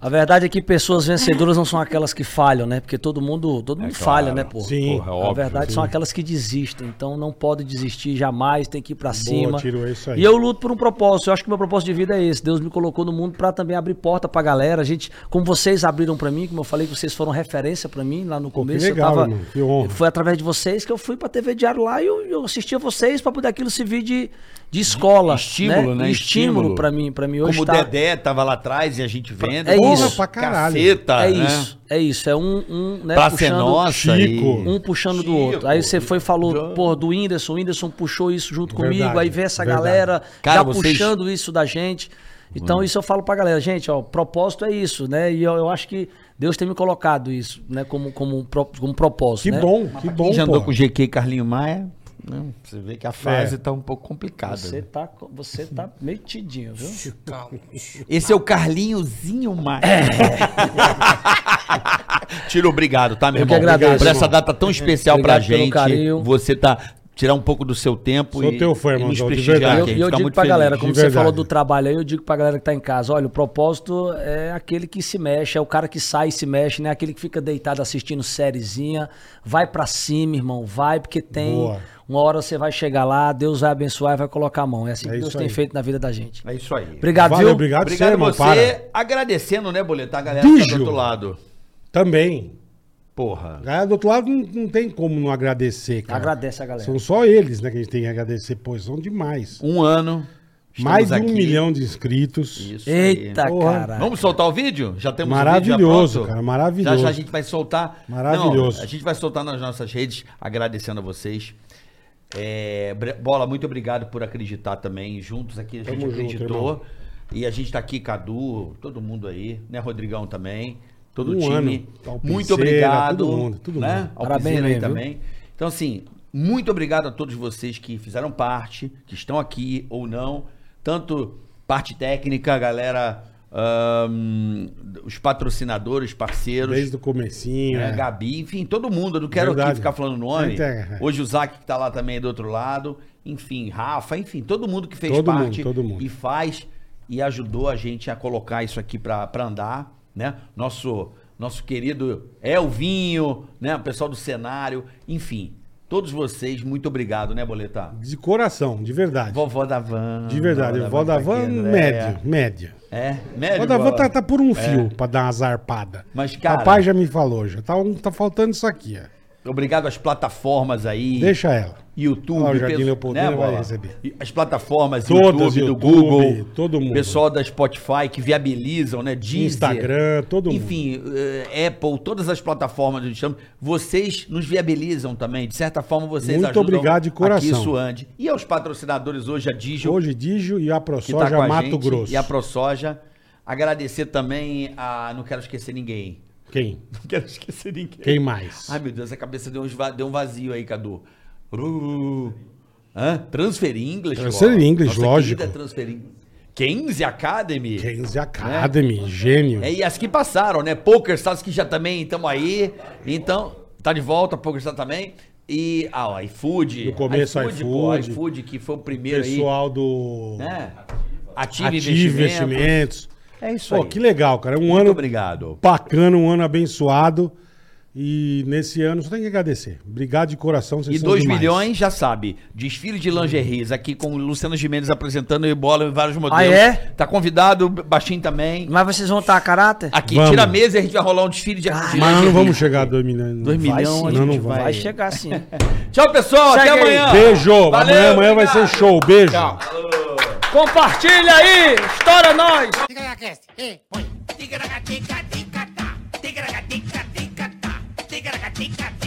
D: A verdade é que pessoas vencedoras não são aquelas que falham, né? Porque todo mundo, todo mundo falha, né, pô?
B: É Sim. é
C: Porra,
D: A
C: óbvio,
D: verdade
B: sim.
D: são aquelas que desistem, então não pode desistir jamais, tem que ir pra cima.
B: tiro, é isso aí.
D: E eu luto por um propósito, eu acho que meu propósito de vida é esse. Deus me colocou no mundo pra também abrir porta pra galera. A gente, como vocês abriram pra mim, como eu falei que vocês foram referência pra mim lá no começo,
B: legal,
D: eu tava
B: irmão, que honra.
D: foi através de vocês que eu fui pra TV Diário lá e eu, eu assistia vocês pra poder aquilo servir de, de escola,
C: estímulo, né?
D: E
C: Estímulo.
D: Estímulo pra mim, para mim hoje
C: Como o
D: tá-
C: Dedé tava lá atrás e a gente vendo.
D: É
C: Porra,
D: isso.
B: pra caralho.
C: Caceta,
D: é
C: né?
D: isso, é isso, é um, um né,
C: Pra ser nossa.
B: Chico.
D: um puxando do outro. Aí você foi e falou, pô, do Whindersson, o Whindersson puxou isso junto
B: Verdade,
D: comigo, aí vê essa
B: verdade.
D: galera
C: Cara,
D: já
C: vocês- Hum.
D: puxando isso da gente. Então isso eu falo pra galera, gente, ó, propósito é isso, né? E eu, eu acho que Deus tem me colocado isso, né, como, como, um, pro- como propósito,
B: Que
D: né?
B: bom, que bom.
C: Quem já andou
B: pô.
C: com o GQ e Carlinho Maia, né? você vê que a fase tá um pouco complicada.
D: É. Você
C: né?
D: tá, co- você tá metidinho, viu?
E: Calma.
C: Esse é o Carlinhozinho Maia.
D: É.
C: Tiro obrigado, tá, meu
D: Eu que
C: irmão?
D: agradeço,
C: Por essa
D: irmão.
C: data tão especial pra
D: Obrigado pelo
C: gente.
D: carinho.
C: Você tá tirar um pouco do seu tempo
B: Sou
C: e,
B: teu fã,
C: e
B: irmãozão, de
C: prestigiar
B: verdade.
D: Eu,
C: aqui.
D: eu
C: Fica
D: digo
C: muito
D: pra
C: feliz.
D: galera, como
B: de
D: você
B: verdade.
D: falou do trabalho aí, eu digo pra galera que tá em casa, olha, o propósito é aquele que se mexe, é o cara que sai e se mexe, né? Aquele que fica deitado assistindo sériezinha, vai pra cima, irmão, vai, porque tem
B: Boa.
D: uma hora você vai chegar lá, Deus vai abençoar e vai colocar a mão. É assim
B: É
D: que Deus
B: isso
D: tem
B: aí.
D: feito na vida da gente.
C: É isso aí.
D: Obrigado,
B: Valeu,
D: viu?
B: obrigado, você,
C: Obrigado
B: irmão.
C: você.
B: Para.
C: Agradecendo, né, Boletar? A galera que tá
B: Bicho.
C: do outro lado.
B: Também.
C: Porra.
B: A galera do outro lado não, não tem como não agradecer, cara.
D: Agradece a galera.
B: São só eles, né, que a gente tem que agradecer, pois são demais.
C: Um ano.
B: Mais de um
C: estamos aqui.
B: milhão de inscritos.
C: Isso aí.
D: Eita,
B: Porra.
D: caralho.
C: Vamos soltar o vídeo? Já temos
B: Maravilhoso,
C: o vídeo já pronto?
B: cara, maravilhoso.
C: Já já a gente vai soltar.
B: Maravilhoso.
C: Não, a gente vai soltar nas nossas redes, agradecendo a vocês. É, Bre- Bola, muito obrigado por acreditar também. Juntos aqui a gente
B: Tamo junto,
C: acreditou.
B: irmão.
C: e a gente tá aqui, Cadu, todo mundo aí, né, Rodrigão também, todo
B: Um
C: o time.
B: ano. Alpiceira,
C: muito obrigado.
B: todo mundo, todo
C: né?
B: mundo.
C: Alpiceira
D: Parabéns
C: aí
D: mesmo, viu?
C: também. Então, assim, muito obrigado a todos vocês que fizeram parte, que estão aqui ou não. Tanto parte técnica, galera, ahn, os patrocinadores, parceiros,
B: Desde o comecinho.
C: né,
B: é.
C: Gabi, enfim, todo mundo. Eu não quero
B: Verdade. é.
C: aqui ficar falando nome.
B: Entendi.
C: Hoje o Zac que tá lá também é do outro lado. Enfim, Rafa, enfim, todo mundo que fez
B: Todo
C: parte
B: mundo, todo mundo.
C: e faz e ajudou a gente a colocar isso aqui pra pra andar, né? Nosso nosso querido Elvinho, né? O pessoal do cenário, enfim. Todos vocês, muito obrigado, né, Boletar?
B: De coração, de verdade.
C: Vovó da Van.
B: De verdade.
C: Vovó da Van
B: Vodavan,
C: tá aqui,
B: média, média.
C: É, médio.
B: Vodavan
C: Bola.
B: tá, tá por um fio pra dar uma zarpada.
C: É. Mas, cara-
B: Papai já me falou, já tá, um- tá faltando isso aqui, ó.
C: Obrigado às plataformas aí.
B: Deixa ela.
C: YouTube,
B: Ah, o Jardim
C: pe-
B: Leopoldina vai
C: Bola?
B: receber.
C: E As plataformas
B: Todas,
C: YouTube, do
B: YouTube,
C: Google,
B: todo mundo.
C: pessoal da Spotify que viabilizam, né? Deezer,
B: Instagram, todo mundo.
C: Enfim, eh, Apple, todas as plataformas que chama, vocês nos viabilizam também. De certa forma, vocês
B: Muito obrigado de
C: a que
B: coração.
C: isso ande. E aos patrocinadores hoje, a Digio,
B: Hoje Digio e
C: que está
B: a ProSoja
C: com a
B: Mato
C: gente,
B: Grosso.
C: e a ProSoja. Agradecer também a... Não quero esquecer ninguém.
B: Quem?
C: Não quero esquecer ninguém.
B: Quem mais?
C: Ai, meu Deus, a cabeça deu um, esva- deu um vazio aí, Cadu. Ru- Hã? Transfer English?
B: Transfer
C: Bola.
B: English,
C: Nossa é
B: lógico.
C: querida Transfer English. Keynes Academy.
B: Kenzie Academy, gênio.
C: É, e as que passaram, né? PokerStars que já também estamos aí. Então, tá de volta, PokerStars também. E ah, o iFood.
B: No começo,
C: pô,
B: iFood.
C: iFood, que foi o primeiro
B: Pessoal do
C: aí. Né?
B: Ative
C: Ative,
B: Investimentos.
C: Investimentos. É isso
B: Pô,
C: aí.
B: que legal, cara. Um
C: Muito
B: ano
C: obrigado.
B: bacana, um ano abençoado. E nesse ano só tem que agradecer. Obrigado de coração, vocês
C: E
B: são
C: 2
B: demais.
C: milhões, já sabe. Desfile de lingeries aqui com o Luciano Gimenez apresentando e bola em vários modelos.
B: Ah,
D: é?
C: Tá convidado, baixinho também.
D: Mas vocês vão estar a caráter?
C: Aqui,
B: Vamos. Ah,
C: tira a mesa e a gente vai rolar um desfile de, de
D: Mas
B: Mas nós não
C: lingerie.
B: vamos chegar a 2 milhões.
D: 2
B: Vai
D: milhões,
B: sim,
D: a
B: Não, não
D: gente
B: vamos.
D: vai. chegar sim.
C: Tchau, pessoal.
D: Segue
C: até
D: aí.
C: amanhã.
B: Beijo.
C: Valeu,
B: amanhã, amanhã vai ser um
C: obrigado.
B: show. Beijo.
D: Compartilha aí! Estoura nós!
F: Tica-taca-tica, tica-tá. Tica-taca-tica, tica-tá. Tica-taca-tica,